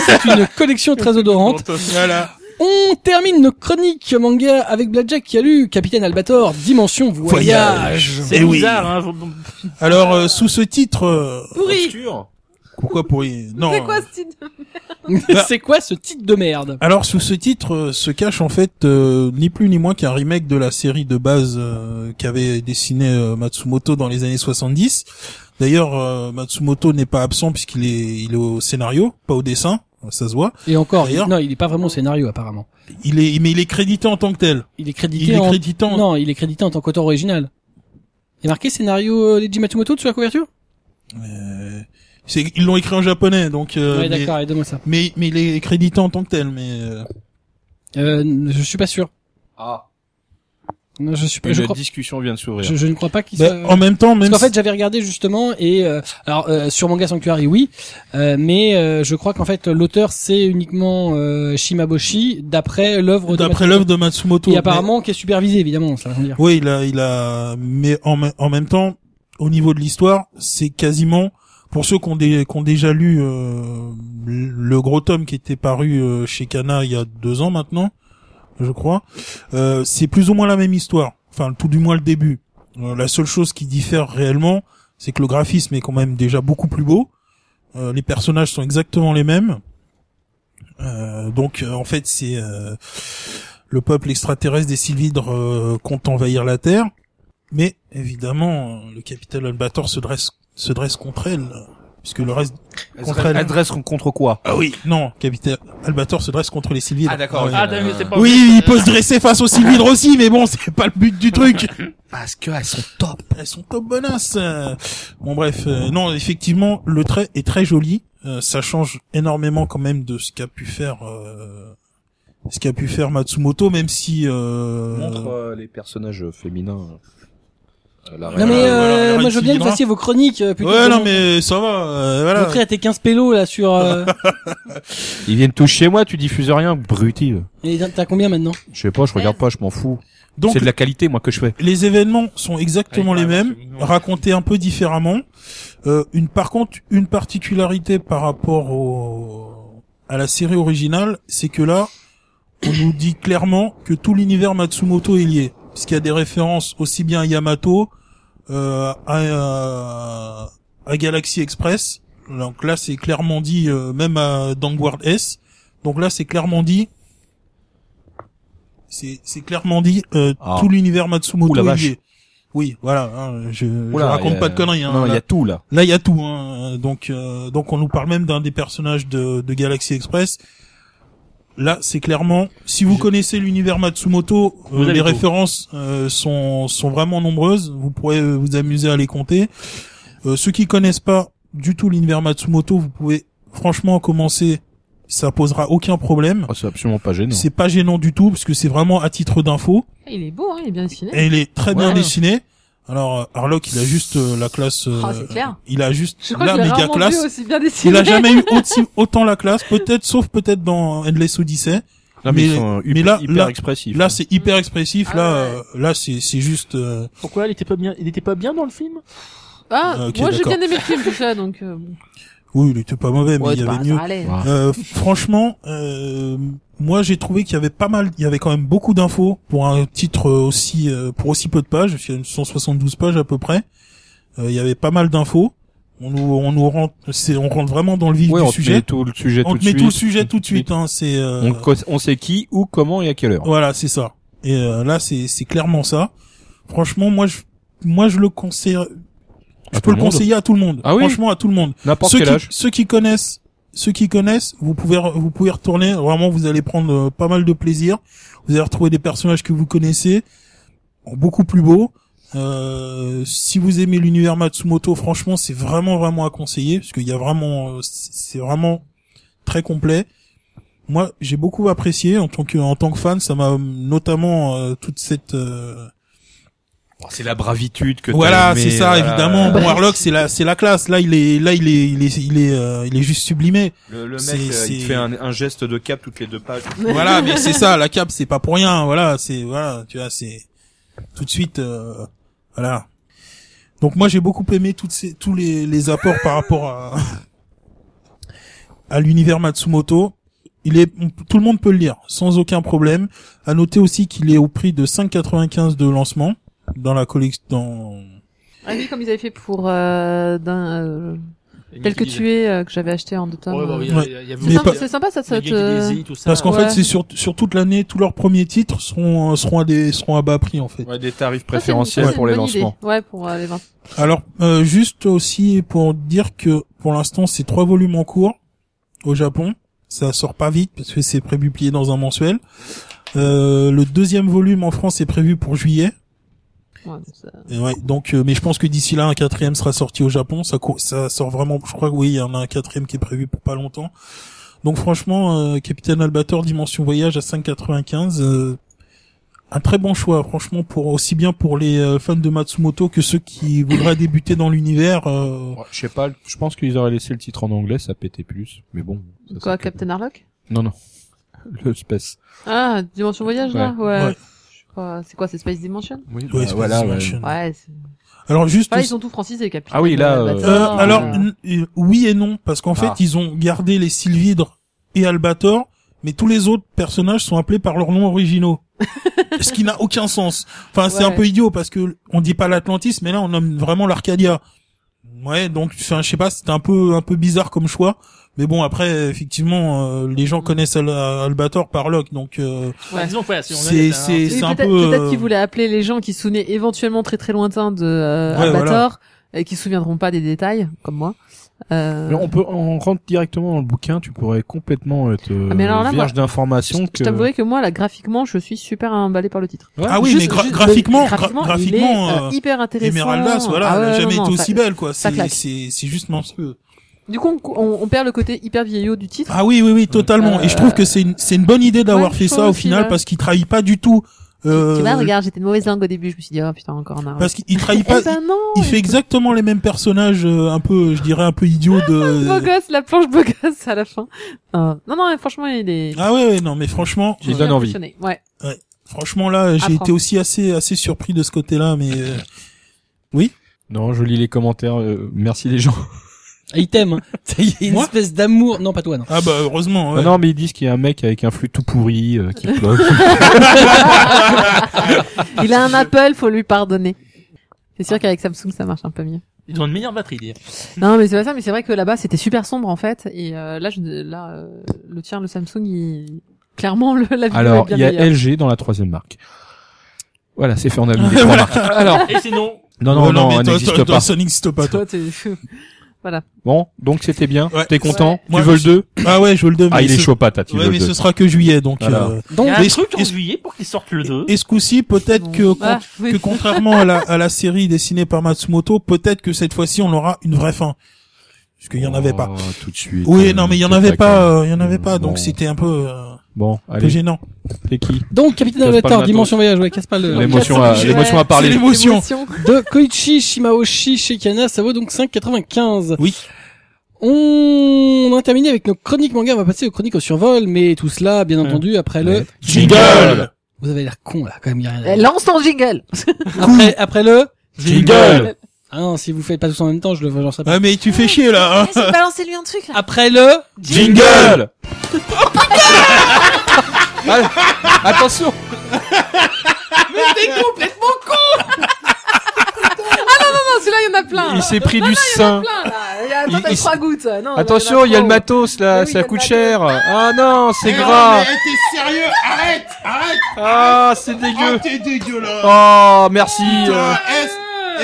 Speaker 1: c'est une collection très odorante.
Speaker 5: Voilà.
Speaker 1: On termine nos chroniques manga avec Blackjack qui a lu Capitaine Albator, Dimension Voyage.
Speaker 3: C'est
Speaker 5: Eh oui.
Speaker 3: bizarre, hein. vous-
Speaker 5: Alors, euh, sous ce titre... euh,
Speaker 4: Eh,
Speaker 2: pourri
Speaker 5: Pourquoi pourri Non.
Speaker 2: c'est quoi
Speaker 5: euh,
Speaker 2: ce titre
Speaker 1: c'est quoi ce titre de merde
Speaker 5: Alors, sous ce titre euh, se cache en fait euh, ni plus ni moins qu'un remake de la série de base euh, qu'avait dessiné euh, Matsumoto dans les années 70. D'ailleurs, euh, Matsumoto n'est pas absent puisqu'il est, il est au scénario, pas au dessin, ça se voit.
Speaker 1: Et encore, il-
Speaker 5: D'ailleurs- euh,
Speaker 1: non, il est pas vraiment au scénario apparemment.
Speaker 5: Il est, mais il est crédité en tant que tel.
Speaker 1: Il est crédité
Speaker 5: Il est
Speaker 1: en...
Speaker 5: crédité en...
Speaker 1: Non, il est crédité en tant qu'auteur original. Il est marqué scénario euh, Leiji Matsumoto sur la couverture
Speaker 5: Euh, c'est, ils l'ont écrit en japonais, donc. euh,
Speaker 1: Ouais,
Speaker 5: mais-
Speaker 1: d'accord, allez, donne-moi ça.
Speaker 5: Mais, mais il est crédité en tant que tel, mais euh,
Speaker 1: Euh, je suis pas sûr.
Speaker 5: Ah.
Speaker 1: Non, je suis pas.
Speaker 4: Une
Speaker 1: Je, crois-
Speaker 4: discussion vient de s'ouvrir.
Speaker 1: je, je ne crois pas qu'il.
Speaker 5: Bah,
Speaker 1: soit-
Speaker 5: En même temps,
Speaker 1: Parce
Speaker 5: même
Speaker 1: qu'en fait, j'avais regardé justement et euh, alors euh, sur Manga Sanctuary, oui, euh, mais euh, je crois qu'en fait l'auteur c'est uniquement euh, Shimaboshi d'après l'œuvre. de
Speaker 5: d'après
Speaker 1: Matsumoto.
Speaker 5: l'œuvre de Matsumoto.
Speaker 1: Et
Speaker 5: mais-
Speaker 1: apparemment qui est supervisé évidemment, ça va sans dire.
Speaker 5: Oui, il a, il a, mais en, me- en même temps, au niveau de l'histoire, c'est quasiment pour ceux qui ont, dé- qui ont déjà lu euh, le- le gros tome qui était paru euh, chez Kana il y a deux ans maintenant, je crois. euh, c'est plus ou moins la même histoire, enfin tout du moins le début. Euh, la seule chose qui diffère réellement, c'est que le graphisme est quand même déjà beaucoup plus beau. Euh, les personnages sont exactement les mêmes. Euh, donc euh, en fait c'est euh, le peuple extraterrestre des Sylvidres euh, compte envahir la Terre, mais évidemment euh, le capitaine Albator se dresse se dresse contre elle euh, puisque le reste contre elle.
Speaker 4: Adresse contre quoi
Speaker 5: Ah oui, non, capitaine Albator se dresse contre les Sylvidres.
Speaker 4: Ah, d'accord,
Speaker 5: oui.
Speaker 4: ok.
Speaker 3: Ah, d'accord, c'est pas euh,
Speaker 5: Oui, il peut se dresser face aux Sylvidres aussi, mais bon, c'est pas le but du truc.
Speaker 4: Parce qu'elles sont top.
Speaker 5: Elles sont top bonasses. euh. Bon bref, euh, non, effectivement, le trait est très joli. Euh, ça change énormément quand même de ce qu'a pu faire euh, ce qu'a pu faire Matsumoto, même si euh,
Speaker 4: Montre euh, les personnages euh, féminins. Euh, la
Speaker 1: Non
Speaker 4: reine-
Speaker 1: mais
Speaker 5: voilà,
Speaker 1: euh,
Speaker 5: voilà,
Speaker 1: moi je veux bien que vous
Speaker 5: Reiki
Speaker 1: fassiez vos chroniques. euh, plutôt
Speaker 5: ouais,
Speaker 1: que
Speaker 5: non,
Speaker 1: de
Speaker 5: mais ça va. euh,
Speaker 1: vous
Speaker 5: voilà.
Speaker 1: Montrer à tes 15 pélos là sur. Euh...
Speaker 4: Ils viennent tous chez moi, tu diffuses rien, bruti.
Speaker 1: et t'as combien maintenant
Speaker 4: Je sais pas, je regarde pas, je m'en fous.
Speaker 5: Donc
Speaker 4: C'est de la qualité, moi, que je fais.
Speaker 5: les événements sont exactement
Speaker 3: Ouais,
Speaker 5: les
Speaker 3: bah,
Speaker 5: mêmes,
Speaker 3: c'est mignon.
Speaker 5: racontés un peu différemment. Euh, une, par contre, une particularité par rapport au, à la série originale, c'est que là, on nous dit clairement que tout l'univers Matsumoto est lié, parce qu'il y a des références aussi bien à Yamato, euh, à, à Galaxy Express. Donc là, c'est clairement dit, euh, même à Dangward S. Donc là, c'est clairement dit. C'est c'est clairement dit euh,
Speaker 4: Ah.
Speaker 5: tout l'univers Matsumoto
Speaker 4: Ouh, la
Speaker 5: est
Speaker 4: vache.
Speaker 5: lié. Oui, voilà. hein, je, je
Speaker 4: Oula,
Speaker 5: raconte
Speaker 4: y a-
Speaker 5: pas de conneries. hein,
Speaker 4: non, il
Speaker 5: là.
Speaker 4: y a tout, là.
Speaker 5: Là, il y a tout. hein, Donc, euh, donc on nous parle même d'un des personnages de, de Galaxy Express. Là, c'est clairement. Si vous connaissez l'univers Matsumoto, euh,
Speaker 3: Vous avez
Speaker 5: les
Speaker 3: tout.
Speaker 5: références euh, sont sont vraiment nombreuses. Vous pourrez euh, vous amuser à les compter. Euh, ceux qui connaissent pas du tout l'univers Matsumoto, vous pouvez franchement commencer. Ça posera aucun problème.
Speaker 4: Oh, c'est absolument pas gênant.
Speaker 5: C'est pas gênant du tout parce que c'est vraiment à titre d'info
Speaker 2: Il est beau, hein, il est bien dessiné.
Speaker 5: et il est très bien
Speaker 3: Ouais.
Speaker 5: dessiné. Alors euh, Harlock, il a juste euh, la classe. euh,
Speaker 2: Oh, c'est clair.
Speaker 5: Il a juste
Speaker 2: Je crois
Speaker 5: la
Speaker 2: que je l'ai
Speaker 5: méga
Speaker 2: rarement vu
Speaker 5: classe.
Speaker 2: aussi bien dessiné.
Speaker 5: Il a jamais eu aussi- autant la classe, peut-être sauf peut-être dans Endless Odyssey.
Speaker 4: Non, mais,
Speaker 5: mais-
Speaker 4: ils sont euh,
Speaker 5: mais là-
Speaker 4: hyper, hyper
Speaker 5: là-
Speaker 4: expressifs. hein.
Speaker 5: Là, c'est hyper expressif.
Speaker 2: Ah
Speaker 5: là,
Speaker 2: ouais.
Speaker 5: euh, là, c'est c'est juste. euh,
Speaker 3: Pourquoi il était pas bien, il était pas bien dans le film?
Speaker 2: Ah,
Speaker 5: Ah, ok,
Speaker 2: moi j'ai
Speaker 5: d'accord.
Speaker 2: bien aimé le film déjà, donc. euh, bon.
Speaker 5: Oui, il était pas mauvais, mais
Speaker 2: Ouais,
Speaker 5: il y
Speaker 2: bah,
Speaker 5: avait
Speaker 2: ça
Speaker 5: mieux.
Speaker 2: allait.
Speaker 4: Ouais.
Speaker 5: Euh, franchement, euh, moi j'ai trouvé qu'il y avait pas mal, il y avait quand même beaucoup d'infos pour un titre euh, aussi euh, pour aussi peu de pages, il y a 172 pages à peu près. Euh, il y avait pas mal d'infos. On nous on nous rentre, c'est on rentre vraiment dans le vif
Speaker 4: Ouais,
Speaker 5: du
Speaker 4: on te met
Speaker 5: sujet.
Speaker 4: tout le sujet
Speaker 5: On
Speaker 4: tout de
Speaker 5: te met
Speaker 4: suite.
Speaker 5: tout le sujet tout de suite. Oh, Hein, c'est euh,
Speaker 4: On, co- on sait qui, où, comment et à quelle heure.
Speaker 5: voilà, c'est ça. Et euh, là c'est c'est clairement ça. Franchement, moi je moi je le conseille. Je
Speaker 4: tout
Speaker 5: peux
Speaker 4: le
Speaker 5: le
Speaker 4: monde
Speaker 5: conseiller à tout le monde.
Speaker 4: Ah oui
Speaker 5: Franchement, à tout le monde
Speaker 4: N'importe
Speaker 5: ceux
Speaker 4: quel
Speaker 5: qui,
Speaker 4: âge.
Speaker 5: ceux qui connaissent, ceux qui connaissent, vous pouvez re- vous pouvez retourner. Vraiment, vous allez prendre euh, pas mal de plaisir. Vous allez retrouver des personnages que vous connaissez, en beaucoup plus beaux. Euh, si vous aimez l'univers Matsumoto, franchement, c'est vraiment vraiment à conseiller parce qu'il y a vraiment, euh, c'est c'est vraiment très complet. Moi, j'ai beaucoup apprécié en tant que en tant que fan. Ça m'a euh, notamment euh, toute cette euh,
Speaker 4: Oh, C'est la bravitude que euh,
Speaker 5: voilà, c'est ça, évidemment. Bon, Warlock, c'est la, c'est la classe. Là, il est, là, il est, il est, il est, euh, il est juste sublimé.
Speaker 4: Le,
Speaker 5: mec,
Speaker 4: mec,
Speaker 5: C'est- euh, il
Speaker 4: il
Speaker 5: te
Speaker 4: fait
Speaker 5: fait
Speaker 4: un, geste de cap toutes les deux pages.
Speaker 5: Voilà, mais c'est ça, la cape, c'est pas pour rien. Voilà, c'est, voilà, tu vois, c'est tout de suite, euh, voilà. Donc moi, j'ai beaucoup aimé toutes ces, tous les, les apports par rapport à, à l'univers Matsumoto. Il est, on- tout le monde peut le lire sans aucun problème. À noter aussi qu'il est au prix de 5,95 de lancement dans la collection, dans
Speaker 2: Ah oui, comme ils avaient fait pour euh, d'un, euh, tel que tu es euh, que j'avais acheté en deux tomes.
Speaker 3: Ouais, bah,
Speaker 2: euh.
Speaker 3: oui, il y a- il y a- il y a
Speaker 2: C'est
Speaker 5: Mais
Speaker 2: sympa,
Speaker 5: pas-
Speaker 2: c'est sympa, ça, ça
Speaker 3: Mega
Speaker 2: te.
Speaker 3: Gidesi, tout ça.
Speaker 5: Parce qu'en
Speaker 2: Ouais.
Speaker 5: fait, c'est sur, sur toute l'année, tous leurs premiers titres seront, euh, seront à des, seront à bas prix, en fait.
Speaker 4: des tarifs
Speaker 2: Ça, Ah, c'est une- ça,
Speaker 4: préférentiels
Speaker 2: c'est une
Speaker 4: pour les
Speaker 2: bonne idée.
Speaker 4: lancements.
Speaker 2: Ouais, pour euh, les 20.
Speaker 5: Alors, euh, juste aussi pour dire que, pour l'instant, c'est trois volumes en cours, au Japon. Ça sort pas vite, parce que c'est prépublié dans un mensuel. Euh, le deuxième volume en France est prévu pour juillet.
Speaker 2: Ouais, donc ça-
Speaker 5: Et ouais, donc, euh, mais je pense que d'ici là, un quatrième sera sorti au Japon. Ça, co- ça sort vraiment, je crois que oui, il y en a un quatrième qui est prévu pour pas longtemps. Donc franchement, euh, Capitaine Albator Dimension Voyage à 5,95, euh, un très bon choix, franchement, pour aussi bien pour les euh, fans de Matsumoto que ceux qui voudraient débuter dans l'univers. euh,
Speaker 4: Ouais, je sais pas, je pense qu'ils auraient laissé le titre en anglais, ça pétait plus. Mais bon. ça,
Speaker 2: Quoi,
Speaker 4: c'est-
Speaker 2: Captain Harlock
Speaker 4: Non, non. Le space.
Speaker 2: Ah, Dimension Voyage, là Ouais.
Speaker 5: Ouais.
Speaker 2: Je crois- C'est quoi, c'est Space Dimension
Speaker 4: Oui,
Speaker 5: ouais, Space
Speaker 4: Euh, voilà. ouais.
Speaker 5: Dimension.
Speaker 2: Ouais, c'est-
Speaker 5: Alors juste.
Speaker 2: Enfin, ils ont tout francisé, Capitaine.
Speaker 4: Ah oui, là,
Speaker 2: euh,
Speaker 4: euh,
Speaker 2: Bâtard,
Speaker 5: Euh,
Speaker 2: euh,
Speaker 5: alors n- euh, oui et non parce qu'en
Speaker 4: Ah.
Speaker 5: fait ils ont gardé les Sylvidres et Albator mais tous les autres personnages sont appelés par leurs noms originaux. ce qui n'a aucun sens. Enfin, c'est un
Speaker 2: Ouais.
Speaker 5: peu idiot parce que on dit pas l'Atlantis mais là on nomme vraiment l'Arcadia. Ouais, donc enfin, je sais pas, c'était un peu un peu bizarre comme choix. Mais bon, après, effectivement, euh, les gens connaissent Al- Albator par Locke, donc euh,
Speaker 2: Ouais.
Speaker 3: Disons que voilà, si on hein,
Speaker 5: C'est-
Speaker 3: est-
Speaker 5: c'est-
Speaker 2: Oui,
Speaker 5: c'est un
Speaker 2: peut-être
Speaker 5: peu,
Speaker 2: peut-être
Speaker 5: euh,
Speaker 2: qu'ils voulaient appeler les gens qui se souvenaient éventuellement très très lointains de euh,
Speaker 5: Ouais,
Speaker 2: Albator
Speaker 5: voilà.
Speaker 2: et qui se souviendront pas des détails comme moi. Euh,
Speaker 4: Mais on peut, on rentre directement dans le bouquin, tu pourrais complètement être euh,
Speaker 2: Ah, mais alors là,
Speaker 4: vierge
Speaker 2: je je
Speaker 4: d'informations que...
Speaker 2: t'avouerai que moi là graphiquement je suis super emballé par le titre.
Speaker 4: Ouais,
Speaker 5: ah oui,
Speaker 2: Juste-
Speaker 5: mais gra-
Speaker 2: juste-
Speaker 5: graphiquement, gra-
Speaker 2: graphiquement,
Speaker 5: graphiquement,
Speaker 2: il est, euh,
Speaker 5: euh,
Speaker 2: hyper intéressant.
Speaker 5: Emeraldas, voilà,
Speaker 2: Ah
Speaker 5: elle
Speaker 2: ouais,
Speaker 5: a jamais
Speaker 2: non,
Speaker 5: été
Speaker 2: non,
Speaker 5: aussi
Speaker 2: ça-
Speaker 5: belle quoi.
Speaker 2: ça
Speaker 5: C'est
Speaker 2: claque.
Speaker 5: c'est c'est juste monstrueux.
Speaker 2: Du coup, on, on- on perd le côté hyper vieillot du titre.
Speaker 5: Ah oui, oui, oui, totalement.
Speaker 2: Euh,
Speaker 5: Et je trouve que c'est une, c'est une bonne idée
Speaker 2: ouais,
Speaker 5: d'avoir
Speaker 2: je
Speaker 5: fait
Speaker 2: trouve
Speaker 5: ça au
Speaker 2: aussi,
Speaker 5: final
Speaker 2: ouais.
Speaker 5: parce qu'il trahit pas du tout. Euh,
Speaker 2: Tu vois, regarde, j'étais de mauvaise langue au début, je me suis dit oh putain encore un arbre.
Speaker 5: Parce qu'il trahit pas.
Speaker 2: eh ben non,
Speaker 5: Il fait exactement les mêmes personnages, euh, un peu, je dirais, un peu idiots
Speaker 2: beau
Speaker 5: de.
Speaker 2: gosse, la planche beau gosse à la fin. Euh, non non, mais franchement il est.
Speaker 5: Ah ouais, ouais, non, mais franchement,
Speaker 4: J'ai
Speaker 2: je
Speaker 4: donne
Speaker 2: suis
Speaker 4: envie.
Speaker 2: impressionné, Ouais.
Speaker 5: franchement là, j'ai
Speaker 2: Apprends.
Speaker 5: été aussi assez, assez surpris de ce côté-là, mais euh, oui.
Speaker 4: Non, je lis les commentaires, euh, merci les gens.
Speaker 1: Ah, il t'aime. hein. Ça y est, une
Speaker 5: Moi
Speaker 1: espèce d'amour. Non, pas toi, non.
Speaker 5: Ah bah heureusement.
Speaker 4: Ah
Speaker 5: ouais.
Speaker 4: non, mais ils disent qu'il y a un mec avec un flux tout pourri euh, qui flotte.
Speaker 2: Il a un Apple, faut lui pardonner. C'est
Speaker 4: Ah.
Speaker 2: sûr qu'avec Samsung ça marche un peu mieux.
Speaker 3: Ils ont une meilleure batterie, dire.
Speaker 2: Non, mais c'est pas ça, mais c'est vrai que là-bas, c'était super sombre, en fait. Et euh, là, je, là euh, le tien, le Samsung, il... clairement, le, la vidéo
Speaker 4: Alors,
Speaker 2: est bien
Speaker 4: il y a
Speaker 2: meilleure.
Speaker 4: LG dans la troisième marque. Voilà, c'est fait, on a mis les trois marques. Alors,
Speaker 3: Et sinon,
Speaker 4: Ah non, non,
Speaker 5: Ouais,
Speaker 4: non,
Speaker 5: mais
Speaker 4: elle
Speaker 5: toi,
Speaker 4: n'existe
Speaker 5: toi, toi,
Speaker 4: pas.
Speaker 5: ça n'existe pas.
Speaker 2: Toi,
Speaker 5: toi.
Speaker 2: t'es... voilà.
Speaker 4: Bon, donc c'était bien.
Speaker 5: Ouais.
Speaker 4: T'es content
Speaker 2: Ouais.
Speaker 4: Tu
Speaker 5: Moi,
Speaker 4: veux le
Speaker 5: je-
Speaker 4: 2
Speaker 5: Ah ouais, je veux le donne.
Speaker 4: Ah,
Speaker 5: mais
Speaker 4: il est
Speaker 5: ce-
Speaker 4: chaud patate, il
Speaker 5: Ouais,
Speaker 4: veut le
Speaker 5: mais
Speaker 4: 2.
Speaker 5: ce sera que juillet, donc.
Speaker 4: Voilà.
Speaker 5: euh,
Speaker 3: il y
Speaker 1: Donc,
Speaker 3: a un
Speaker 5: Mais-
Speaker 3: truc en
Speaker 5: et-
Speaker 3: juillet pour qu'ils sortent le 2.
Speaker 5: Et ce coup-ci, peut-être que
Speaker 2: Voilà, oui.
Speaker 5: que contrairement à la, à la série dessinée par Matsumoto, peut-être que cette fois-ci on aura une vraie fin. Parce qu'il y en avait pas.
Speaker 4: Oh, tout de suite.
Speaker 5: Oui,
Speaker 4: euh,
Speaker 5: non, mais il y en
Speaker 4: t'es
Speaker 5: avait
Speaker 4: taquin.
Speaker 5: pas, euh, il y en avait pas,
Speaker 4: Bon.
Speaker 5: donc c'était un peu, euh,
Speaker 4: Bon,
Speaker 5: un peu
Speaker 4: allez,
Speaker 5: gênant.
Speaker 4: c'est qui
Speaker 1: donc Capitaine
Speaker 4: Casse pas le
Speaker 1: Albator,
Speaker 4: matos.
Speaker 1: Dimension Voyage, ouais, casse pas
Speaker 2: Euh,
Speaker 1: le...
Speaker 4: L'émotion
Speaker 2: Ouais.
Speaker 4: a, l'émotion a parlé.
Speaker 5: C'est l'émotion.
Speaker 1: De Koichi Shimaoshi Shekana, ça vaut donc 5,95.
Speaker 5: Oui.
Speaker 1: On a terminé avec nos chroniques manga, on va passer aux chroniques au survol, mais tout cela, bien entendu, après le...
Speaker 4: Ouais.
Speaker 5: Jingle
Speaker 1: Vous avez l'air con, là, quand même, y a rien à
Speaker 2: Eh,
Speaker 1: dire.
Speaker 2: Lance ton jingle
Speaker 1: Après, après le...
Speaker 4: Jingle
Speaker 1: Ah non, si vous faites pas tous en même temps, je le j'en sais pas.
Speaker 5: Ah mais tu fais chier là. hein.
Speaker 2: Eh, Balancez-lui un truc, là
Speaker 1: Après le...
Speaker 4: Jingle Ah, Attention
Speaker 2: Non, Ah, celui-là, il y en a plein
Speaker 4: Il s'est pris du sein.
Speaker 2: Plein, là Attends,
Speaker 4: Il-
Speaker 2: t'as
Speaker 4: il-
Speaker 2: trois gouttes Non, non,
Speaker 4: Attention,
Speaker 2: en
Speaker 4: il y a le
Speaker 2: trop.
Speaker 4: matos là,
Speaker 2: Mais oui, il y
Speaker 4: ça
Speaker 2: a le
Speaker 4: coûte
Speaker 2: matos.
Speaker 4: cher. Ah non, c'est grave.
Speaker 5: Eh, t'es sérieux Arrête, arrête.
Speaker 4: Ah, c'est dégueu.
Speaker 5: t'es dégueulasse. Eh,
Speaker 4: Oh, merci. euh.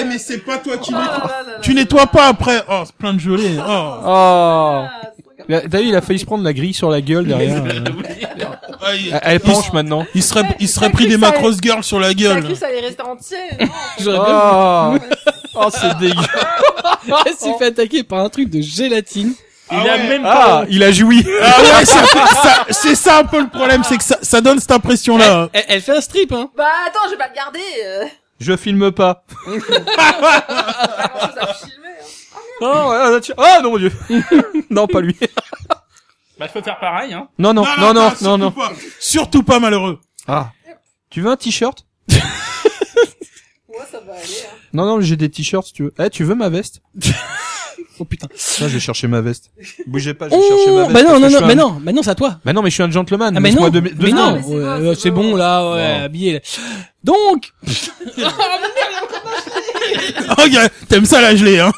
Speaker 5: mais c'est pas toi
Speaker 4: eh,
Speaker 5: qui
Speaker 2: Ah, là, là, là,
Speaker 5: Tu
Speaker 2: là,
Speaker 5: nettoies pas après. Oh, c'est plein de gelée.
Speaker 4: Oh.
Speaker 5: Oh.
Speaker 2: là, là, Ah, c'est pas grave.
Speaker 4: Il a- T'as vu, il a failli se prendre la grille sur la gueule derrière. euh.
Speaker 5: Ah, il,
Speaker 4: Elle- Elle penche maintenant.
Speaker 5: il serait, il serait
Speaker 2: T'as
Speaker 5: pris
Speaker 2: cru
Speaker 5: des
Speaker 2: que ça
Speaker 5: macros girls sur la
Speaker 2: T'as
Speaker 5: gueule.
Speaker 2: cru que ça allait rester entier non
Speaker 1: J'aurais bien
Speaker 4: Oh, oh c'est dégueu.
Speaker 1: voulu- Il s'est fait attaquer par un truc de gélatine.
Speaker 3: Il a même
Speaker 4: Ah,
Speaker 3: pas.
Speaker 4: il a joui.
Speaker 5: Ah ouais, ça fait- ça- c'est ça un peu le problème, c'est que ça, ça donne cette impression là.
Speaker 1: Elle, elle fait un strip, hein.
Speaker 2: Bah attends, je vais pas le garder euh,
Speaker 4: Je filme pas.
Speaker 2: j'ai pas grand-chose à filmer, hein.
Speaker 4: Oh, ah, là, tu- ah, non mon dieu. non, pas lui.
Speaker 3: Bah, je peux faire pareil, hein.
Speaker 4: Non, non, non, non, non, non.
Speaker 5: Surtout pas, surtout pas malheureux.
Speaker 4: Ah. Tu veux un t-shirt
Speaker 2: Moi, ça va aller, hein.
Speaker 4: Non, non, j'ai des t-shirts si tu veux. Eh, tu veux ma veste
Speaker 1: Oh putain.
Speaker 4: Ça, je vais chercher ma veste. Bougez pas, je vais chercher ma
Speaker 1: Oh,
Speaker 4: veste.
Speaker 1: bah non,
Speaker 4: parce que
Speaker 1: non,
Speaker 4: je
Speaker 1: non,
Speaker 4: suis
Speaker 1: bah
Speaker 4: un-
Speaker 1: non, bah non, c'est à toi.
Speaker 4: Bah non, mais je suis un gentleman.
Speaker 1: Ah, mais
Speaker 4: Laisse-moi
Speaker 1: non.
Speaker 4: deux- deux
Speaker 1: mais non.
Speaker 4: secondes.
Speaker 2: mais c'est bon,
Speaker 1: Ouais,
Speaker 2: c'est
Speaker 1: c'est
Speaker 2: bon.
Speaker 1: bon, là, ouais,
Speaker 4: Bon.
Speaker 1: habillé. Donc,
Speaker 5: Oh, gars, t'aimes ça la gelée, hein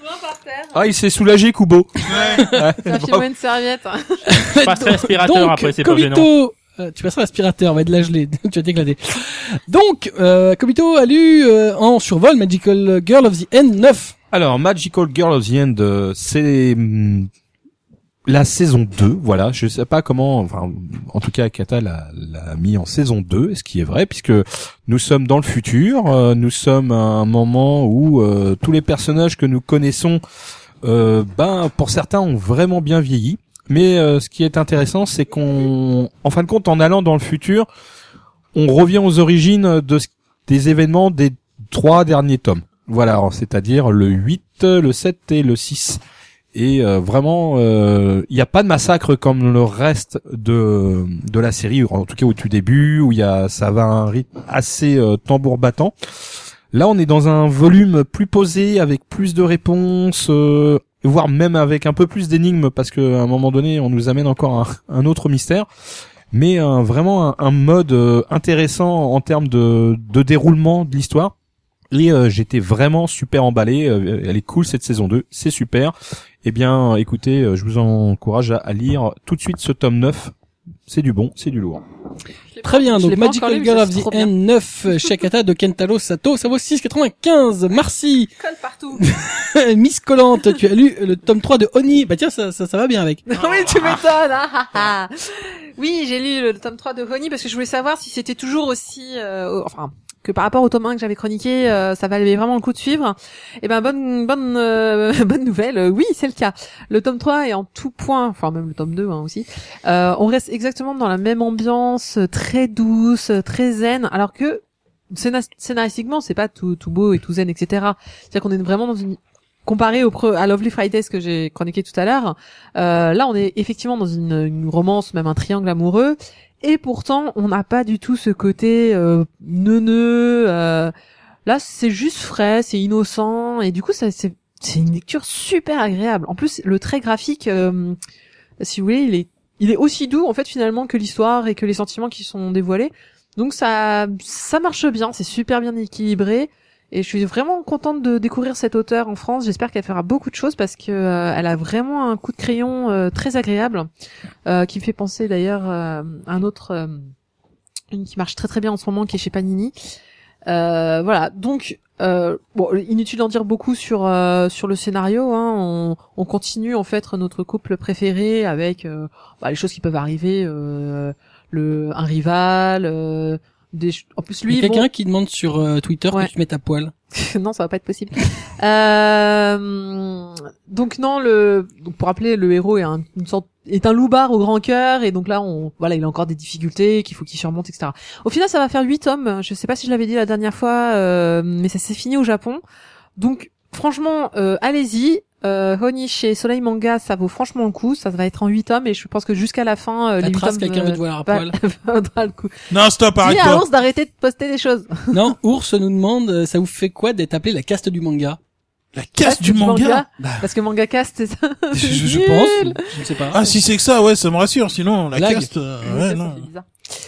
Speaker 2: Loin par terre.
Speaker 4: Ah, il s'est soulagé, Kubo.
Speaker 2: Ça, File-moi une serviette. hein.
Speaker 3: Je passerai l'aspirateur
Speaker 1: donc,
Speaker 3: après, c'est pas gênant.
Speaker 1: Kobito, euh, tu passeras l'aspirateur, va de la gelée, tu vas t'éclater. Donc, euh, Kobito a lu euh, en survol Magical Girl of the N9.
Speaker 4: Alors, Magical Girl of the End, euh, c'est hum, la saison 2, voilà. Je sais pas comment, enfin, en tout cas, Kata l'a l'a mis en saison 2, ce qui est vrai, puisque nous sommes dans le futur, euh, nous sommes à un moment où euh, tous les personnages que nous connaissons, euh, ben, pour certains, ont vraiment bien vieilli. Mais euh, ce qui est intéressant, c'est qu'on, en fin de compte, en allant dans le futur, on revient aux origines de ce- des événements des trois derniers tomes. Voilà, alors, c'est-à-dire le 8, le 7 et le 6. Et euh, vraiment, euh, il n'y a pas de massacre comme le reste de de la série, en tout cas au tout début, où il y a ça va à un rythme assez euh, tambour battant. Là, on est dans un volume plus posé, avec plus de réponses, euh, voire même avec un peu plus d'énigmes, parce qu'à un moment donné, on nous amène encore un, un autre mystère. Mais un- vraiment un, un mode euh, intéressant en termes de, de déroulement de l'histoire. Et euh, j'étais vraiment super emballé. euh, Elle est cool cette saison 2, c'est super. Eh bien, écoutez, euh, je vous encourage à, à lire tout de suite ce tome 9. C'est du bon, c'est du lourd.
Speaker 1: Très bien,
Speaker 2: Je
Speaker 1: donc
Speaker 2: l'ai pas encore
Speaker 1: Magical
Speaker 2: lu,
Speaker 1: Girl
Speaker 2: mais
Speaker 1: of
Speaker 2: ça, c'est
Speaker 1: the
Speaker 2: trop bien.
Speaker 1: N9, Shakata de Kentaro Sato, ça vaut 6,95. Merci,
Speaker 2: Colle partout.
Speaker 1: Miss Collante, tu as lu le tome 3 de Oni. Bah tiens, ça, ça, ça va bien avec.
Speaker 2: oui, tu m'étonnes. ah, ah, ah. oui, j'ai lu le tome 3 de Honey parce que je voulais savoir si c'était toujours aussi euh, enfin que par rapport au tome 1 que j'avais chroniqué, euh, ça valait vraiment le coup de suivre. Et ben bonne bonne euh, bonne nouvelle, euh, oui, c'est le cas. Le tome 3 est en tout point, enfin même le tome 2 hein, aussi. euh, on reste exactement dans la même ambiance euh, très douce, euh, très zen alors que scéna- scénaristiquement, c'est pas tout, tout beau et tout zen, etc. C'est-à-dire qu'on est vraiment dans une... Comparé au pre- à Lovely Fridays que j'ai chroniqué tout à l'heure, euh, là, on est effectivement dans une, une romance, même un triangle amoureux, et pourtant, on n'a pas du tout ce côté euh, neuneux. euh, là, c'est juste frais, c'est innocent, et du coup, ça, c'est, c'est une lecture super agréable. En plus, le trait graphique, euh, si vous voulez, il est, il est aussi doux en fait finalement que l'histoire et que les sentiments qui sont dévoilés. Donc ça, ça marche bien, c'est super bien équilibré. Et je suis vraiment contente de découvrir cette auteure en France. J'espère qu'elle fera beaucoup de choses parce que euh, elle a vraiment un coup de crayon euh, très agréable, euh, qui me fait penser d'ailleurs euh, à un autre, euh, une qui marche très très bien en ce moment, qui est chez Panini. Euh, voilà. Donc euh, bon, inutile d'en dire beaucoup sur euh, sur le scénario. Hein. On, on continue en fait notre couple préféré avec euh, bah, les choses qui peuvent arriver, euh, le un rival. euh, des... ch- En plus
Speaker 1: Il y
Speaker 2: lui,
Speaker 1: a
Speaker 2: bon-
Speaker 1: quelqu'un qui demande sur euh, Twitter
Speaker 2: Ouais.
Speaker 1: que tu mettes à poil.
Speaker 2: non, ça va pas être possible. Euh, donc non, le donc pour rappeler, le héros est un, une sorte est un loupard au grand cœur et donc là on voilà il a encore des difficultés qu'il faut qu'il surmonte etc. Au final ça va faire huit tomes. Je sais pas si je l'avais dit la dernière fois, euh, mais ça s'est fini au Japon. Donc franchement euh, allez-y. Euh, Honey chez Soleil Manga, ça vaut franchement le coup. Ça va être en huit tomes et je pense que jusqu'à la fin, euh,
Speaker 1: La
Speaker 2: les huit
Speaker 1: trace,
Speaker 2: tomes
Speaker 1: quelqu'un veut
Speaker 2: euh,
Speaker 1: te voir à
Speaker 2: va-
Speaker 1: poil.
Speaker 2: vaudra le coup.
Speaker 5: Non, stop,
Speaker 2: Dis à
Speaker 5: arrête-toi.
Speaker 2: Ours d'arrêter de poster des choses.
Speaker 1: non, Ours nous demande, euh, ça vous fait quoi d'être appelé la caste du manga
Speaker 5: La casse
Speaker 2: Caste
Speaker 5: du
Speaker 2: Ah, du
Speaker 5: manga.
Speaker 2: manga.
Speaker 5: Bah,
Speaker 2: Parce que Manga Cast, c'est ça.
Speaker 5: je- je
Speaker 1: Je
Speaker 5: Nul.
Speaker 1: pense, je ne sais pas.
Speaker 5: Ah, si c'est que ça, ouais, ça me rassure. Sinon, la
Speaker 1: Blague.
Speaker 5: caste, euh,
Speaker 2: Ouais, Ah,
Speaker 5: ouais,
Speaker 2: ça,
Speaker 5: non.
Speaker 2: c'est bizarre.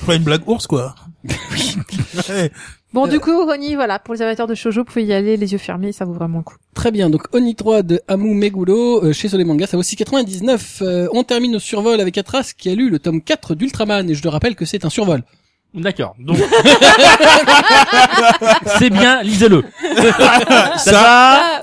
Speaker 5: Pas une blague ours, quoi. Ouais.
Speaker 2: Bon,
Speaker 1: Euh,
Speaker 2: du coup, Ronnie, voilà, pour les amateurs de shoujo, vous pouvez y aller les yeux fermés, ça vaut vraiment le coup.
Speaker 1: Très bien, donc Oni 3 de Amu Meguro euh, chez Soleil Manga, ça vaut 6,99. Euh, on termine au survol avec Atras qui a lu le tome 4 d'Ultraman, et je te rappelle que c'est un survol.
Speaker 3: D'accord. Donc c'est bien, lisez-le. Ça,
Speaker 2: Ah,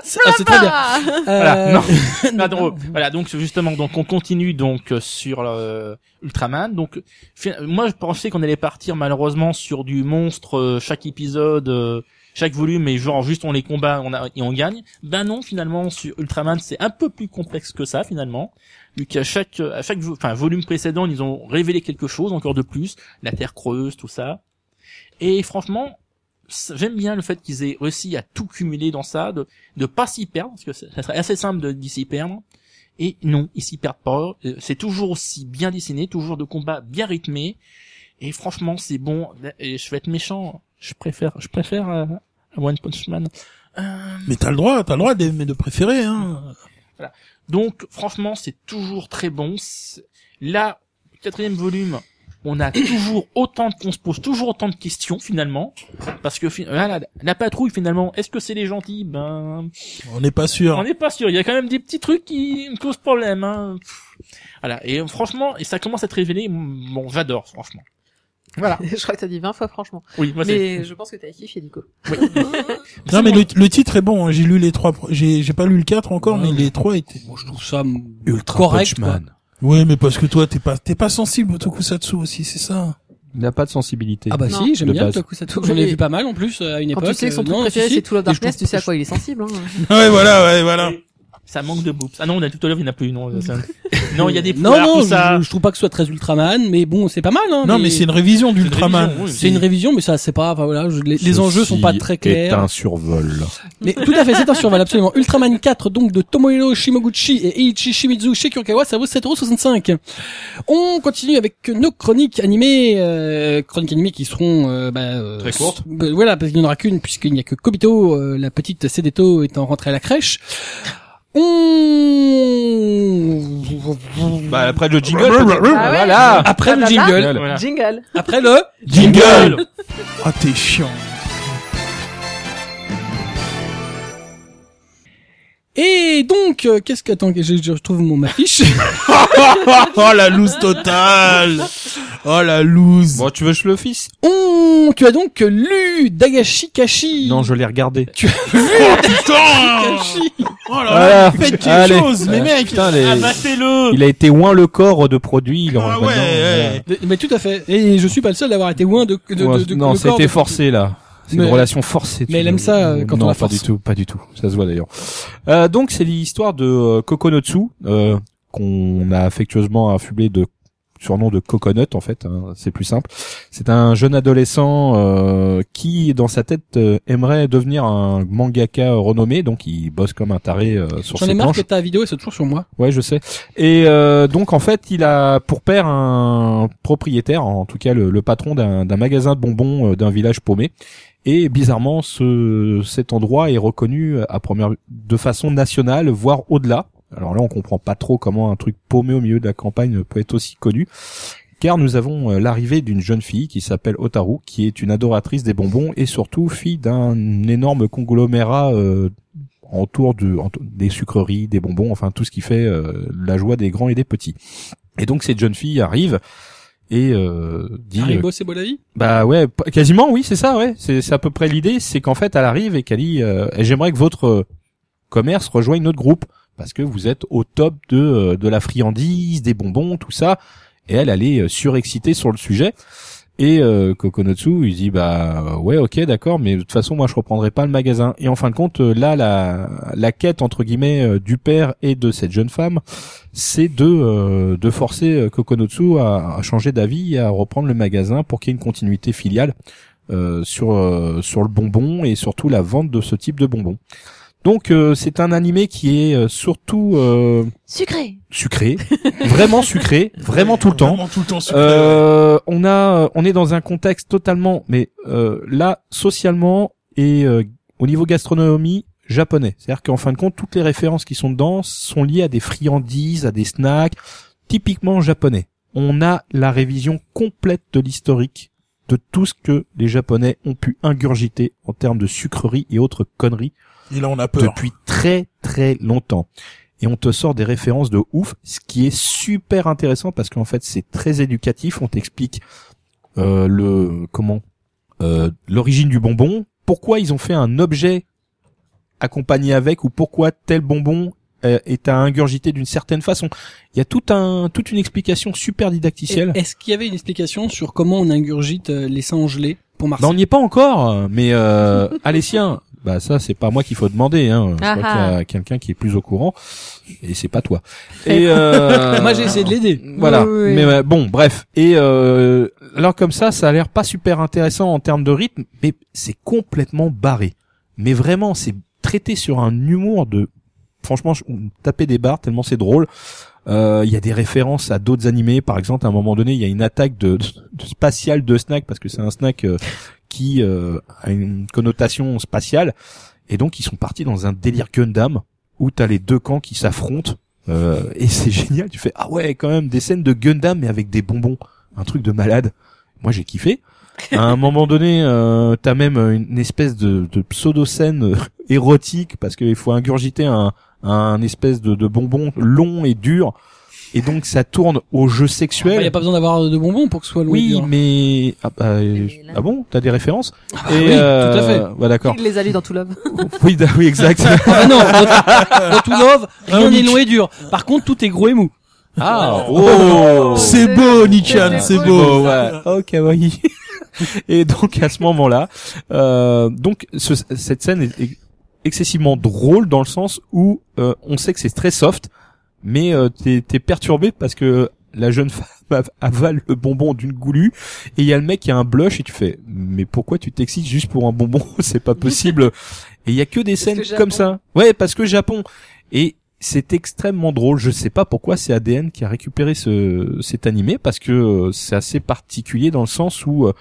Speaker 1: Ah, c'est très bien. Euh,
Speaker 3: Voilà, non.
Speaker 1: non,
Speaker 3: Pas drôle. Voilà, donc justement, donc on continue donc euh, sur euh, Ultraman. Donc fi- moi je pensais qu'on allait partir malheureusement sur du monstre euh, chaque épisode, euh, chaque volume et genre juste on les combat, on a et on gagne. Ben non, finalement sur Ultraman, c'est un peu plus complexe que ça finalement. Vu qu'à chaque euh, à chaque vo- enfin volume précédent, ils ont révélé quelque chose encore de plus, la terre creuse, tout ça. Et franchement, c- j'aime bien le fait qu'ils aient réussi à tout cumuler dans ça, de de pas s'y perdre, parce que ça ça serait assez simple de, d'y s'y perdre. Et non, ils s'y perdent pas. Euh, C'est toujours aussi bien dessiné, toujours de combats bien rythmés. Et franchement, c'est bon. Et je vais être méchant. hein. Je préfère, je préfère euh, One Punch Man. Euh,
Speaker 5: Mais t'as le droit, t'as le droit d'aimer de préférer, hein.
Speaker 3: donc, franchement, c'est toujours très bon. C'est- Là, quatrième volume, on a toujours autant de, on se pose toujours autant de questions finalement, parce que fi- voilà, la, la patrouille finalement, est-ce que c'est les gentils Ben,
Speaker 5: On n'est pas sûr.
Speaker 3: On n'est pas sûr. Il y a quand même des petits trucs qui me causent problème. Hein. Pff. Voilà. Et euh, franchement, et ça commence à être révélé. Mm, Bon, j'adore, franchement. Voilà.
Speaker 2: je crois que t'as dit 20 fois, franchement.
Speaker 3: Oui, moi c'est.
Speaker 2: Mais je pense que t'as kiffé, Nico.
Speaker 5: Non, mais le, le titre est bon. hein. J'ai lu les trois, pro- j'ai, j'ai pas lu le 4 encore,
Speaker 1: Ouais.
Speaker 5: mais les trois étaient.
Speaker 1: Bon, je trouve ça m-
Speaker 6: Ultra
Speaker 1: correct.
Speaker 6: Punchman.
Speaker 1: quoi.
Speaker 5: Ouais, mais parce que toi, t'es pas, t'es pas sensible au tokusatsu aussi, c'est ça.
Speaker 4: Il n'a pas de sensibilité.
Speaker 1: Ah bah
Speaker 2: Non.
Speaker 1: si, j'aime
Speaker 4: De
Speaker 1: bien
Speaker 4: base.
Speaker 1: le Tokusatsu. J'en ai
Speaker 2: Oui.
Speaker 1: vu pas mal en plus euh, à une
Speaker 2: Quand
Speaker 1: époque.
Speaker 2: tu sais que son
Speaker 1: euh,
Speaker 2: truc
Speaker 1: non,
Speaker 2: préféré,
Speaker 1: si, si.
Speaker 2: c'est Tool of
Speaker 1: Et je
Speaker 2: Darkness,
Speaker 1: trouve-
Speaker 2: tu sais à quoi il est sensible. Hein.
Speaker 5: Ouais, voilà, ouais, voilà.
Speaker 3: Ça manque de boobs. Ah non, on a tout à l'heure, il n'y en a plus. Non, ça- non, il y a des
Speaker 1: Non,
Speaker 3: poulards,
Speaker 1: non,
Speaker 3: tout ça.
Speaker 1: je, je trouve pas que ce soit très Ultraman, mais bon, c'est pas mal. Hein,
Speaker 5: Non, mais c'est une révision
Speaker 3: C'est une
Speaker 5: d'Ultraman.
Speaker 3: révision, oui.
Speaker 1: c'est une révision, mais ça, c'est pas. enfin, voilà, je- les, les
Speaker 4: Ceci
Speaker 1: enjeux sont pas très
Speaker 4: Est un
Speaker 1: clairs.
Speaker 4: survol.
Speaker 1: Mais tout à fait, c'est un survol absolument. Ultraman 4, donc de Tomohiro Shimoguchi et Eiichi Shimizu chez Kurokawa, ça vaut 7,65€. On continue avec nos chroniques animées, euh, chroniques animées qui seront euh, bah, euh,
Speaker 3: Très courtes.
Speaker 1: euh, voilà, parce qu'il n'y en aura qu'une puisqu'il n'y a que Kobito, euh, la petite Sedeto étant rentrée à la crèche. On
Speaker 4: Bah après le jingle. peut-être.
Speaker 2: Ah ouais.
Speaker 1: voilà. Après le
Speaker 2: Blablabla.
Speaker 1: jingle.
Speaker 3: Voilà.
Speaker 2: Jingle.
Speaker 1: Après le.
Speaker 3: Jingle
Speaker 5: Ah, t'es chiant.
Speaker 1: Et donc, euh, qu'est-ce que attends, je, je retrouve mon affiche.
Speaker 5: oh la loose totale. Oh la loose.
Speaker 4: Bon, tu veux que je le fils
Speaker 1: On, tu as donc lu Dagashi Kashi.
Speaker 4: Non, je l'ai regardé.
Speaker 5: Putain. Oh là là,
Speaker 4: Voilà.
Speaker 5: faites quelque
Speaker 4: Allez.
Speaker 5: chose, les
Speaker 4: Ouais.
Speaker 5: mecs. bah,
Speaker 4: Putain,
Speaker 3: Ah,
Speaker 4: les-
Speaker 3: bah, Abattez-le
Speaker 4: Il a été loin le corps de produit. il en-
Speaker 5: Ah
Speaker 4: maintenant,
Speaker 5: ouais,
Speaker 4: voilà.
Speaker 5: ouais.
Speaker 1: Mais tout à fait. Et je suis pas le seul d'avoir été loin de. de, de-
Speaker 4: Ouais,
Speaker 1: de-
Speaker 4: non,
Speaker 1: de corps
Speaker 4: c'était
Speaker 1: de-
Speaker 4: forcé là. C'est une
Speaker 1: Mais-
Speaker 4: relation forcée. tu
Speaker 1: mais elle
Speaker 4: vois.
Speaker 1: aime ça, euh, quand on
Speaker 4: non,
Speaker 1: la
Speaker 4: pas
Speaker 1: force.
Speaker 4: du tout, pas du tout. Ça se voit d'ailleurs. Euh, donc c'est l'histoire de euh, Kokonotsu euh, qu'on a affectueusement affublé de surnom de Coconut en fait. hein, c'est plus simple. C'est un jeune adolescent euh, qui, dans sa tête, euh, aimerait devenir un mangaka renommé. Donc il bosse comme un taré euh, sur
Speaker 1: J'en
Speaker 4: ses
Speaker 1: ai marre
Speaker 4: planches.
Speaker 1: que ta vidéo elle soit toujours sur moi.
Speaker 4: Ouais, je sais. Et euh, donc en fait, il a pour père un propriétaire, en tout cas le, le patron d'un d'un magasin de bonbons euh, d'un village paumé. Et bizarrement, ce, cet endroit est reconnu euh, à première de façon nationale, voire au-delà. Alors là, on comprend pas trop comment un truc paumé au milieu de la campagne peut être aussi connu. Car nous avons euh, l'arrivée d'une jeune fille qui s'appelle Otaru, qui est une adoratrice des bonbons et surtout fille d'un énorme conglomérat euh, autour de, en- des sucreries, des bonbons, enfin tout ce qui fait euh, la joie des grands et des petits. Et donc cette jeune fille arrive et euh, dit euh,
Speaker 1: Haribo, c'est beau la vie.
Speaker 4: bah ouais p- quasiment oui c'est ça ouais c'est c'est à peu près l'idée c'est qu'en fait elle arrive et qu'elle dit euh, Eh, j'aimerais que votre euh, commerce rejoigne notre groupe parce que vous êtes au top de euh, de la friandise des bonbons tout ça et elle elle est euh, surexcitée sur le sujet et euh, Kokonotsu il dit bah ouais ok d'accord mais de toute façon moi je reprendrai pas le magasin et en fin de compte euh, là la la quête entre guillemets euh, du père et de cette jeune femme c'est de euh, de forcer euh, Kokonotsu à, à changer d'avis et à reprendre le magasin pour qu'il y ait une continuité filiale euh, sur euh, sur le bonbon et surtout la vente de ce type de bonbon. Donc euh, c'est un animé qui est euh, surtout euh,
Speaker 2: Sucré.
Speaker 4: sucré, vraiment sucré, vraiment tout le temps.
Speaker 5: Vraiment tout le temps. sucré.
Speaker 4: Euh, on a, on est dans un contexte totalement, mais euh, là socialement et euh, au niveau gastronomie japonais. C'est-à-dire qu'en fin de compte, toutes les références qui sont dedans sont liées à des friandises, à des snacks typiquement japonais. On a la révision complète de l'historique de tout ce que les Japonais ont pu ingurgiter en termes de sucreries et autres conneries
Speaker 5: Et là, on a peur.
Speaker 4: depuis très très longtemps. Et on te sort des références de ouf, ce qui est super intéressant parce qu'en fait c'est très éducatif. On t'explique euh, le comment euh, l'origine du bonbon, pourquoi ils ont fait un objet accompagné avec ou pourquoi tel bonbon euh, est à ingurgiter d'une certaine façon. Il y a tout un toute une explication super didacticielle.
Speaker 1: Et Est-ce qu'il y avait une explication sur comment on ingurgite euh, les sangs gelés pour Marseille
Speaker 4: Bah, on n'y est pas encore, mais euh, Alessien, bah ça c'est pas moi qu'il faut demander. Hein. Je crois
Speaker 2: Ah
Speaker 4: qu'il y
Speaker 2: ah.
Speaker 4: a quelqu'un qui est plus au courant, et c'est pas toi. Et euh,
Speaker 1: Moi j'ai essayé de l'aider.
Speaker 4: Voilà.
Speaker 2: Oui, oui, oui.
Speaker 4: Mais euh, bon, bref. Et euh, alors comme ça, ça a l'air pas super intéressant en termes de rythme, mais c'est complètement barré. Mais vraiment, c'est traité sur un humour de, franchement, je- taper des barres tellement c'est drôle. Euh, Il y a des références à d'autres animés, par exemple, à un moment donné, il y a une attaque de, de- spatiale de snack parce que c'est un snack euh, qui euh, a une connotation spatiale, et donc ils sont partis dans un délire Gundam où t'as les deux camps qui s'affrontent euh, et c'est génial. Tu fais ah ouais quand même des scènes de Gundam mais avec des bonbons, un truc de malade. Moi j'ai kiffé. À un moment donné, euh, t'as même une espèce de, de pseudo scène érotique parce qu'il faut ingurgiter un, un espèce de, de bonbon long et dur et donc ça tourne au jeu
Speaker 1: Il
Speaker 4: sexuel.
Speaker 1: n'y Ah bah, a pas besoin d'avoir de bonbons pour que ce soit loin.
Speaker 4: oui, mais ah, bah,
Speaker 2: Mais là-
Speaker 4: ah bon, t'as des références
Speaker 1: bah oui, tout à
Speaker 4: euh, ouais, d'accord.
Speaker 2: Il les a lus dans tout l'homme.
Speaker 4: oui, d- oui, exact.
Speaker 1: Ah bah non, dans, dans tout love,
Speaker 5: Ah,
Speaker 1: rien
Speaker 5: oui,
Speaker 1: n'est
Speaker 5: tu-
Speaker 1: long et dur. Par contre, tout est gros et mou.
Speaker 4: ah, oh.
Speaker 5: C'est beau, Nichan, c'est
Speaker 4: C'est
Speaker 5: beau. Ah,
Speaker 4: beau, ouais. Oh, kawaii. Et donc, à ce moment-là, euh, donc, ce- cette scène est, est- excessivement drôle dans le sens où euh, on sait que c'est très soft, mais euh, t'es t'es perturbé parce que la jeune femme av- avale le bonbon d'une goulue et il y a le mec qui a un blush et tu fais mais pourquoi tu t'excites juste pour un bonbon c'est pas possible et il y a que des scènes
Speaker 2: que
Speaker 4: comme
Speaker 2: Japon.
Speaker 4: ça ouais parce que Japon et c'est extrêmement drôle je sais pas pourquoi c'est ADN qui a récupéré ce cet animé parce que euh, c'est assez particulier dans le sens où euh,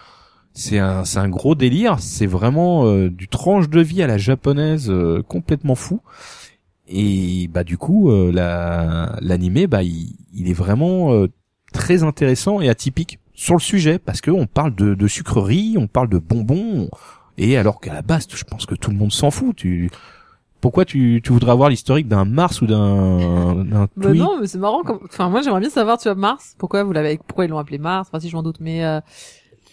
Speaker 4: c'est un c'est un gros délire c'est vraiment euh, du tranche de vie à la japonaise euh, complètement fou et bah du coup euh, la l'animé bah il, il est vraiment euh, très intéressant et atypique sur le sujet parce que on parle de, de sucreries, on parle de bonbons et alors qu'à la base je pense que tout le monde s'en fout. Tu pourquoi tu, tu voudrais avoir l'historique d'un Mars ou d'un d'un
Speaker 2: Bah
Speaker 4: Tweet
Speaker 2: non, mais c'est marrant. Comme... Enfin, moi, j'aimerais bien savoir, tu vois, Mars. Pourquoi vous l'avez, pourquoi ils l'ont appelé Mars Enfin, si je m'en doute, mais euh...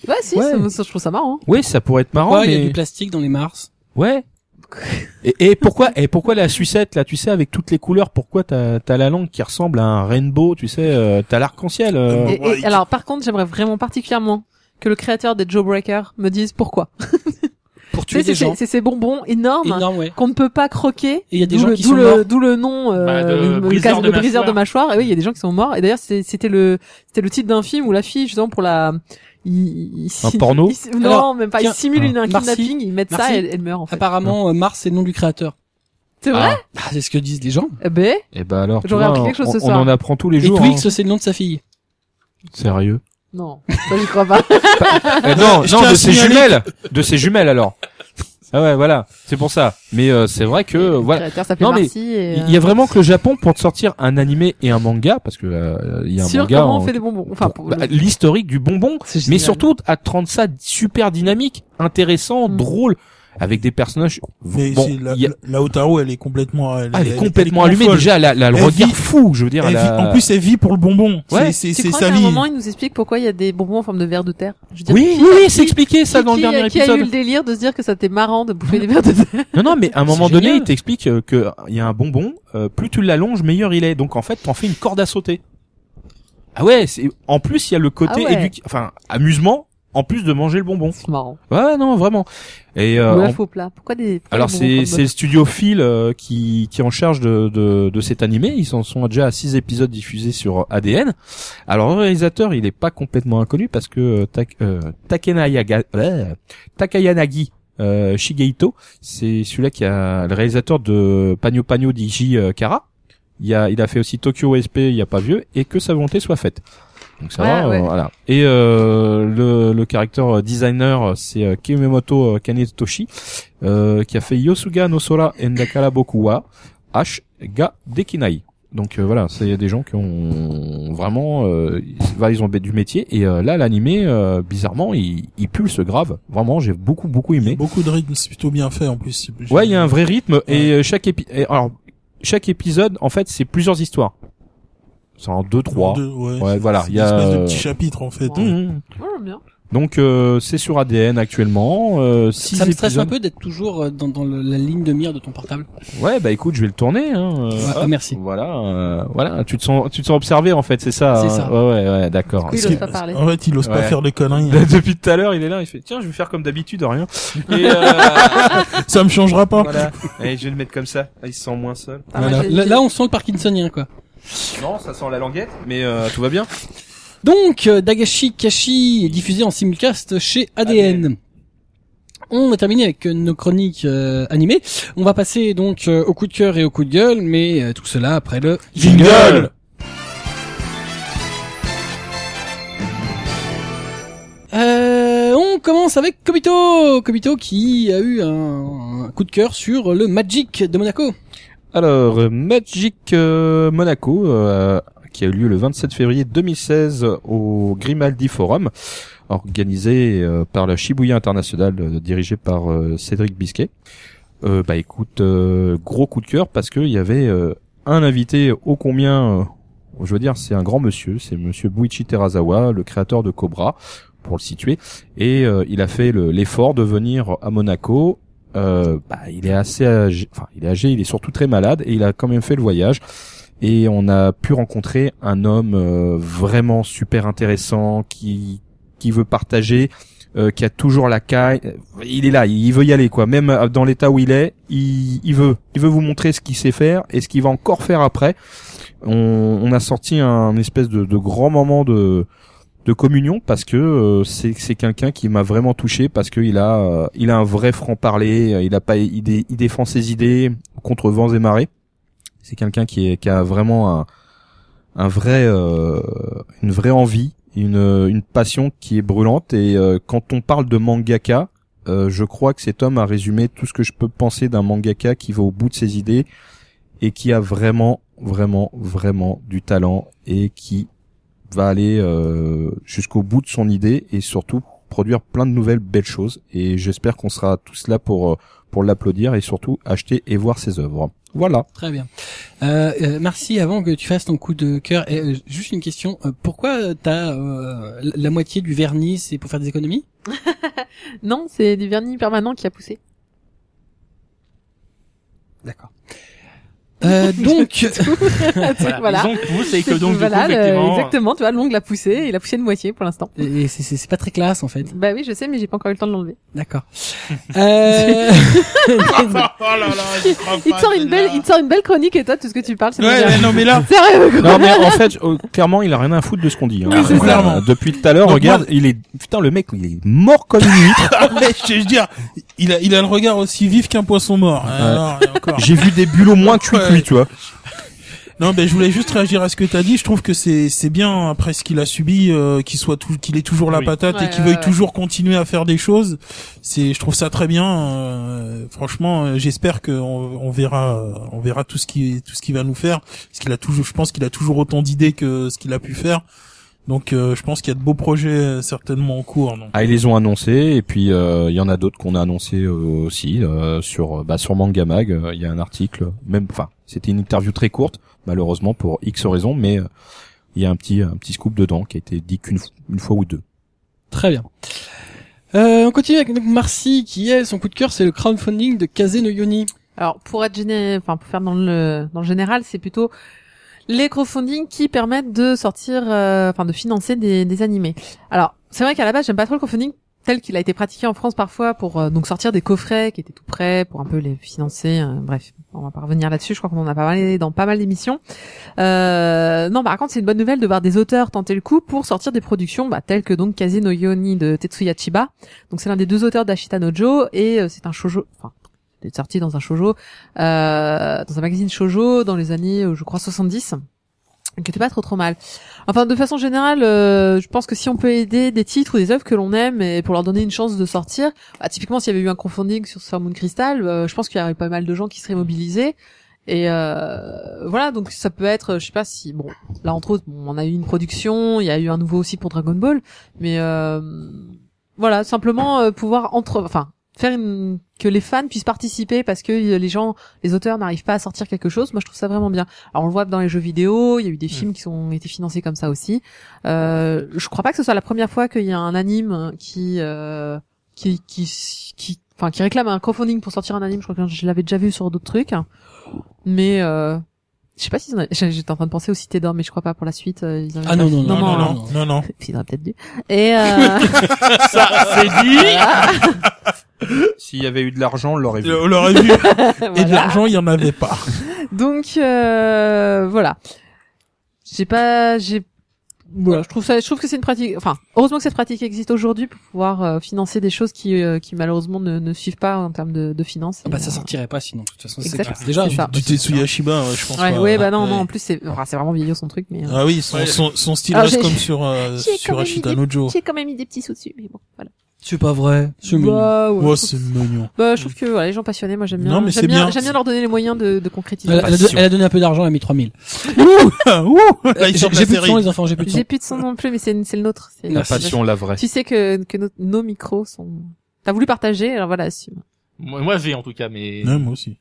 Speaker 2: ouais, si,
Speaker 4: Ouais.
Speaker 2: ça- ça- je trouve ça marrant. hein.
Speaker 4: Oui, ça pourrait être marrant
Speaker 1: Pourquoi il y a
Speaker 4: Ah, mais
Speaker 1: du plastique dans les Mars
Speaker 4: ouais. Et, et pourquoi et pourquoi la sucette là, tu sais avec toutes les couleurs, pourquoi t'as t'as la langue qui ressemble à un rainbow, tu sais, euh, t'as l'arc-en-ciel. euh.
Speaker 5: Euh,
Speaker 2: Et, et-
Speaker 5: ouais, il-
Speaker 2: alors, par contre, j'aimerais vraiment particulièrement que le créateur des Jawbreakers me dise pourquoi.
Speaker 1: Pour
Speaker 2: Tu
Speaker 1: tuer
Speaker 2: sais,
Speaker 1: des
Speaker 2: c'est- hein.
Speaker 1: gens.
Speaker 2: c'est c'est ces bonbons énormes
Speaker 1: Énorme, ouais.
Speaker 2: qu'on ne peut pas croquer.
Speaker 1: Et il y a des
Speaker 2: D'où
Speaker 1: gens
Speaker 2: le-
Speaker 1: qui
Speaker 2: d'où
Speaker 1: sont
Speaker 2: le-
Speaker 1: morts.
Speaker 2: D'où le nom, euh,
Speaker 3: Bah, de
Speaker 2: le, le
Speaker 3: briseur
Speaker 2: cas-
Speaker 3: de
Speaker 2: le briseur de
Speaker 3: mâchoire.
Speaker 2: mâchoire. Et oui, il y a des gens qui sont morts. Et d'ailleurs, c'est- c'était le, c'était le titre d'un film où la fille, justement, pour la, il, il-
Speaker 4: Un
Speaker 2: il-
Speaker 4: porno
Speaker 2: il- Non,
Speaker 1: Alors,
Speaker 2: même pas.
Speaker 1: tiens, Ah.
Speaker 2: il simule une, un
Speaker 1: Marcy.
Speaker 2: kidnapping, ils mettent ça
Speaker 1: Marcy.
Speaker 2: et elle, elle meurt, en fait.
Speaker 1: Apparemment, euh, Mars, c'est le nom du créateur.
Speaker 2: C'est vrai?
Speaker 1: Ah, c'est ce que disent les gens.
Speaker 2: Eh ben,
Speaker 4: Et bah alors, tu
Speaker 2: J'aurais
Speaker 4: vois,
Speaker 2: appris quelque chose
Speaker 4: on,
Speaker 2: ce
Speaker 4: on
Speaker 2: soir.
Speaker 4: en apprend tous les
Speaker 1: Et
Speaker 4: jours.
Speaker 1: Twix, c'est le nom de sa fille.
Speaker 4: hein. Sérieux
Speaker 2: non. Ça, j'y crois pas.
Speaker 4: Eh Non,
Speaker 5: Je
Speaker 4: non,
Speaker 5: tiens
Speaker 4: de
Speaker 5: à
Speaker 4: ses
Speaker 5: signaler
Speaker 4: jumelles, de ses jumelles alors. Ah ouais, voilà, c'est pour ça. Mais euh, c'est vrai que euh,
Speaker 2: Le
Speaker 4: voilà,
Speaker 2: créateur s'appelait
Speaker 4: Non, mais
Speaker 2: Marcy et, euh,
Speaker 4: il y a vraiment que le Japon pour te sortir un animé et un manga parce que euh, il y a un
Speaker 2: sur
Speaker 4: manga
Speaker 2: comment
Speaker 4: en-
Speaker 2: on fait des bonbons. Enfin,
Speaker 4: pour-
Speaker 2: pour
Speaker 4: bah,
Speaker 2: le-
Speaker 4: l'historique du bonbon,
Speaker 2: c'est
Speaker 4: mais
Speaker 2: génial.
Speaker 4: surtout à te rendre ça super dynamique, intéressant,
Speaker 2: Mm.
Speaker 4: drôle avec des personnages
Speaker 5: Mais
Speaker 4: bon,
Speaker 5: c'est la,
Speaker 4: il y a-
Speaker 5: la Otaru, elle est complètement,
Speaker 4: ah, elle est complètement allumée
Speaker 5: folle.
Speaker 4: déjà, la, la, le
Speaker 5: Elle
Speaker 4: regard
Speaker 5: vit-
Speaker 4: fou, je veux dire
Speaker 5: Elle
Speaker 4: la-
Speaker 5: vit- en plus, elle vit pour le bonbon.
Speaker 4: Ouais.
Speaker 5: c'est, c'est,
Speaker 2: Tu
Speaker 5: c'est
Speaker 2: crois
Speaker 5: sa
Speaker 2: qu'à un
Speaker 5: vie.
Speaker 2: moment, il nous explique pourquoi il y a des bonbons en forme de verre de terre? Je veux dire,
Speaker 4: Oui,
Speaker 2: qui-
Speaker 4: oui, oui,
Speaker 2: qui-
Speaker 4: c'est expliqué ça
Speaker 2: qui-
Speaker 4: dans le
Speaker 2: qui-
Speaker 4: dernier
Speaker 2: Qui a eu
Speaker 4: épisode.
Speaker 2: le délire de se dire que ça t'est marrant de bouffer des verres de terre?
Speaker 4: Non, non, mais à un moment
Speaker 1: C'est
Speaker 4: donné,
Speaker 1: génial.
Speaker 4: il t'explique euh, que il y a un bonbon, euh, plus tu l'allonges, meilleur il est. Donc en fait, t'en fais une corde à sauter. Ah ouais, c'est en plus il y a le côté
Speaker 2: Ah ouais.
Speaker 4: éduc- enfin amusement en plus de manger le bonbon.
Speaker 2: C'est marrant.
Speaker 4: Ouais, non, vraiment. Et euh,
Speaker 2: Ou un
Speaker 4: en-
Speaker 2: faux plat. Pourquoi des pourquoi
Speaker 4: alors
Speaker 2: des
Speaker 4: c'est
Speaker 2: bonbons
Speaker 4: c'est le studio Phil euh, qui qui est en charge de, de de cet animé, ils en sont déjà à six épisodes diffusés sur ADN. Alors le réalisateur, il est pas complètement inconnu parce que euh, Tak- euh, Takenayaga- euh, Takayanagi euh, Shigeito, c'est celui-là qui a le réalisateur de Pagno Pagno Digi euh, Kara. Il a il a fait aussi Tokyo SP, il y a pas vieux et que sa volonté soit faite. Donc ça va,
Speaker 2: Ouais,
Speaker 4: euh,
Speaker 2: ouais.
Speaker 4: voilà. Et euh, le, le caractère euh, designer, c'est euh, Kimemoto euh, Kanetoshi, euh, qui a fait Yosuga no Sora Endakara Boku wa H Ga Dekinai. Donc euh, voilà, c'est des gens qui ont vraiment, euh, ils, voilà, ils ont du métier. Et euh, là, l'animé, euh, bizarrement, il, il pulse grave. Vraiment, j'ai beaucoup beaucoup
Speaker 5: Il y a
Speaker 4: aimé.
Speaker 5: Beaucoup de rythme, c'est plutôt bien fait, en plus.
Speaker 4: Ouais, il y a un vrai rythme et euh, chaque épi et alors chaque épisode, en fait, c'est plusieurs histoires. C'est en deux trois.
Speaker 5: Deux, ouais.
Speaker 4: Ouais, voilà,
Speaker 5: C'est
Speaker 4: il
Speaker 5: une
Speaker 4: y a.
Speaker 5: espèce de petit chapitre, en fait.
Speaker 2: Ouais.
Speaker 4: Mhm.
Speaker 2: Oh, j'aime bien.
Speaker 4: Donc euh, c'est sur ADN actuellement. Euh, six
Speaker 1: Ça me stresse un
Speaker 4: épisodes.
Speaker 1: peu d'être toujours euh, dans, dans le- la ligne de mire de ton portable.
Speaker 4: Ouais, bah écoute, je vais le tourner. Hein. euh,
Speaker 1: Ah,
Speaker 4: hop,
Speaker 1: merci.
Speaker 4: Voilà, euh, voilà. Tu te sens, tu te sens observé en fait, c'est ça.
Speaker 1: C'est
Speaker 4: hein.
Speaker 1: ça.
Speaker 4: Ouais, ouais, ouais, d'accord.
Speaker 2: Oui, il
Speaker 5: Parce
Speaker 2: ose
Speaker 5: que-
Speaker 2: pas parler.
Speaker 5: En fait, il ose pas
Speaker 4: Ouais.
Speaker 5: faire de conneries. hein.
Speaker 4: Depuis tout à l'heure, il est là, il fait tiens, je vais faire comme d'habitude, rien. Et euh,
Speaker 5: Ça me changera pas.
Speaker 4: voilà. Et je vais le mettre comme ça. Il se sent moins seul.
Speaker 2: Ah, moi,
Speaker 5: Voilà.
Speaker 2: j'ai-
Speaker 1: Là, là, on sent le Parkinsonien, quoi.
Speaker 4: Non, ça sent la languette, mais euh, tout va bien.
Speaker 1: Donc, euh, Dagashi Kashi est diffusé en simulcast chez ADN. On a terminé avec euh, nos chroniques euh, animées. On va passer donc euh, au coup de cœur et au coup de gueule, mais euh, tout cela après le
Speaker 4: Jingle.
Speaker 1: Euh, on commence avec Kobito, Kobito qui a eu un, un coup de cœur sur le Magic de Monaco.
Speaker 4: Alors, euh, Magic euh, Monaco, euh, qui a eu lieu le 27 février 2016 au Grimaldi Forum, organisé euh, par la Shibuya International, dirigée dirigé par euh, Cédric Bisquet. Euh, bah écoute, euh, gros coup de cœur parce qu'il y avait euh, un invité ô combien, euh, je veux dire, c'est un grand monsieur, c'est Monsieur Buichi Terazawa, le créateur de Cobra, pour le situer, et euh, il a fait le- l'effort de venir à Monaco euh, bah, il est assez âgé, enfin il est âgé, il est surtout très malade et il a quand même fait le voyage. Et on a pu rencontrer un homme euh, vraiment super intéressant qui qui veut partager, euh, qui a toujours la caille. Il est là, il veut y aller quoi. Même euh, dans l'état où il est, il, il veut, il veut vous montrer ce qu'il sait faire et ce qu'il va encore faire après. On, on a sorti un espèce de, de grand moment de de communion parce que euh, c'est c'est quelqu'un qui m'a vraiment touché parce que il a euh, il a un vrai franc parler, euh, il a pas il, dé- il défend ses idées contre vents et marées. C'est quelqu'un qui est qui a vraiment un un vrai euh, une vraie envie, une euh, une passion qui est brûlante et euh, quand on parle de mangaka, euh, je crois que cet homme a résumé tout ce que je peux penser d'un mangaka qui va au bout de ses idées et qui a vraiment vraiment vraiment du talent et qui va aller euh, jusqu'au bout de son idée et surtout produire plein de nouvelles belles choses et j'espère qu'on sera tous là pour euh, pour l'applaudir et surtout acheter et voir ses œuvres. Voilà.
Speaker 1: Très bien. Euh, euh, Marcy, avant que tu fasses ton coup de cœur, euh, euh, juste une question. Euh, pourquoi euh, t'as euh, la- la moitié du vernis, c'est pour faire des économies
Speaker 2: Non, c'est du vernis permanent qui a poussé.
Speaker 1: D'accord. Euh, donc,
Speaker 2: Donc,
Speaker 3: Voilà.
Speaker 2: voilà.
Speaker 3: Ils ont le pouce et que donc, du
Speaker 2: Voilà,
Speaker 3: coup,
Speaker 2: le-
Speaker 3: effectivement,
Speaker 2: exactement, tu vois, l'ongle a poussé, il a poussé de moitié pour l'instant.
Speaker 1: et c'est- c'est c'est pas très classe en fait.
Speaker 2: Bah oui, je sais, mais j'ai pas encore eu le temps de l'enlever.
Speaker 1: D'accord. Euh...
Speaker 2: Il te sort une belle, il te sort une belle chronique et toi, tout ce que tu parles, c'est
Speaker 5: Ouais,
Speaker 2: pas
Speaker 5: ouais,
Speaker 2: bien.
Speaker 5: non mais là,
Speaker 2: Sérieux, quoi.
Speaker 4: Non mais en fait, euh, clairement, il a rien à foutre de ce qu'on dit. hein.
Speaker 5: Oui, c'est
Speaker 4: Voilà.
Speaker 5: ça.
Speaker 4: Depuis tout à l'heure,
Speaker 5: Donc,
Speaker 4: regarde,
Speaker 5: moi-
Speaker 4: il est putain le mec, il est mort comme une huître.
Speaker 5: ouais, je veux dire, il a, il a le regard aussi vif qu'un poisson mort. Alors, et encore.
Speaker 4: J'ai vu des bulles au moins cuit
Speaker 5: Ouais.
Speaker 4: cuit, tu vois.
Speaker 5: Non, ben je voulais juste réagir à ce que t'as dit. Je trouve que c'est c'est bien après ce qu'il a subi, euh, qu'il soit tout, qu'il ait toujours la
Speaker 3: Oui.
Speaker 5: patate et
Speaker 2: Ouais,
Speaker 5: qu'il
Speaker 2: ouais,
Speaker 5: veuille
Speaker 2: ouais.
Speaker 5: toujours continuer à faire des choses. C'est, je trouve ça très bien. euh, franchement, euh, j'espère que on, on verra, euh, on verra tout ce qui tout ce qu'il va nous faire, parce qu'il a toujours, je pense qu'il a toujours autant d'idées que ce qu'il a pu faire. Donc, euh, je pense qu'il y a de beaux projets euh, certainement en cours. donc.
Speaker 4: Ah, ils les ont annoncés et puis euh, il y en a d'autres qu'on a annoncés euh, aussi euh, sur euh, bah, sur Mangamag. euh, Il y a un article, même enfin c'était une interview très courte malheureusement pour X raisons, mais euh, il y a un petit un petit scoop dedans qui a été dit qu'une f- une fois ou deux.
Speaker 1: Très bien. Euh, on continue avec donc, Marcy qui elle son coup de cœur c'est le crowdfunding de Kaze no Yoni.
Speaker 2: Alors pour être géné... enfin pour faire dans le dans le général, c'est plutôt les crowdfunding qui permettent de sortir, euh, enfin de financer des, des animés. Alors c'est vrai qu'à la base j'aime pas trop le crowdfunding tel qu'il a été pratiqué en France parfois pour euh, donc sortir des coffrets qui étaient tout prêts pour un peu les financer. euh, bref, on va pas revenir là-dessus. Je crois qu'on en a pas parlé dans pas mal d'émissions. Euh, non, par contre c'est une bonne nouvelle de voir des auteurs tenter le coup pour sortir des productions bah, telles que donc Casino Yoni de Tetsuya Chiba. Donc c'est l'un des deux auteurs d'Ashita Nojo et euh, c'est un shoujo. Enfin, c'est sorti dans un shoujo euh, dans un magazine shoujo dans les années, euh, je crois, 70 qui était pas trop trop mal. Enfin, de façon générale, euh, je pense que si on peut aider des titres ou des œuvres que l'on aime et pour leur donner une chance de sortir, bah, typiquement s'il y avait eu un crowdfunding sur Sir Moon Crystal, euh, je pense qu'il y aurait pas mal de gens qui seraient mobilisés. Et euh, voilà, donc ça peut être, je sais pas si, bon, là entre autres, bon, on a eu une production, il y a eu un nouveau aussi pour Dragon Ball, mais euh, voilà, simplement euh, pouvoir entre, enfin, faire une, que les fans puissent participer parce que euh, les gens les auteurs n'arrivent pas à sortir quelque chose, moi je trouve ça vraiment bien. Alors on le voit dans les jeux vidéo, il y a eu
Speaker 1: Mm.
Speaker 2: des films qui ont été financés comme ça aussi. Euh, je crois pas que ce soit la première fois qu'il y a un anime qui euh, qui qui qui enfin qui réclame un crowdfunding pour sortir un anime. Je crois que je l'avais déjà vu sur d'autres trucs, mais euh, je sais pas si j'étais en train de penser aux cités d'or, mais je crois pas pour la suite. euh, ils en avaient
Speaker 1: Ah
Speaker 2: pas
Speaker 1: non,
Speaker 2: fait.
Speaker 1: non,
Speaker 5: non, non, non, non, non.
Speaker 2: Ils auraient peut-être dû. Et euh,
Speaker 3: ça, ah, c'est dit.
Speaker 4: S'il y avait eu de l'argent, on l'aurait vu.
Speaker 5: On l'aurait vu. Et de
Speaker 2: voilà.
Speaker 5: l'argent, il y en avait pas.
Speaker 2: Donc euh, voilà. J'ai pas j'ai voilà, je trouve ça je trouve que c'est une pratique enfin heureusement que cette pratique existe aujourd'hui pour pouvoir euh, financer des choses qui euh, qui malheureusement ne, ne suivent pas en termes de, de finances.
Speaker 1: Ah bah ça
Speaker 2: Et, euh,
Speaker 1: sortirait pas sinon de toute façon c'est
Speaker 2: Exact,
Speaker 1: clair. Déjà
Speaker 2: c'est ça.
Speaker 5: Du Tetsuya Shiba, ouais, je pense.
Speaker 2: Ouais,
Speaker 5: pas.
Speaker 2: ouais, bah non, non,
Speaker 5: Ouais.
Speaker 2: en plus c'est enfin, c'est vraiment vieillot son truc mais euh,
Speaker 5: Ah oui, son, son, son style
Speaker 2: Alors,
Speaker 5: reste
Speaker 2: j'ai-
Speaker 5: comme sur, euh,
Speaker 2: J'ai
Speaker 5: sur
Speaker 2: quand même
Speaker 5: Ashita
Speaker 2: mis
Speaker 5: Nojo.
Speaker 2: j'ai quand même mis des petits sous dessus mais bon, voilà.
Speaker 1: C'est pas vrai. C'est mignon.
Speaker 2: Bah, ouais,
Speaker 5: Oh,
Speaker 2: je trouve-
Speaker 5: c'est mignon.
Speaker 2: bah, je trouve que voilà, les gens passionnés, moi j'aime bien
Speaker 5: Non, mais
Speaker 2: j'aime
Speaker 5: c'est
Speaker 2: bien,
Speaker 5: bien.
Speaker 2: j'aime bien leur donner les moyens de, de concrétiser.
Speaker 1: Elle, elle a,
Speaker 5: passion.
Speaker 1: elle a donné un peu d'argent, elle a mis 3000.
Speaker 5: Ouh, là, il
Speaker 1: J'ai
Speaker 5: sort de
Speaker 1: j'ai
Speaker 5: la
Speaker 1: plus de
Speaker 5: série.
Speaker 1: son les enfants, j'ai plus de son.
Speaker 2: J'ai plus de son non plus mais c'est c'est le nôtre, c'est
Speaker 4: La
Speaker 2: c'est-
Speaker 4: passion, la vraie.
Speaker 2: Tu sais que, que nos, nos micros sont. T'as voulu partager, alors voilà, assume.
Speaker 3: Moi, moi, j'ai en tout cas, mais
Speaker 5: Ouais, moi aussi.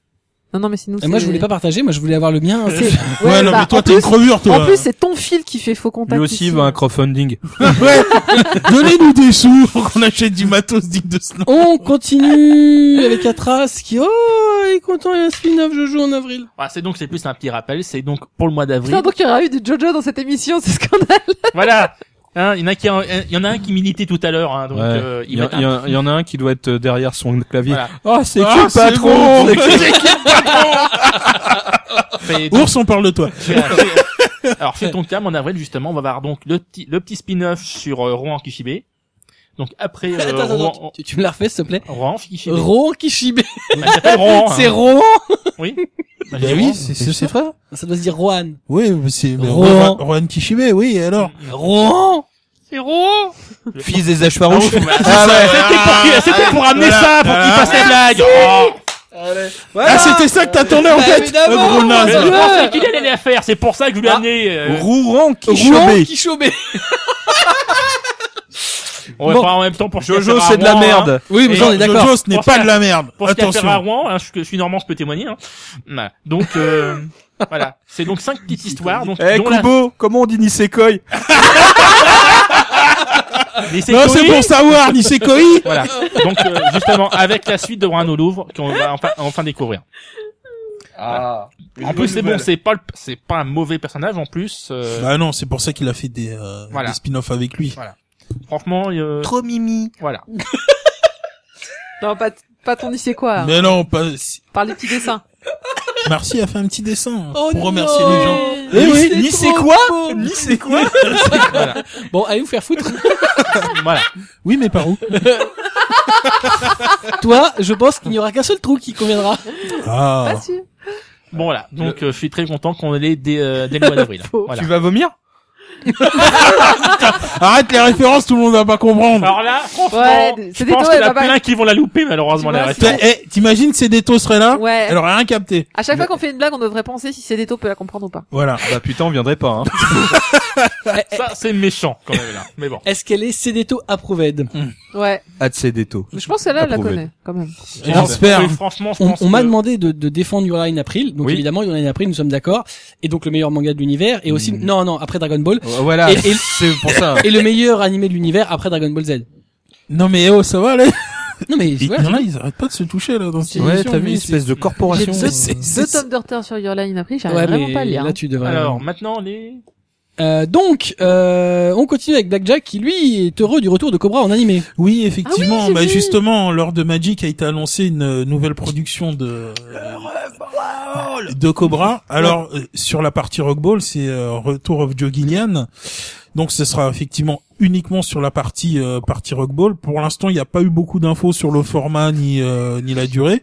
Speaker 2: Non, non, mais c'est nous.
Speaker 1: Et moi
Speaker 2: c'est-
Speaker 1: je voulais pas partager, moi je voulais avoir le mien.
Speaker 2: C'est-
Speaker 5: Ouais,
Speaker 2: Ouais,
Speaker 5: non,
Speaker 2: bah,
Speaker 5: mais toi,
Speaker 2: en
Speaker 5: t'es une
Speaker 2: plus,
Speaker 5: crevure, toi.
Speaker 2: en plus, c'est ton fil qui fait faux contact.
Speaker 4: Lui aussi
Speaker 2: ici.
Speaker 4: veut un crowdfunding.
Speaker 5: Donnez-nous des sous pour qu'on achète du matos digne de ce nom.
Speaker 1: On continue avec Atras qui oh il est content il y a un spin-off je joue en avril.
Speaker 3: Voilà, Ah, c'est donc c'est plus un petit rappel. C'est donc pour le mois d'avril.
Speaker 2: Putain, donc il y aura eu du Jojo dans cette émission, c'est scandale.
Speaker 3: voilà. Hein, il y en a qui, il y en a un qui militait tout à l'heure, hein, donc
Speaker 4: Ouais.
Speaker 3: euh,
Speaker 4: Il
Speaker 3: il
Speaker 4: y,
Speaker 3: va
Speaker 4: a-
Speaker 3: être
Speaker 4: il y a- il y en a un qui doit être euh, derrière son clavier.
Speaker 3: Voilà.
Speaker 4: Oh, c'est
Speaker 5: Ah,
Speaker 4: qui le
Speaker 5: c'est
Speaker 4: patron
Speaker 5: bon.
Speaker 4: C'est qui
Speaker 3: Fais-
Speaker 5: Ours, on parle de toi.
Speaker 3: fais- fais- Alors, fais ton cam en avril, justement, on va voir donc le petit, le petit spin-off sur euh, Rouen Kishibe. Donc après euh,
Speaker 1: Attends, attends,
Speaker 3: Rouen,
Speaker 1: attends, tu, tu me la refais, s'il te plaît
Speaker 3: Rouen Kishibe.
Speaker 1: Rohan Kishibe.
Speaker 3: Elle s'appelle hein. Rouen.
Speaker 1: C'est Rohan
Speaker 3: Rouen.
Speaker 5: Bah oui, c'est c'est ça.
Speaker 1: frère Ça doit se dire Rohan.
Speaker 5: Oui, mais c'est mais
Speaker 1: Rohan.
Speaker 5: Rohan Rohan Kishibe, oui, et alors
Speaker 1: Rohan
Speaker 3: C'est Rouen.
Speaker 4: Fils des Ashfarouches.
Speaker 3: Ah ouais. C'était pour, c'était pour amener ça, pour qu'il fasse la blague. Oh.
Speaker 5: Ah, c'était ça que t'attendais en
Speaker 1: Bah,
Speaker 5: fait
Speaker 1: évidemment.
Speaker 5: euh, gros naze.
Speaker 3: Mais
Speaker 1: c'est
Speaker 3: je
Speaker 1: vrai.
Speaker 3: pensais qu'il allait la faire, c'est pour ça que je lui ai
Speaker 1: Ah.
Speaker 3: amené. euh,
Speaker 4: Rouran
Speaker 1: Rohan
Speaker 4: Kishobé.
Speaker 1: Kishobe.
Speaker 3: on va
Speaker 1: Bon.
Speaker 3: faire en même temps pour
Speaker 4: Jojo,
Speaker 3: Chiaffer à
Speaker 4: c'est de la
Speaker 3: Rouen, hein.
Speaker 4: merde.
Speaker 1: Oui, mais
Speaker 3: Et
Speaker 1: ça, on est d'accord.
Speaker 5: Jojo, ce n'est
Speaker 3: Pour
Speaker 5: pas
Speaker 3: faire-
Speaker 5: de la merde.
Speaker 3: pour ce qu'il y a à faire à
Speaker 5: Attention.
Speaker 3: Rouen, hein, je, je suis normand, je peux témoigner. Hein. Voilà. Donc euh, voilà, c'est donc cinq petites histoires. Donc
Speaker 4: Eh,
Speaker 3: dont la-
Speaker 4: Kubo, comment on dit Nisekoi
Speaker 3: les séquoies.
Speaker 5: Non, c'est pour savoir, Nisekoi.
Speaker 3: Voilà. Donc euh, justement avec la suite de Rouen au Louvre qu'on va enfin, enfin découvrir.
Speaker 4: Ah.
Speaker 3: En plus c'est bon, c'est pas le- c'est pas un mauvais personnage en plus. euh,
Speaker 5: Bah non, c'est pour ça qu'il a fait des, euh,
Speaker 3: Voilà.
Speaker 5: des spin-offs avec lui.
Speaker 3: franchement, euh,
Speaker 4: Trop mimi.
Speaker 3: voilà.
Speaker 2: Non, pas, pas ton lycée quoi.
Speaker 5: Mais non, pas... si-
Speaker 2: Par les petits dessins.
Speaker 5: Marcy a fait un petit dessin
Speaker 1: Oh
Speaker 5: pour remercier
Speaker 1: non.
Speaker 5: les gens.
Speaker 1: Eh
Speaker 4: Eh
Speaker 1: oui,
Speaker 4: oui, ni c'est
Speaker 1: trop
Speaker 4: quoi,
Speaker 1: beau.
Speaker 4: ni c'est quoi.
Speaker 1: Bon, allez vous faire foutre.
Speaker 3: voilà.
Speaker 5: Oui, mais par où
Speaker 1: Toi, je pense qu'il n'y aura qu'un seul trou qui conviendra.
Speaker 5: Ah,
Speaker 2: Pas sûr.
Speaker 3: Bon voilà. Donc euh, je suis très content qu'on ait dès, euh, dès le mois d'avril. Voilà.
Speaker 4: Tu vas vomir
Speaker 5: Arrête les références, tout le monde va pas comprendre.
Speaker 3: Alors là, franchement,
Speaker 2: Ouais,
Speaker 3: je
Speaker 2: c'est des
Speaker 3: pense
Speaker 2: doigts,
Speaker 3: qu'il y en a
Speaker 2: papa.
Speaker 3: plein qui vont la louper malheureusement
Speaker 2: Tu
Speaker 3: la
Speaker 2: vois,
Speaker 3: référence.
Speaker 5: Putain, eh, t'imagines si Deto serait là
Speaker 2: Ouais.
Speaker 5: Elle aurait rien capté.
Speaker 2: À chaque fois qu'on fait une blague, on devrait penser si c'est des taux peut la comprendre ou pas.
Speaker 5: Voilà.
Speaker 4: Bah putain, on viendrait pas. Hein.
Speaker 3: Ça c'est méchant quand même là. Mais bon.
Speaker 1: Est-ce qu'elle est Cédéto approved
Speaker 2: Ouais.
Speaker 4: Adsedeto.
Speaker 2: Mais je pense que celle-là, elle la
Speaker 4: Approuvé.
Speaker 2: connaît, quand même.
Speaker 5: J'espère.
Speaker 3: Oui, franchement, je
Speaker 1: On,
Speaker 3: pense
Speaker 1: on m'a
Speaker 3: que-
Speaker 1: demandé de, de défendre Yura in April, donc
Speaker 4: Oui.
Speaker 1: évidemment Yura in April, nous sommes d'accord. Et donc le meilleur manga de l'univers, et aussi
Speaker 4: Mm.
Speaker 1: non non après Dragon Ball,
Speaker 4: Euh, Voilà,
Speaker 1: Et- et-
Speaker 4: c'est pour ça.
Speaker 1: et le meilleur animé de l'univers après Dragon Ball Z.
Speaker 5: Non mais eh oh, ça va là.
Speaker 1: Non mais
Speaker 5: Il y
Speaker 1: voilà,
Speaker 5: en a, ils arrêtent pas de se toucher là dans cette
Speaker 4: Ouais,
Speaker 5: émission,
Speaker 4: t'as vu,
Speaker 5: mais c'est-
Speaker 4: espèce de
Speaker 2: J'ai
Speaker 4: corporation.
Speaker 2: deux,
Speaker 5: c'est-
Speaker 2: deux
Speaker 5: c'est-
Speaker 2: tomes de retard sur Your Line après, j'arrive
Speaker 1: ouais,
Speaker 2: vraiment
Speaker 1: mais
Speaker 2: pas à le lire. hein.
Speaker 1: là tu devrais.
Speaker 3: Alors maintenant les.
Speaker 1: Euh, donc euh, on continue avec Blackjack qui lui est heureux du retour de Cobra en animé.
Speaker 5: Oui, effectivement.
Speaker 2: Ah oui, j'ai
Speaker 5: bah
Speaker 2: vu.
Speaker 5: justement, lors de Magic a été annoncée une euh, nouvelle production de de Cobra. Alors euh, sur la partie Rockball, c'est euh, Retour of Joe Gillian. Donc ce sera effectivement uniquement sur la partie euh, partie Rockball. Pour l'instant, il n'y a pas eu beaucoup d'infos sur le format ni euh, ni la durée.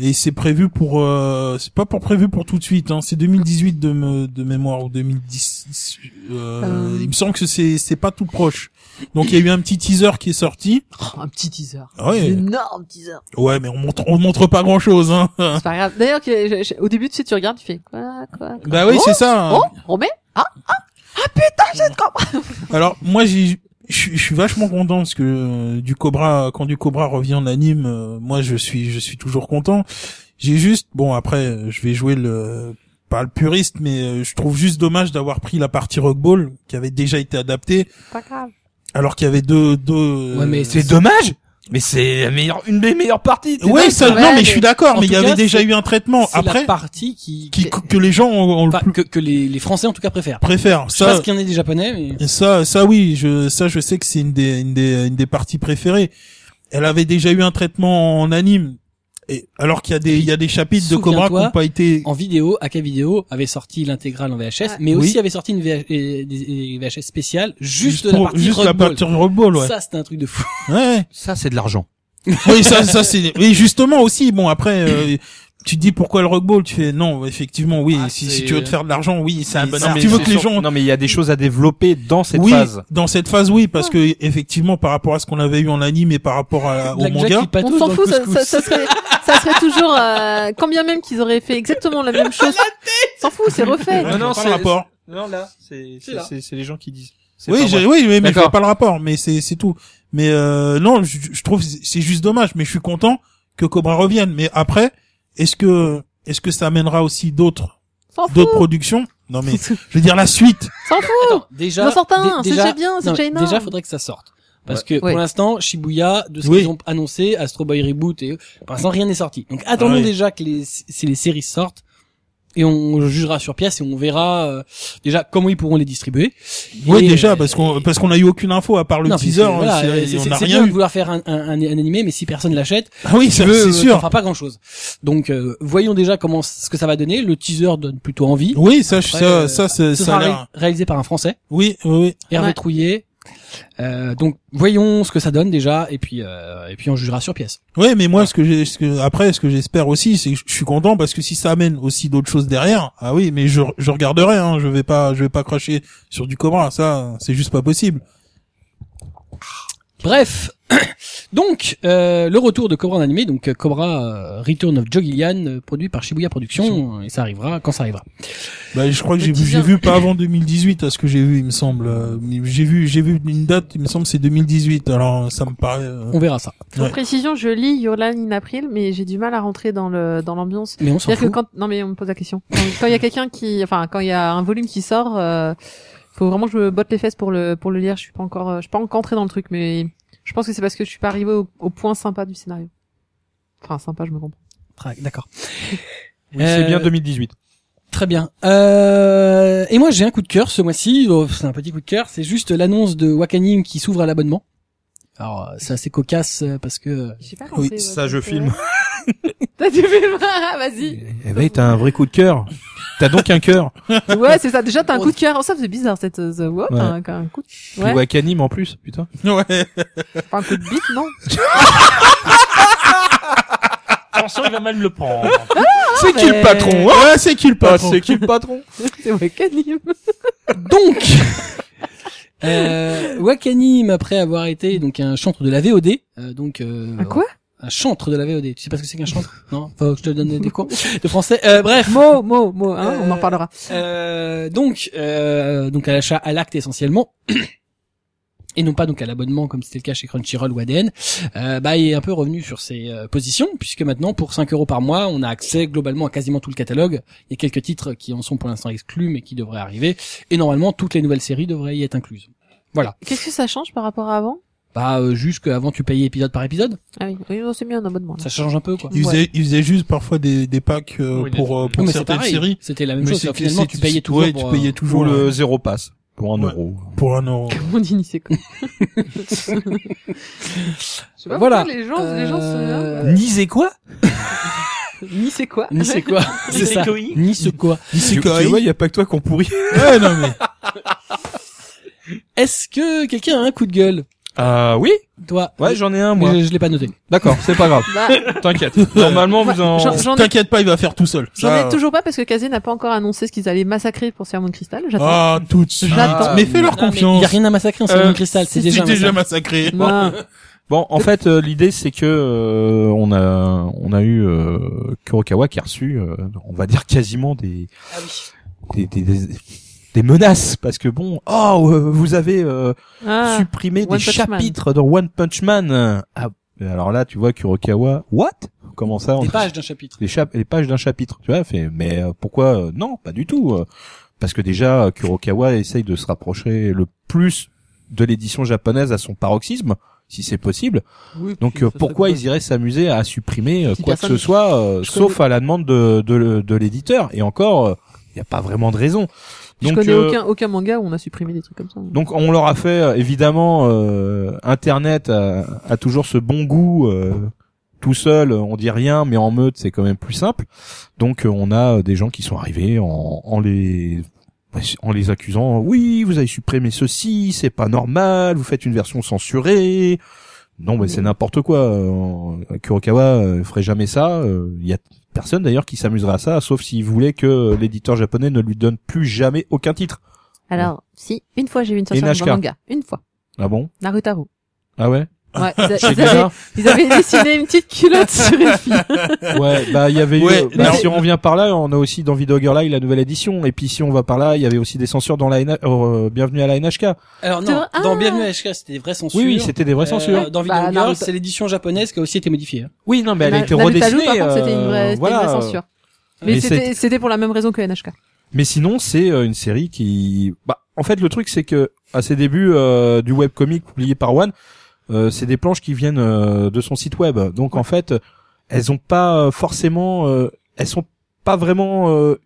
Speaker 5: Et c'est prévu pour euh, c'est pas pour prévu pour tout de suite hein, c'est 2018 de me- de mémoire ou 2010 euh,
Speaker 2: Euh.
Speaker 5: il me semble que c'est c'est pas tout proche. Donc il y a eu un petit teaser qui est sorti. Ah
Speaker 2: Oh, un petit teaser. Un
Speaker 5: Ouais.
Speaker 2: énorme teaser.
Speaker 5: Ouais, mais on montre on montre pas grand-chose hein.
Speaker 2: C'est pas grave. D'ailleurs, que- je- je- au début, tu sais, tu regardes, tu fais quoi, quoi.
Speaker 5: Bah oui,
Speaker 2: Oh,
Speaker 5: c'est ça. hein.
Speaker 2: Oh, Romain? Ah, ah, ah, putain, je te comprends.
Speaker 5: Alors moi j'ai je suis- je suis vachement content parce que euh, du Cobra quand du Cobra revient en anime, euh, moi je suis je suis toujours content. J'ai juste bon après euh, je vais jouer le pas le puriste mais euh, je trouve juste dommage d'avoir pris la partie Rockball qui avait déjà été adaptée
Speaker 2: Pas grave.
Speaker 5: alors qu'il y avait deux deux
Speaker 1: Ouais, mais
Speaker 5: euh,
Speaker 1: c'est-
Speaker 4: C'est dommage. Mais c'est la meilleure, une des meilleures parties. t'es
Speaker 5: Ouais,
Speaker 4: dingue.
Speaker 5: ça
Speaker 2: Ouais,
Speaker 5: non mais
Speaker 2: mais-
Speaker 5: je suis d'accord
Speaker 1: en
Speaker 5: mais il
Speaker 1: tout
Speaker 5: y avait
Speaker 1: cas,
Speaker 5: déjà
Speaker 1: c'est-
Speaker 5: eu un traitement
Speaker 1: C'est la
Speaker 5: après
Speaker 1: partie qui,
Speaker 5: qui que les gens ont, ont le
Speaker 1: enfin, que, que les, les Français en tout cas préfèrent.
Speaker 5: préfèrent
Speaker 1: Je sais pas
Speaker 5: ça
Speaker 1: ce qu'il y en a des Japonais. Mais...
Speaker 5: ça ça oui je ça je sais que c'est une des une des une des parties préférées elle avait déjà eu un traitement en anime et alors qu'il y a des il y a des chapitres de Cobra qui
Speaker 1: Souviens-toi,
Speaker 5: n'ont pas été
Speaker 1: En vidéo, AK Vidéo avait sorti l'intégrale en VHS,
Speaker 2: Ouais.
Speaker 1: mais
Speaker 5: Oui.
Speaker 1: aussi avait sorti une VH- et- des- des VHS spéciale juste, de la
Speaker 5: pour-
Speaker 1: partie
Speaker 5: juste
Speaker 1: Rock
Speaker 5: la
Speaker 1: Ball.
Speaker 5: partie Rock Ball, ouais.
Speaker 1: Ça, c'était un truc de fou.
Speaker 5: ouais
Speaker 4: Ça, c'est de l'argent.
Speaker 5: oui ça ça c'est oui justement aussi bon après euh, tu te dis pourquoi le Rock Ball tu fais non effectivement oui
Speaker 3: Ah,
Speaker 5: si,
Speaker 3: c'est-
Speaker 5: si tu veux te faire de l'argent oui bah c'est
Speaker 3: un
Speaker 5: un
Speaker 3: bon
Speaker 5: si
Speaker 3: art.
Speaker 5: tu veux
Speaker 3: C'est
Speaker 5: que les
Speaker 3: sûr-
Speaker 5: gens
Speaker 4: Non, euh, ah, mais il y a des choses à développer dans cette
Speaker 5: oui,
Speaker 4: phase.
Speaker 5: dans cette phase, oui,
Speaker 1: Ah.
Speaker 5: parce que effectivement, par rapport à ce qu'on avait eu en anime et par rapport à, au
Speaker 1: Blackjack
Speaker 5: manga,
Speaker 1: qui patauge dans
Speaker 2: On s'en
Speaker 1: le
Speaker 2: fout, ça,
Speaker 1: couscous.
Speaker 2: ça, ça serait, ça serait toujours, euh, quand bien même qu'ils auraient fait exactement la même chose. S'en fout, c'est refait.
Speaker 5: Ouais, je
Speaker 4: non,
Speaker 5: fais pas
Speaker 4: c'est-
Speaker 5: le rapport.
Speaker 4: Non, là, c'est
Speaker 1: C'est là.
Speaker 4: les gens qui disent.
Speaker 5: Oui, j'ai- oui, mais, mais je
Speaker 4: D'accord.
Speaker 5: vois pas le rapport, mais c'est c'est tout. Mais euh, non, je, je trouve que c'est juste dommage, mais je suis content que Cobra revienne. Mais après, est-ce que est-ce que ça amènera aussi d'autres
Speaker 2: S'en fout.
Speaker 5: d'autres productions Non, mais je veux dire la suite.
Speaker 2: S'en fout.
Speaker 1: Déjà,
Speaker 2: J'en sors un,
Speaker 1: dé-
Speaker 2: c'est déjà bien, c'est
Speaker 1: non,
Speaker 2: déjà énorme.
Speaker 1: déjà, faudrait que ça sorte. Parce que
Speaker 2: Ouais.
Speaker 1: pour l'instant, Shibuya, de ce
Speaker 5: Oui.
Speaker 1: qu'ils ont annoncé, Astro Boy Reboot, et pour l'instant rien n'est sorti. Donc attendons
Speaker 5: Ah oui.
Speaker 1: déjà que les, si les séries sortent. et on jugera sur pièce et on verra euh, déjà comment ils pourront les distribuer.
Speaker 5: Oui,
Speaker 1: Et,
Speaker 5: déjà
Speaker 1: euh,
Speaker 5: parce qu'on parce qu'on a eu aucune info à part le
Speaker 1: non, parce que,
Speaker 5: teaser. hein,
Speaker 1: voilà,
Speaker 5: c'est-
Speaker 1: c'est
Speaker 5: on n'a
Speaker 1: c'est
Speaker 5: rien
Speaker 1: bien de
Speaker 5: eu.
Speaker 1: vouloir faire un, un, un- un animé, mais si personne l'achète,
Speaker 5: Ah oui,
Speaker 1: tu
Speaker 5: ça,
Speaker 1: veux,
Speaker 5: c'est
Speaker 1: euh, t'en
Speaker 5: sûr.
Speaker 1: feras pas grand chose. Donc euh, voyons déjà comment ce que ça va donner. Le teaser donne plutôt envie.
Speaker 5: Oui, ça, je-
Speaker 1: Après,
Speaker 5: ça,
Speaker 1: euh,
Speaker 5: ça, c'est-
Speaker 1: Ce
Speaker 5: ça
Speaker 1: sera
Speaker 5: a l'air-
Speaker 1: ré- réalisé par un Français,
Speaker 5: Oui, oui, oui.
Speaker 1: Hervé
Speaker 2: Ouais.
Speaker 1: Trouillet. Euh, donc voyons ce que ça donne déjà, et puis euh, et puis on jugera sur pièce.
Speaker 5: Ouais, mais moi, ce que j'ai, ce que, après, ce que j'espère aussi, c'est que je suis content parce que si ça amène aussi d'autres choses derrière, ah oui, mais je, je regarderai, hein, je vais pas, je vais pas cracher sur du Cobra, ça, c'est juste pas possible.
Speaker 1: Bref, donc euh, le retour de Cobra en animé, donc euh, Cobra euh, Return of Joe Gillian, euh, produit par Shibuya Productions, et ça arrivera quand ça arrivera.
Speaker 5: Bah, je crois que
Speaker 2: Le
Speaker 5: j'ai vu, j'ai
Speaker 2: teaser.
Speaker 5: vu pas avant 2018, à ce que j'ai vu, il me semble. Euh, J'ai vu, j'ai vu une date, il me semble, c'est 2018. Alors, ça me paraît. euh,
Speaker 1: On verra ça.
Speaker 2: Pour
Speaker 5: Ouais.
Speaker 2: précision, je lis Your Line in April, mais j'ai du mal à rentrer dans le dans l'ambiance.
Speaker 1: Mais on s'en
Speaker 2: C'est-à-dire
Speaker 1: fout.
Speaker 2: que quand non mais on me pose la question. Quand quand il y a quelqu'un qui, enfin quand il y a un volume qui sort, euh, faut vraiment que je me botte les fesses pour le pour le lire. Je suis pas encore, euh, je suis pas encore entrée dans le truc, mais je pense que c'est parce que je suis pas arrivée au, au point sympa du scénario. Enfin sympa, je me comprends.
Speaker 1: Tra- D'accord.
Speaker 4: Oui, c'est
Speaker 1: Euh,
Speaker 4: bien 2018.
Speaker 1: Très bien. Euh, et moi j'ai un coup de cœur ce mois-ci. Oh, c'est un petit coup de cœur. C'est juste l'annonce de Wakanim qui s'ouvre à l'abonnement. Alors euh, c'est assez cocasse euh, parce que
Speaker 2: J'ai pas
Speaker 5: Oui,
Speaker 2: compris.
Speaker 4: ça,
Speaker 2: ouais,
Speaker 4: je
Speaker 2: c'est
Speaker 4: filme.
Speaker 2: vrai. T'as du film Ah, Vas-y.
Speaker 4: Eh ben, t'as un vrai coup de cœur. T'as donc un cœur.
Speaker 2: Ouais, c'est ça. Déjà, t'as un coup de cœur. Oh, ça faisait bizarre cette euh, The Wop.
Speaker 4: Ouais.
Speaker 2: hein, quand un coup de,
Speaker 4: Puis
Speaker 2: Ouais.
Speaker 4: Wakanim en plus, putain.
Speaker 5: Ouais.
Speaker 2: enfin, un coup de bite, non
Speaker 3: Attention, il va mal le prendre.
Speaker 4: c'est
Speaker 2: qui le mais- patron,
Speaker 4: Ouais, c'est qui le
Speaker 5: patron
Speaker 4: C'est qui le patron
Speaker 2: C'est Wakanim.
Speaker 1: Donc, euh, Wakanim, après avoir été donc un chantre de la VOD, euh, donc euh,
Speaker 2: Un quoi
Speaker 1: Un chantre de la VOD. Tu sais pas ce que c'est qu'un chantre Non. Faut que je te donne des cours de français. Euh, bref.
Speaker 2: Mot, mot, mot. Hein, on en
Speaker 1: Euh,
Speaker 2: parlera.
Speaker 1: Euh, donc, euh, donc à l'achat à l'acte essentiellement. Et non pas donc à l'abonnement comme c'était le cas chez Crunchyroll ou ADN, euh, bah il est un peu revenu sur ses euh, positions puisque maintenant pour 5 euros par mois on a accès globalement à quasiment tout le catalogue. Il y a quelques titres qui en sont pour l'instant exclus mais qui devraient arriver et normalement toutes les nouvelles séries devraient y être incluses.
Speaker 2: Qu'est-ce que ça change par rapport à avant
Speaker 1: Bah euh, juste qu'avant tu payais épisode par épisode,
Speaker 2: Ah oui, oui, c'est bien un abonnement. là.
Speaker 1: ça change un peu quoi.
Speaker 5: Ils faisaient, ils faisaient juste parfois des, des packs euh,
Speaker 3: Oui,
Speaker 5: pour,
Speaker 3: des-
Speaker 5: euh,
Speaker 3: Oui,
Speaker 5: pour
Speaker 1: mais c'est
Speaker 5: certaines
Speaker 1: pareil,
Speaker 5: séries.
Speaker 1: c'était la même
Speaker 5: Mais
Speaker 1: chose.
Speaker 5: c'est-
Speaker 1: alors Finalement
Speaker 5: c'est-
Speaker 1: tu payais toujours
Speaker 5: ouais,
Speaker 1: pour,
Speaker 5: tu
Speaker 1: euh,
Speaker 5: payais
Speaker 4: Pour euh,
Speaker 5: toujours
Speaker 4: le
Speaker 5: le,
Speaker 4: zéro pass. Pour un
Speaker 5: Ouais.
Speaker 4: euro.
Speaker 5: pour un euro.
Speaker 2: Mon dîner, c'est quoi Je sais pas
Speaker 1: Voilà.
Speaker 2: pourquoi Les gens, les gens
Speaker 5: Euh,
Speaker 2: se...
Speaker 4: Nisez quoi
Speaker 2: Ni Euh, c'est quoi
Speaker 1: ni c'est quoi, c'est ça,
Speaker 3: Nisekoi.
Speaker 1: ni ce quoi.
Speaker 5: Ici,
Speaker 4: Tu, tu vois, il y a pas que toi qu'on pourrit.
Speaker 5: Ouais, non, mais.
Speaker 1: Est-ce que quelqu'un a un coup de gueule,
Speaker 4: Ah oui
Speaker 1: toi Euh,
Speaker 4: Ouais, j'en ai un moi.
Speaker 1: Mais je, je l'ai pas noté.
Speaker 4: D'accord, c'est pas grave.
Speaker 2: Bah,
Speaker 4: T'inquiète. Normalement, vous en...
Speaker 2: J'en- j'en ai-
Speaker 5: T'inquiète pas, il va faire tout seul. Ah.
Speaker 2: J'en
Speaker 5: Ça,
Speaker 2: ai toujours pas parce que Kazé n'a pas encore annoncé ce qu'ils allaient massacrer pour Sermon Cristal. J'attends.
Speaker 5: Ah, tout de suite.
Speaker 2: J'attends.
Speaker 5: Mais fais leur
Speaker 1: Non, mais Il y a
Speaker 5: confiance.
Speaker 1: rien à massacrer en
Speaker 4: Euh,
Speaker 1: Simon Cristal, c'est
Speaker 5: C'est
Speaker 1: déjà, un
Speaker 5: déjà
Speaker 1: massacre.
Speaker 5: massacré.
Speaker 2: Non.
Speaker 4: Bon, en fait, euh, l'idée c'est que euh, on a on a eu euh, Kurokawa qui a reçu, euh, on va dire quasiment des
Speaker 2: Ah
Speaker 4: des, des, des- des menaces parce que bon, oh, euh, vous avez euh,
Speaker 2: Ah.
Speaker 4: supprimer
Speaker 2: One
Speaker 4: des
Speaker 2: Punch Man.
Speaker 4: chapitres dans One Punch Man. Euh, ah, mais alors là, tu vois Kurokawa, what Comment ça on...
Speaker 1: Des pages d'un chapitre.
Speaker 4: les, chap- les pages d'un chapitre, tu vois fait, Mais euh, pourquoi euh, Non, pas du tout. euh, parce que déjà, euh, Kurokawa essaye de se rapprocher le plus de l'édition japonaise à son paroxysme, si c'est possible. Donc euh, pourquoi ils iraient s'amuser à supprimer euh,
Speaker 2: Si
Speaker 4: quoi que ce
Speaker 2: personne-
Speaker 4: soit, euh,
Speaker 2: je
Speaker 4: sauf à la demande de, de, le- de l'éditeur Et encore, euh, il n'y a pas vraiment de raison.
Speaker 2: Je
Speaker 4: Donc,
Speaker 2: connais
Speaker 4: euh,
Speaker 2: aucun, aucun manga où on a supprimé des trucs comme ça.
Speaker 4: donc on leur a fait euh, évidemment euh, Internet a, a toujours ce bon goût euh, tout seul euh, on dit rien mais en meute c'est quand même plus simple donc euh, on a euh, des gens qui sont arrivés en, en les en les accusant oui vous avez supprimé ceci c'est pas normal vous faites une version censurée non mais c'est n'importe quoi euh, Kurokawa euh, ferait jamais ça Euh, il y a personne d'ailleurs qui s'amuserait à ça sauf s'il voulait que l'éditeur japonais ne lui donne plus jamais aucun titre
Speaker 2: Alors, si, une fois j'ai eu une censure
Speaker 4: NHK.
Speaker 2: dans un manga. Une fois.
Speaker 4: ah bon
Speaker 2: Narutaro.
Speaker 4: ah ouais
Speaker 2: Ouais, ils, a-
Speaker 4: C'est
Speaker 2: ils avaient,
Speaker 4: bizarre.
Speaker 2: ils avaient dessiné une petite culotte sur une fille.
Speaker 4: Ouais, bah il y avait
Speaker 5: Ouais,
Speaker 4: eu. bah,
Speaker 5: mais-
Speaker 4: si on revient par là, on a aussi dans Video Girl Live la nouvelle édition. Et puis si on va par là, il y avait aussi des censures dans la NH... euh, Bienvenue à la NHK.
Speaker 1: Alors
Speaker 2: C'est
Speaker 1: non,
Speaker 2: vrai-
Speaker 1: dans
Speaker 2: Ah
Speaker 1: Bienvenue à HK, c'était des vraies censures.
Speaker 4: Oui, oui, c'était des vraies
Speaker 1: Euh,
Speaker 4: censures.
Speaker 1: Dans
Speaker 2: Bah,
Speaker 1: Video Girl,
Speaker 2: Naruto-
Speaker 1: c'est l'édition japonaise qui a aussi été modifiée. hein.
Speaker 4: Oui, non, mais elle a été
Speaker 2: Naruto
Speaker 4: redessinée.
Speaker 2: Talou, par contre, c'était une
Speaker 4: euh,
Speaker 2: vraie, c'était une
Speaker 4: voilà.
Speaker 2: vraie censure. Mais,
Speaker 4: Mais
Speaker 2: c'était, c'était pour la même raison que NHK.
Speaker 4: Mais sinon, c'est euh, une série qui. Bah, en fait, le truc, c'est que à ses débuts euh, du webcomic publié par One, euh, c'est des planches qui viennent euh, de son site web. Donc en fait, elles ont pas euh, forcément, euh, elles sont pas vraiment euh,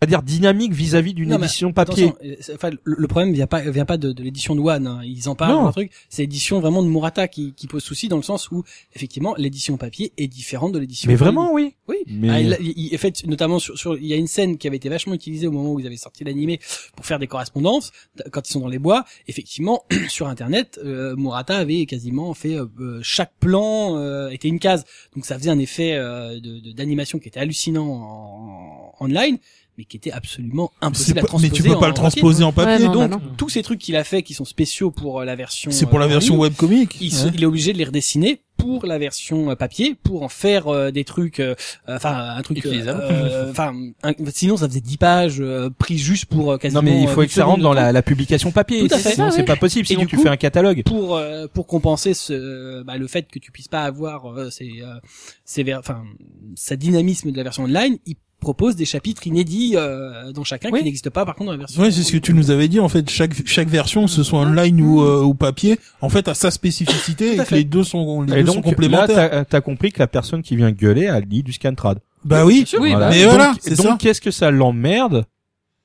Speaker 4: à dire dynamique vis-à-vis d'une
Speaker 1: Non, mais
Speaker 4: édition papier.
Speaker 1: Attention, euh, c'est- enfin, le- le problème vient pas vient pas de, de l'édition de One. hein. Ils en parlent
Speaker 4: Non.
Speaker 1: un truc. C'est l'édition vraiment de Murata qui, qui pose souci dans le sens où effectivement l'édition papier est différente de l'édition.
Speaker 4: Mais
Speaker 1: en ligne.
Speaker 4: vraiment, oui.
Speaker 1: Oui.
Speaker 4: Mais-
Speaker 1: Ah, il- il- il- en fait, notamment sur, sur- il y a une scène qui avait été vachement utilisée au moment où ils avaient sorti l'animé pour faire des correspondances d- quand ils sont dans les bois. Effectivement, sur Internet, euh, Murata avait quasiment fait euh, euh, chaque plan euh, était une case, donc ça faisait un effet euh, de- de- d'animation qui était hallucinant en, en online, mais qui était absolument
Speaker 5: C'est
Speaker 1: impossible à
Speaker 5: pas- mais
Speaker 1: transposer.
Speaker 5: tu peux
Speaker 1: en-
Speaker 5: pas
Speaker 1: en
Speaker 5: le
Speaker 1: papier.
Speaker 5: transposer en papier.
Speaker 2: Ouais, non,
Speaker 5: donc
Speaker 2: bah
Speaker 1: Tous ces trucs qu'il a fait qui sont spéciaux pour euh, la version. Hein
Speaker 5: c'est pour
Speaker 1: euh,
Speaker 5: la
Speaker 1: en
Speaker 5: version
Speaker 1: ligne,
Speaker 5: webcomic.
Speaker 1: il, se-
Speaker 5: Ouais.
Speaker 1: il est obligé de les redessiner pour la version euh, papier pour en faire euh, des trucs euh, euh, enfin un truc euh,
Speaker 3: Utilisable.
Speaker 1: euh, enfin un- sinon ça faisait 10 pages euh, pris juste pour euh, quasiment
Speaker 4: Non mais il
Speaker 1: euh,
Speaker 4: faut
Speaker 1: une
Speaker 4: que ça
Speaker 1: seconde
Speaker 4: rentre
Speaker 1: de
Speaker 4: dans
Speaker 1: temps
Speaker 4: la, la publication papier.
Speaker 1: Tout à fait.
Speaker 4: Sinon
Speaker 2: Ah,
Speaker 4: c'est
Speaker 2: oui.
Speaker 4: pas possible. Sinon
Speaker 1: du
Speaker 4: tu
Speaker 1: coup-
Speaker 4: fais un catalogue.
Speaker 1: pour euh, pour compenser ce euh, bah, le fait que tu puisses pas avoir euh, ces euh, ces ver- enfin sa dynamisme de la version online il propose des chapitres inédits euh, dans chacun
Speaker 4: Oui.
Speaker 1: qui n'existent pas par contre dans la version
Speaker 5: Ouais, c'est ce que tu nous avais dit en fait. Chaque chaque version, que ce
Speaker 2: Mmh.
Speaker 5: soit online ou euh, ou papier, en fait, a sa spécificité
Speaker 1: Tout à
Speaker 5: et que les deux sont les
Speaker 4: Et
Speaker 5: deux
Speaker 4: donc
Speaker 5: sont
Speaker 4: là,
Speaker 5: complémentaires.
Speaker 4: t'as t'as compris que la personne qui vient gueuler, elle lit du Scantrad.
Speaker 5: bah oui.
Speaker 2: Oui, bah
Speaker 5: Mais
Speaker 4: donc,
Speaker 5: voilà, c'est ça.
Speaker 4: donc qu'est-ce que ça l'emmerde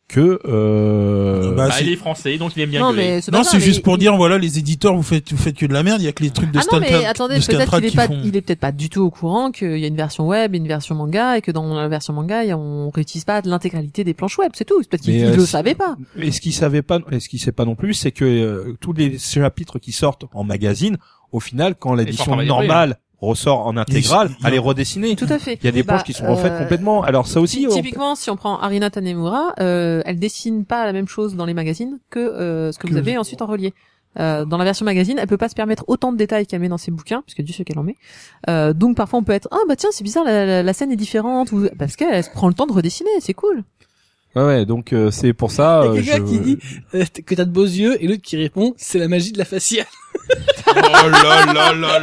Speaker 4: que euh...
Speaker 1: Ah,
Speaker 5: Bah,
Speaker 3: Bah,
Speaker 5: c'est-
Speaker 3: il est français, donc il aime bien
Speaker 2: Non,
Speaker 3: gueuler.
Speaker 2: mais c'est
Speaker 5: Non,
Speaker 2: pas
Speaker 5: c'est
Speaker 2: grave,
Speaker 5: juste
Speaker 2: mais
Speaker 5: pour
Speaker 2: il-
Speaker 5: dire voilà, les éditeurs, vous faites vous faites que de la merde. Il y a que les trucs de
Speaker 2: Ah non,
Speaker 5: Stan
Speaker 2: mais
Speaker 5: Trad-
Speaker 2: attendez,
Speaker 5: de
Speaker 2: peut-être
Speaker 5: Scantrad
Speaker 2: qu'il est
Speaker 5: qui
Speaker 2: pas,
Speaker 5: font-
Speaker 2: il est peut-être pas du tout au courant qu'il y a une version web, une version manga, et que dans la version manga, il y a- on réutilise pas l'intégralité des planches web, c'est tout. C'est Peut-être qu'il
Speaker 4: Mais,
Speaker 2: il
Speaker 4: euh,
Speaker 2: le
Speaker 4: si-
Speaker 2: savait pas.
Speaker 4: Et ce qu'il savait pas, et ce qu'il sait pas non plus, c'est que euh, tous les chapitres qui sortent en magazine, au final, quand l'édition
Speaker 3: travailler après,
Speaker 4: normale ressort en intégrale,
Speaker 5: il y a-
Speaker 4: elle est redessinée.
Speaker 2: Tout à fait.
Speaker 4: Il y a des
Speaker 2: Bah,
Speaker 4: planches qui sont refaites
Speaker 2: euh,
Speaker 4: complètement. Alors ça aussi, hein. on-
Speaker 2: Typiquement, si on prend Arina Tanemura, euh, elle dessine pas la même chose dans les magazines que euh, ce que, vous avez ensuite en relié. Euh, dans la version magazine, elle peut pas se permettre autant de détails qu'elle met dans ses bouquins, parce que Dieu sait qu'elle en met. Euh, donc parfois on peut être ah bah tiens c'est bizarre la, la- la scène est différente ou parce qu'elle elle se prend le temps de redessiner, c'est cool.
Speaker 4: ouais, ouais, donc euh, c'est pour ça.
Speaker 1: Il y a
Speaker 4: euh,
Speaker 1: quelqu'un
Speaker 4: je-
Speaker 1: qui dit euh, que t'as de beaux yeux et l'autre qui répond c'est la magie de la faciale.
Speaker 5: Oh là là là là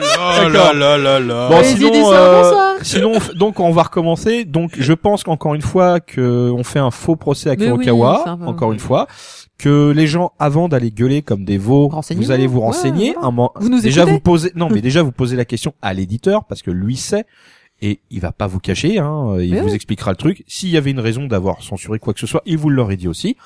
Speaker 5: là là là là.
Speaker 4: Bon,
Speaker 2: Les
Speaker 4: sinon,
Speaker 2: idées sont
Speaker 4: euh,
Speaker 2: bonsoir.
Speaker 4: sinon, on f- donc on va recommencer. Donc, je pense qu'encore une fois que on fait un faux procès à
Speaker 2: Mais oui,
Speaker 4: Kurokawa,
Speaker 2: c'est un peu-
Speaker 4: encore une fois, que les gens avant d'aller gueuler comme des veaux,
Speaker 2: Renseignez-vous.
Speaker 4: vous allez vous
Speaker 2: Ouais,
Speaker 4: renseigner.
Speaker 2: voilà.
Speaker 4: un mo-
Speaker 2: Vous nous
Speaker 4: déjà
Speaker 2: écoutez
Speaker 4: vous posez, non mais déjà vous posez la question à l'éditeur parce que lui sait et il va pas vous cacher. Hein, il
Speaker 2: Mais
Speaker 4: vous
Speaker 2: oui.
Speaker 4: expliquera le truc. S'il y avait une raison d'avoir censuré quoi que ce soit, il vous l'aurait dit aussi.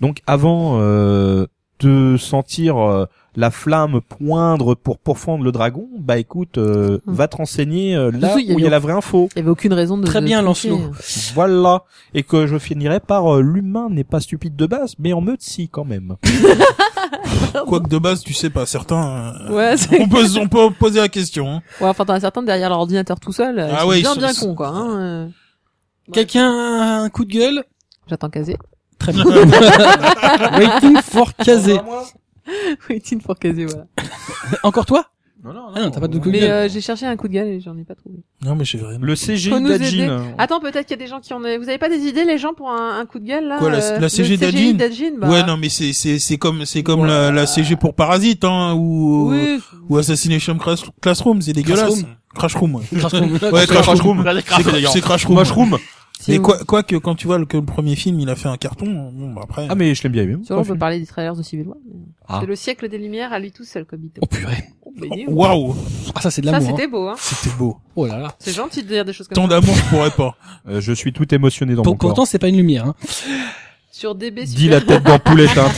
Speaker 4: Donc avant euh, de sentir euh, la flamme poindre pour pourfendre le dragon, bah écoute, euh,
Speaker 2: Hmm.
Speaker 4: va te renseigner euh, là
Speaker 2: Surtout, il y a
Speaker 4: où il y a
Speaker 2: eu-
Speaker 4: la vraie info.
Speaker 2: Il y avait aucune raison de
Speaker 1: Très
Speaker 2: de
Speaker 1: bien,
Speaker 2: tronquer.
Speaker 1: Lancelot.
Speaker 4: Voilà. Et que je finirai par euh, l'humain n'est pas stupide de base, mais en meute si quand même.
Speaker 5: Quoique de base, tu sais pas, certains. euh,
Speaker 2: Ouais, c'est-
Speaker 5: On peut on peut poser la question. hein.
Speaker 2: Ouais, enfin t'en as certains derrière l'ordinateur tout seul, euh,
Speaker 5: Ah
Speaker 2: ils sont
Speaker 5: ouais, ils
Speaker 2: bien
Speaker 5: sont-
Speaker 2: bien
Speaker 5: ils sont-
Speaker 2: con quoi. hein, euh.
Speaker 1: Quelqu'un a un coup de gueule
Speaker 2: J'attends Kazé.
Speaker 1: Très bien. Waiting for Kazé.
Speaker 2: Waiting for Kazé voilà.
Speaker 1: Encore toi
Speaker 4: Non, non,
Speaker 1: Ah non, t'as pas de coup de
Speaker 2: Mais
Speaker 1: gueule.
Speaker 2: euh, j'ai cherché un coup de gueule et j'en ai pas trouvé.
Speaker 5: Non, mais j'ai vraiment.
Speaker 4: Le CGI
Speaker 2: Faut nous aider.
Speaker 4: d'Ajin.
Speaker 2: Attends, peut-être qu'il y a des gens qui en ont... Vous avez pas des idées, les gens, pour un, un coup de gueule, là
Speaker 5: Quoi, la-
Speaker 2: euh,
Speaker 5: la
Speaker 2: le
Speaker 5: CG
Speaker 2: CGI
Speaker 5: d'Adjin
Speaker 2: d'Adjin, bah,
Speaker 5: Ouais, non, mais c'est c'est c'est comme c'est comme la, la CG pour Parasite hein, ou
Speaker 2: Oui.
Speaker 5: ou Assassination Crash- Classroom, c'est dégueulasse.
Speaker 1: Classroom.
Speaker 5: Crash Room. ouais.
Speaker 1: Crash Room.
Speaker 5: Ouais, Crash Room.
Speaker 3: Bah,
Speaker 5: C'est
Speaker 3: crache, les gars.
Speaker 5: c'est Crash Room.
Speaker 2: Si
Speaker 5: Mais
Speaker 2: on-
Speaker 5: quoi quoi que quand tu vois le- que le premier film, il a fait un carton, bon bah après.
Speaker 4: Ah mais je l'aime bien lui.
Speaker 2: Sur on peut parler des trailers de Civil War. mais-
Speaker 4: Ah.
Speaker 2: C'est le siècle des Lumières à lui tout seul, Kobito.
Speaker 1: Oh purée.
Speaker 5: Waouh,
Speaker 1: Ah ça c'est de
Speaker 2: Ça,
Speaker 1: l'amour. hein.
Speaker 2: c'était beau, hein.
Speaker 5: c'était beau.
Speaker 1: Oh là là.
Speaker 2: C'est gentil de dire des choses comme
Speaker 5: Tant
Speaker 2: ça.
Speaker 5: d'amour, je pourrais pas.
Speaker 4: Euh, je suis tout émotionné dans
Speaker 1: Pour-
Speaker 4: mon corps.
Speaker 1: pourtant c'est pas une lumière. Hein.
Speaker 2: Sur DB,
Speaker 4: Dis
Speaker 2: super.
Speaker 4: la tête dans poulette. Hein.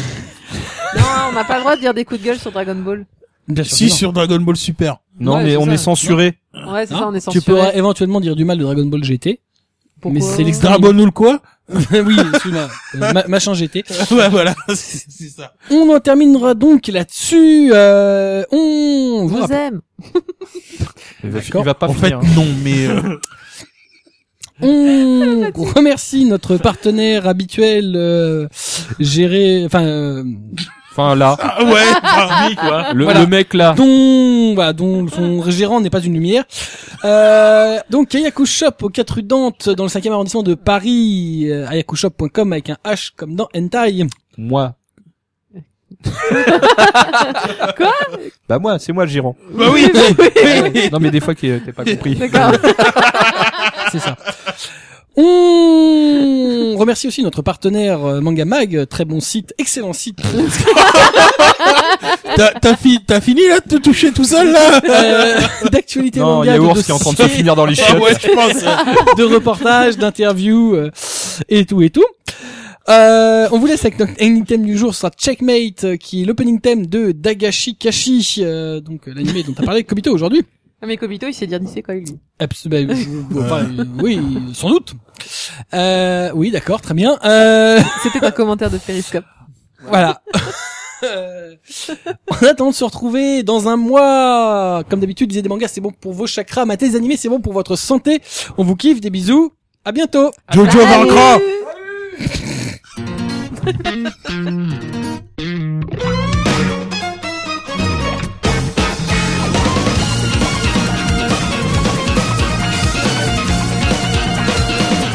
Speaker 2: Non, on n'a pas le droit de dire des coups de gueule sur Dragon Ball.
Speaker 1: Bien sûr. que
Speaker 5: Si
Speaker 1: non.
Speaker 5: sur Dragon Ball Super.
Speaker 4: Non
Speaker 2: Ouais,
Speaker 4: mais
Speaker 2: c'est
Speaker 4: on
Speaker 2: ça.
Speaker 4: est censuré.
Speaker 2: Ouais, c'est
Speaker 1: Hein
Speaker 2: ça, on est
Speaker 1: tu
Speaker 2: censuré.
Speaker 1: pourrais éventuellement dire du mal de Dragon Ball GT.
Speaker 2: Pourquoi
Speaker 1: mais c'est l'extra-
Speaker 5: Dragon Ball quoi
Speaker 1: oui, excuse-moi. Euh, ma- machin GT.
Speaker 5: Ouais, voilà, c'est c'est ça.
Speaker 1: On en terminera donc là-dessus. Euh, on vous
Speaker 2: Je vous
Speaker 1: rappelle-
Speaker 2: aime.
Speaker 4: Il va,
Speaker 1: D'accord.
Speaker 4: il va pas
Speaker 5: en fait,
Speaker 4: finir.
Speaker 5: non, mais euh,
Speaker 1: On remercie notre partenaire habituel, euh, géré, enfin, euh,
Speaker 4: Enfin là,
Speaker 5: ah, ouais, bah, oui, quoi.
Speaker 4: le,
Speaker 1: Voilà.
Speaker 4: le mec là.
Speaker 1: Ah. dont, voilà, dont son gérant n'est pas une lumière. Euh, donc, Kayaku Shop aux 4 rue Dante, dans le 5e arrondissement de Paris, euh, ayakushop.com avec un H comme dans Hentai.
Speaker 4: Moi.
Speaker 2: Quoi
Speaker 4: Bah moi, c'est moi le giron.
Speaker 5: Bah oui,
Speaker 4: Non mais des fois qui t'es pas compris.
Speaker 2: D'accord.
Speaker 1: C'est ça. On remercie aussi notre partenaire euh, Manga Mag, très bon site, excellent site.
Speaker 5: t'as t'as fi- t'as fini là de te toucher tout seul là
Speaker 1: euh, d'actualité
Speaker 4: Non, il y
Speaker 1: manga,
Speaker 4: a
Speaker 1: de
Speaker 4: Ours qui est en train de se
Speaker 5: Ah
Speaker 1: dossiers,
Speaker 4: finir dans les chiottes.
Speaker 5: je pense.
Speaker 1: de reportages, d'interviews euh, et tout et tout. Euh, on vous laisse avec notre ending theme du jour, ce sera Checkmate, euh, qui est l'opening theme de Dagashi Kashi, euh, donc euh, l'animé dont a parlé Kobito aujourd'hui.
Speaker 2: Ah, mais Kobito, il sait dire d'ici quoi, lui.
Speaker 1: Abs- bah, je- enfin, euh, oui, sans doute. Euh, oui, d'accord, très bien. Euh,
Speaker 2: C'était un commentaire de Periscope.
Speaker 1: voilà. Euh, on attend de se retrouver dans un mois. Comme d'habitude, lisez des mangas, c'est bon pour vos chakras. Matez des animés, c'est bon pour votre santé. On vous kiffe, des bisous. À bientôt.
Speaker 5: Jojo Vaincra
Speaker 2: Salut
Speaker 7: なお晴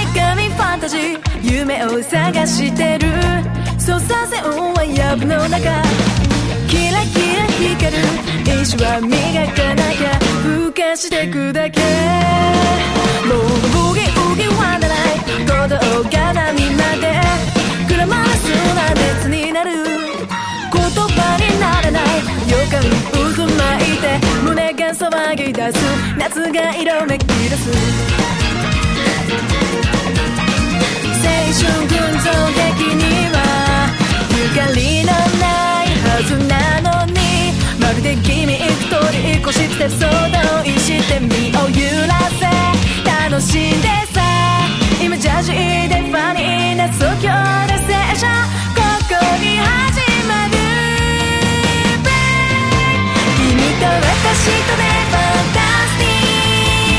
Speaker 7: れ神ファンタジー夢を探してるそうさせ音は藪の中キラキラ光る意志は磨かなきゃ孵化してくだけもうウギウギワンダライ鼓動からみんなでくらまれそうな熱になる言葉にならない予感渦巻いて胸が騒ぎ出す夏が色めき出す青春群像劇にはゆかりのないはずなのにまるで君一人越して相談して身を揺らせ楽しんでさ今ジャージでファニーな即興の聖者ここに始まる君と私とでファンタスティ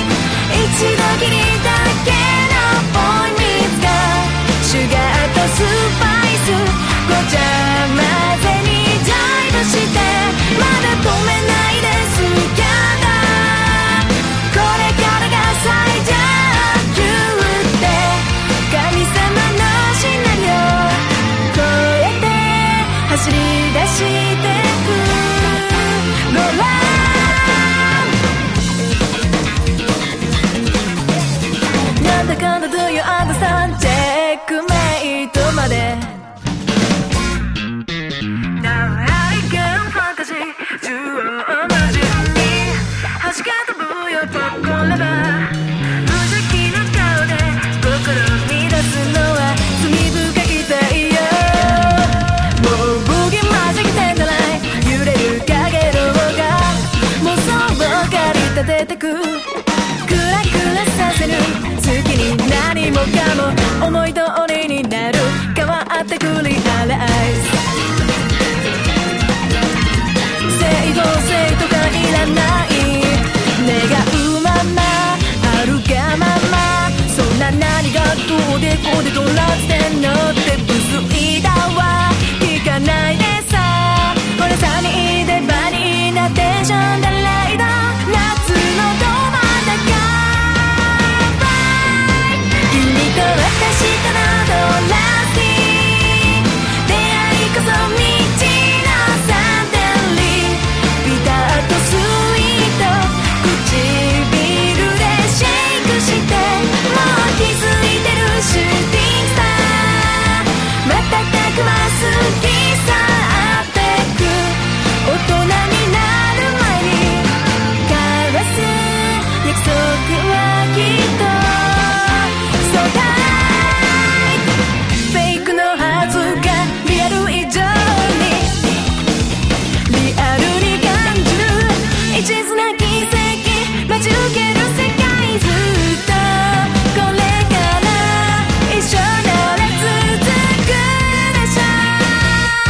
Speaker 7: ック一度きりだけの Boy Meets Girl シュガーとスパイスごちゃ混ぜにジャイブしてまだ止めないですやだこれからが最上級って神様のシナリオ超えて走り出してくごらんなんだかんだ Do you understand? チェックメイトまで長いゲームファンタジー縦横無尽に弾け飛ぶよとこれば無邪気な顔で心乱すのは罪深き太陽もうブギマジックテンダライ揺れる影の方が妄想を駆り立ててくクラクラさせる月に何もかも思い通りになる変わってくリアライズ整合性とかいらない願うままあるがままそんな何がどうでこうでとらってんのって不粋だわ聞かないでさこれサニーでバニーなテンションだライド夏のど真ん中君と私とのドラスティ出会いこそ道のサンデリービターとスイート唇でシェイクしてもう気づいてるシューティングスター瞬く間過ぎ去ってく大人になる前に交わす約束はきっとそうだいフェイクのはずがリアル以上にリアルに感じる一途な奇跡待ち受ける世界ずっとこれから一生なら続くでしょ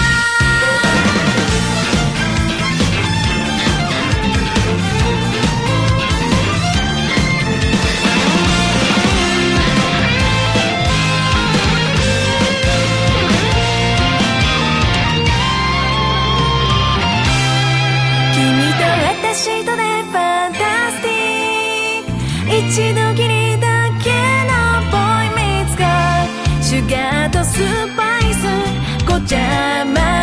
Speaker 7: 君と私とでファンタスティック一度きりだけの Boy Meets Girl シュガーとスパイスごちゃ混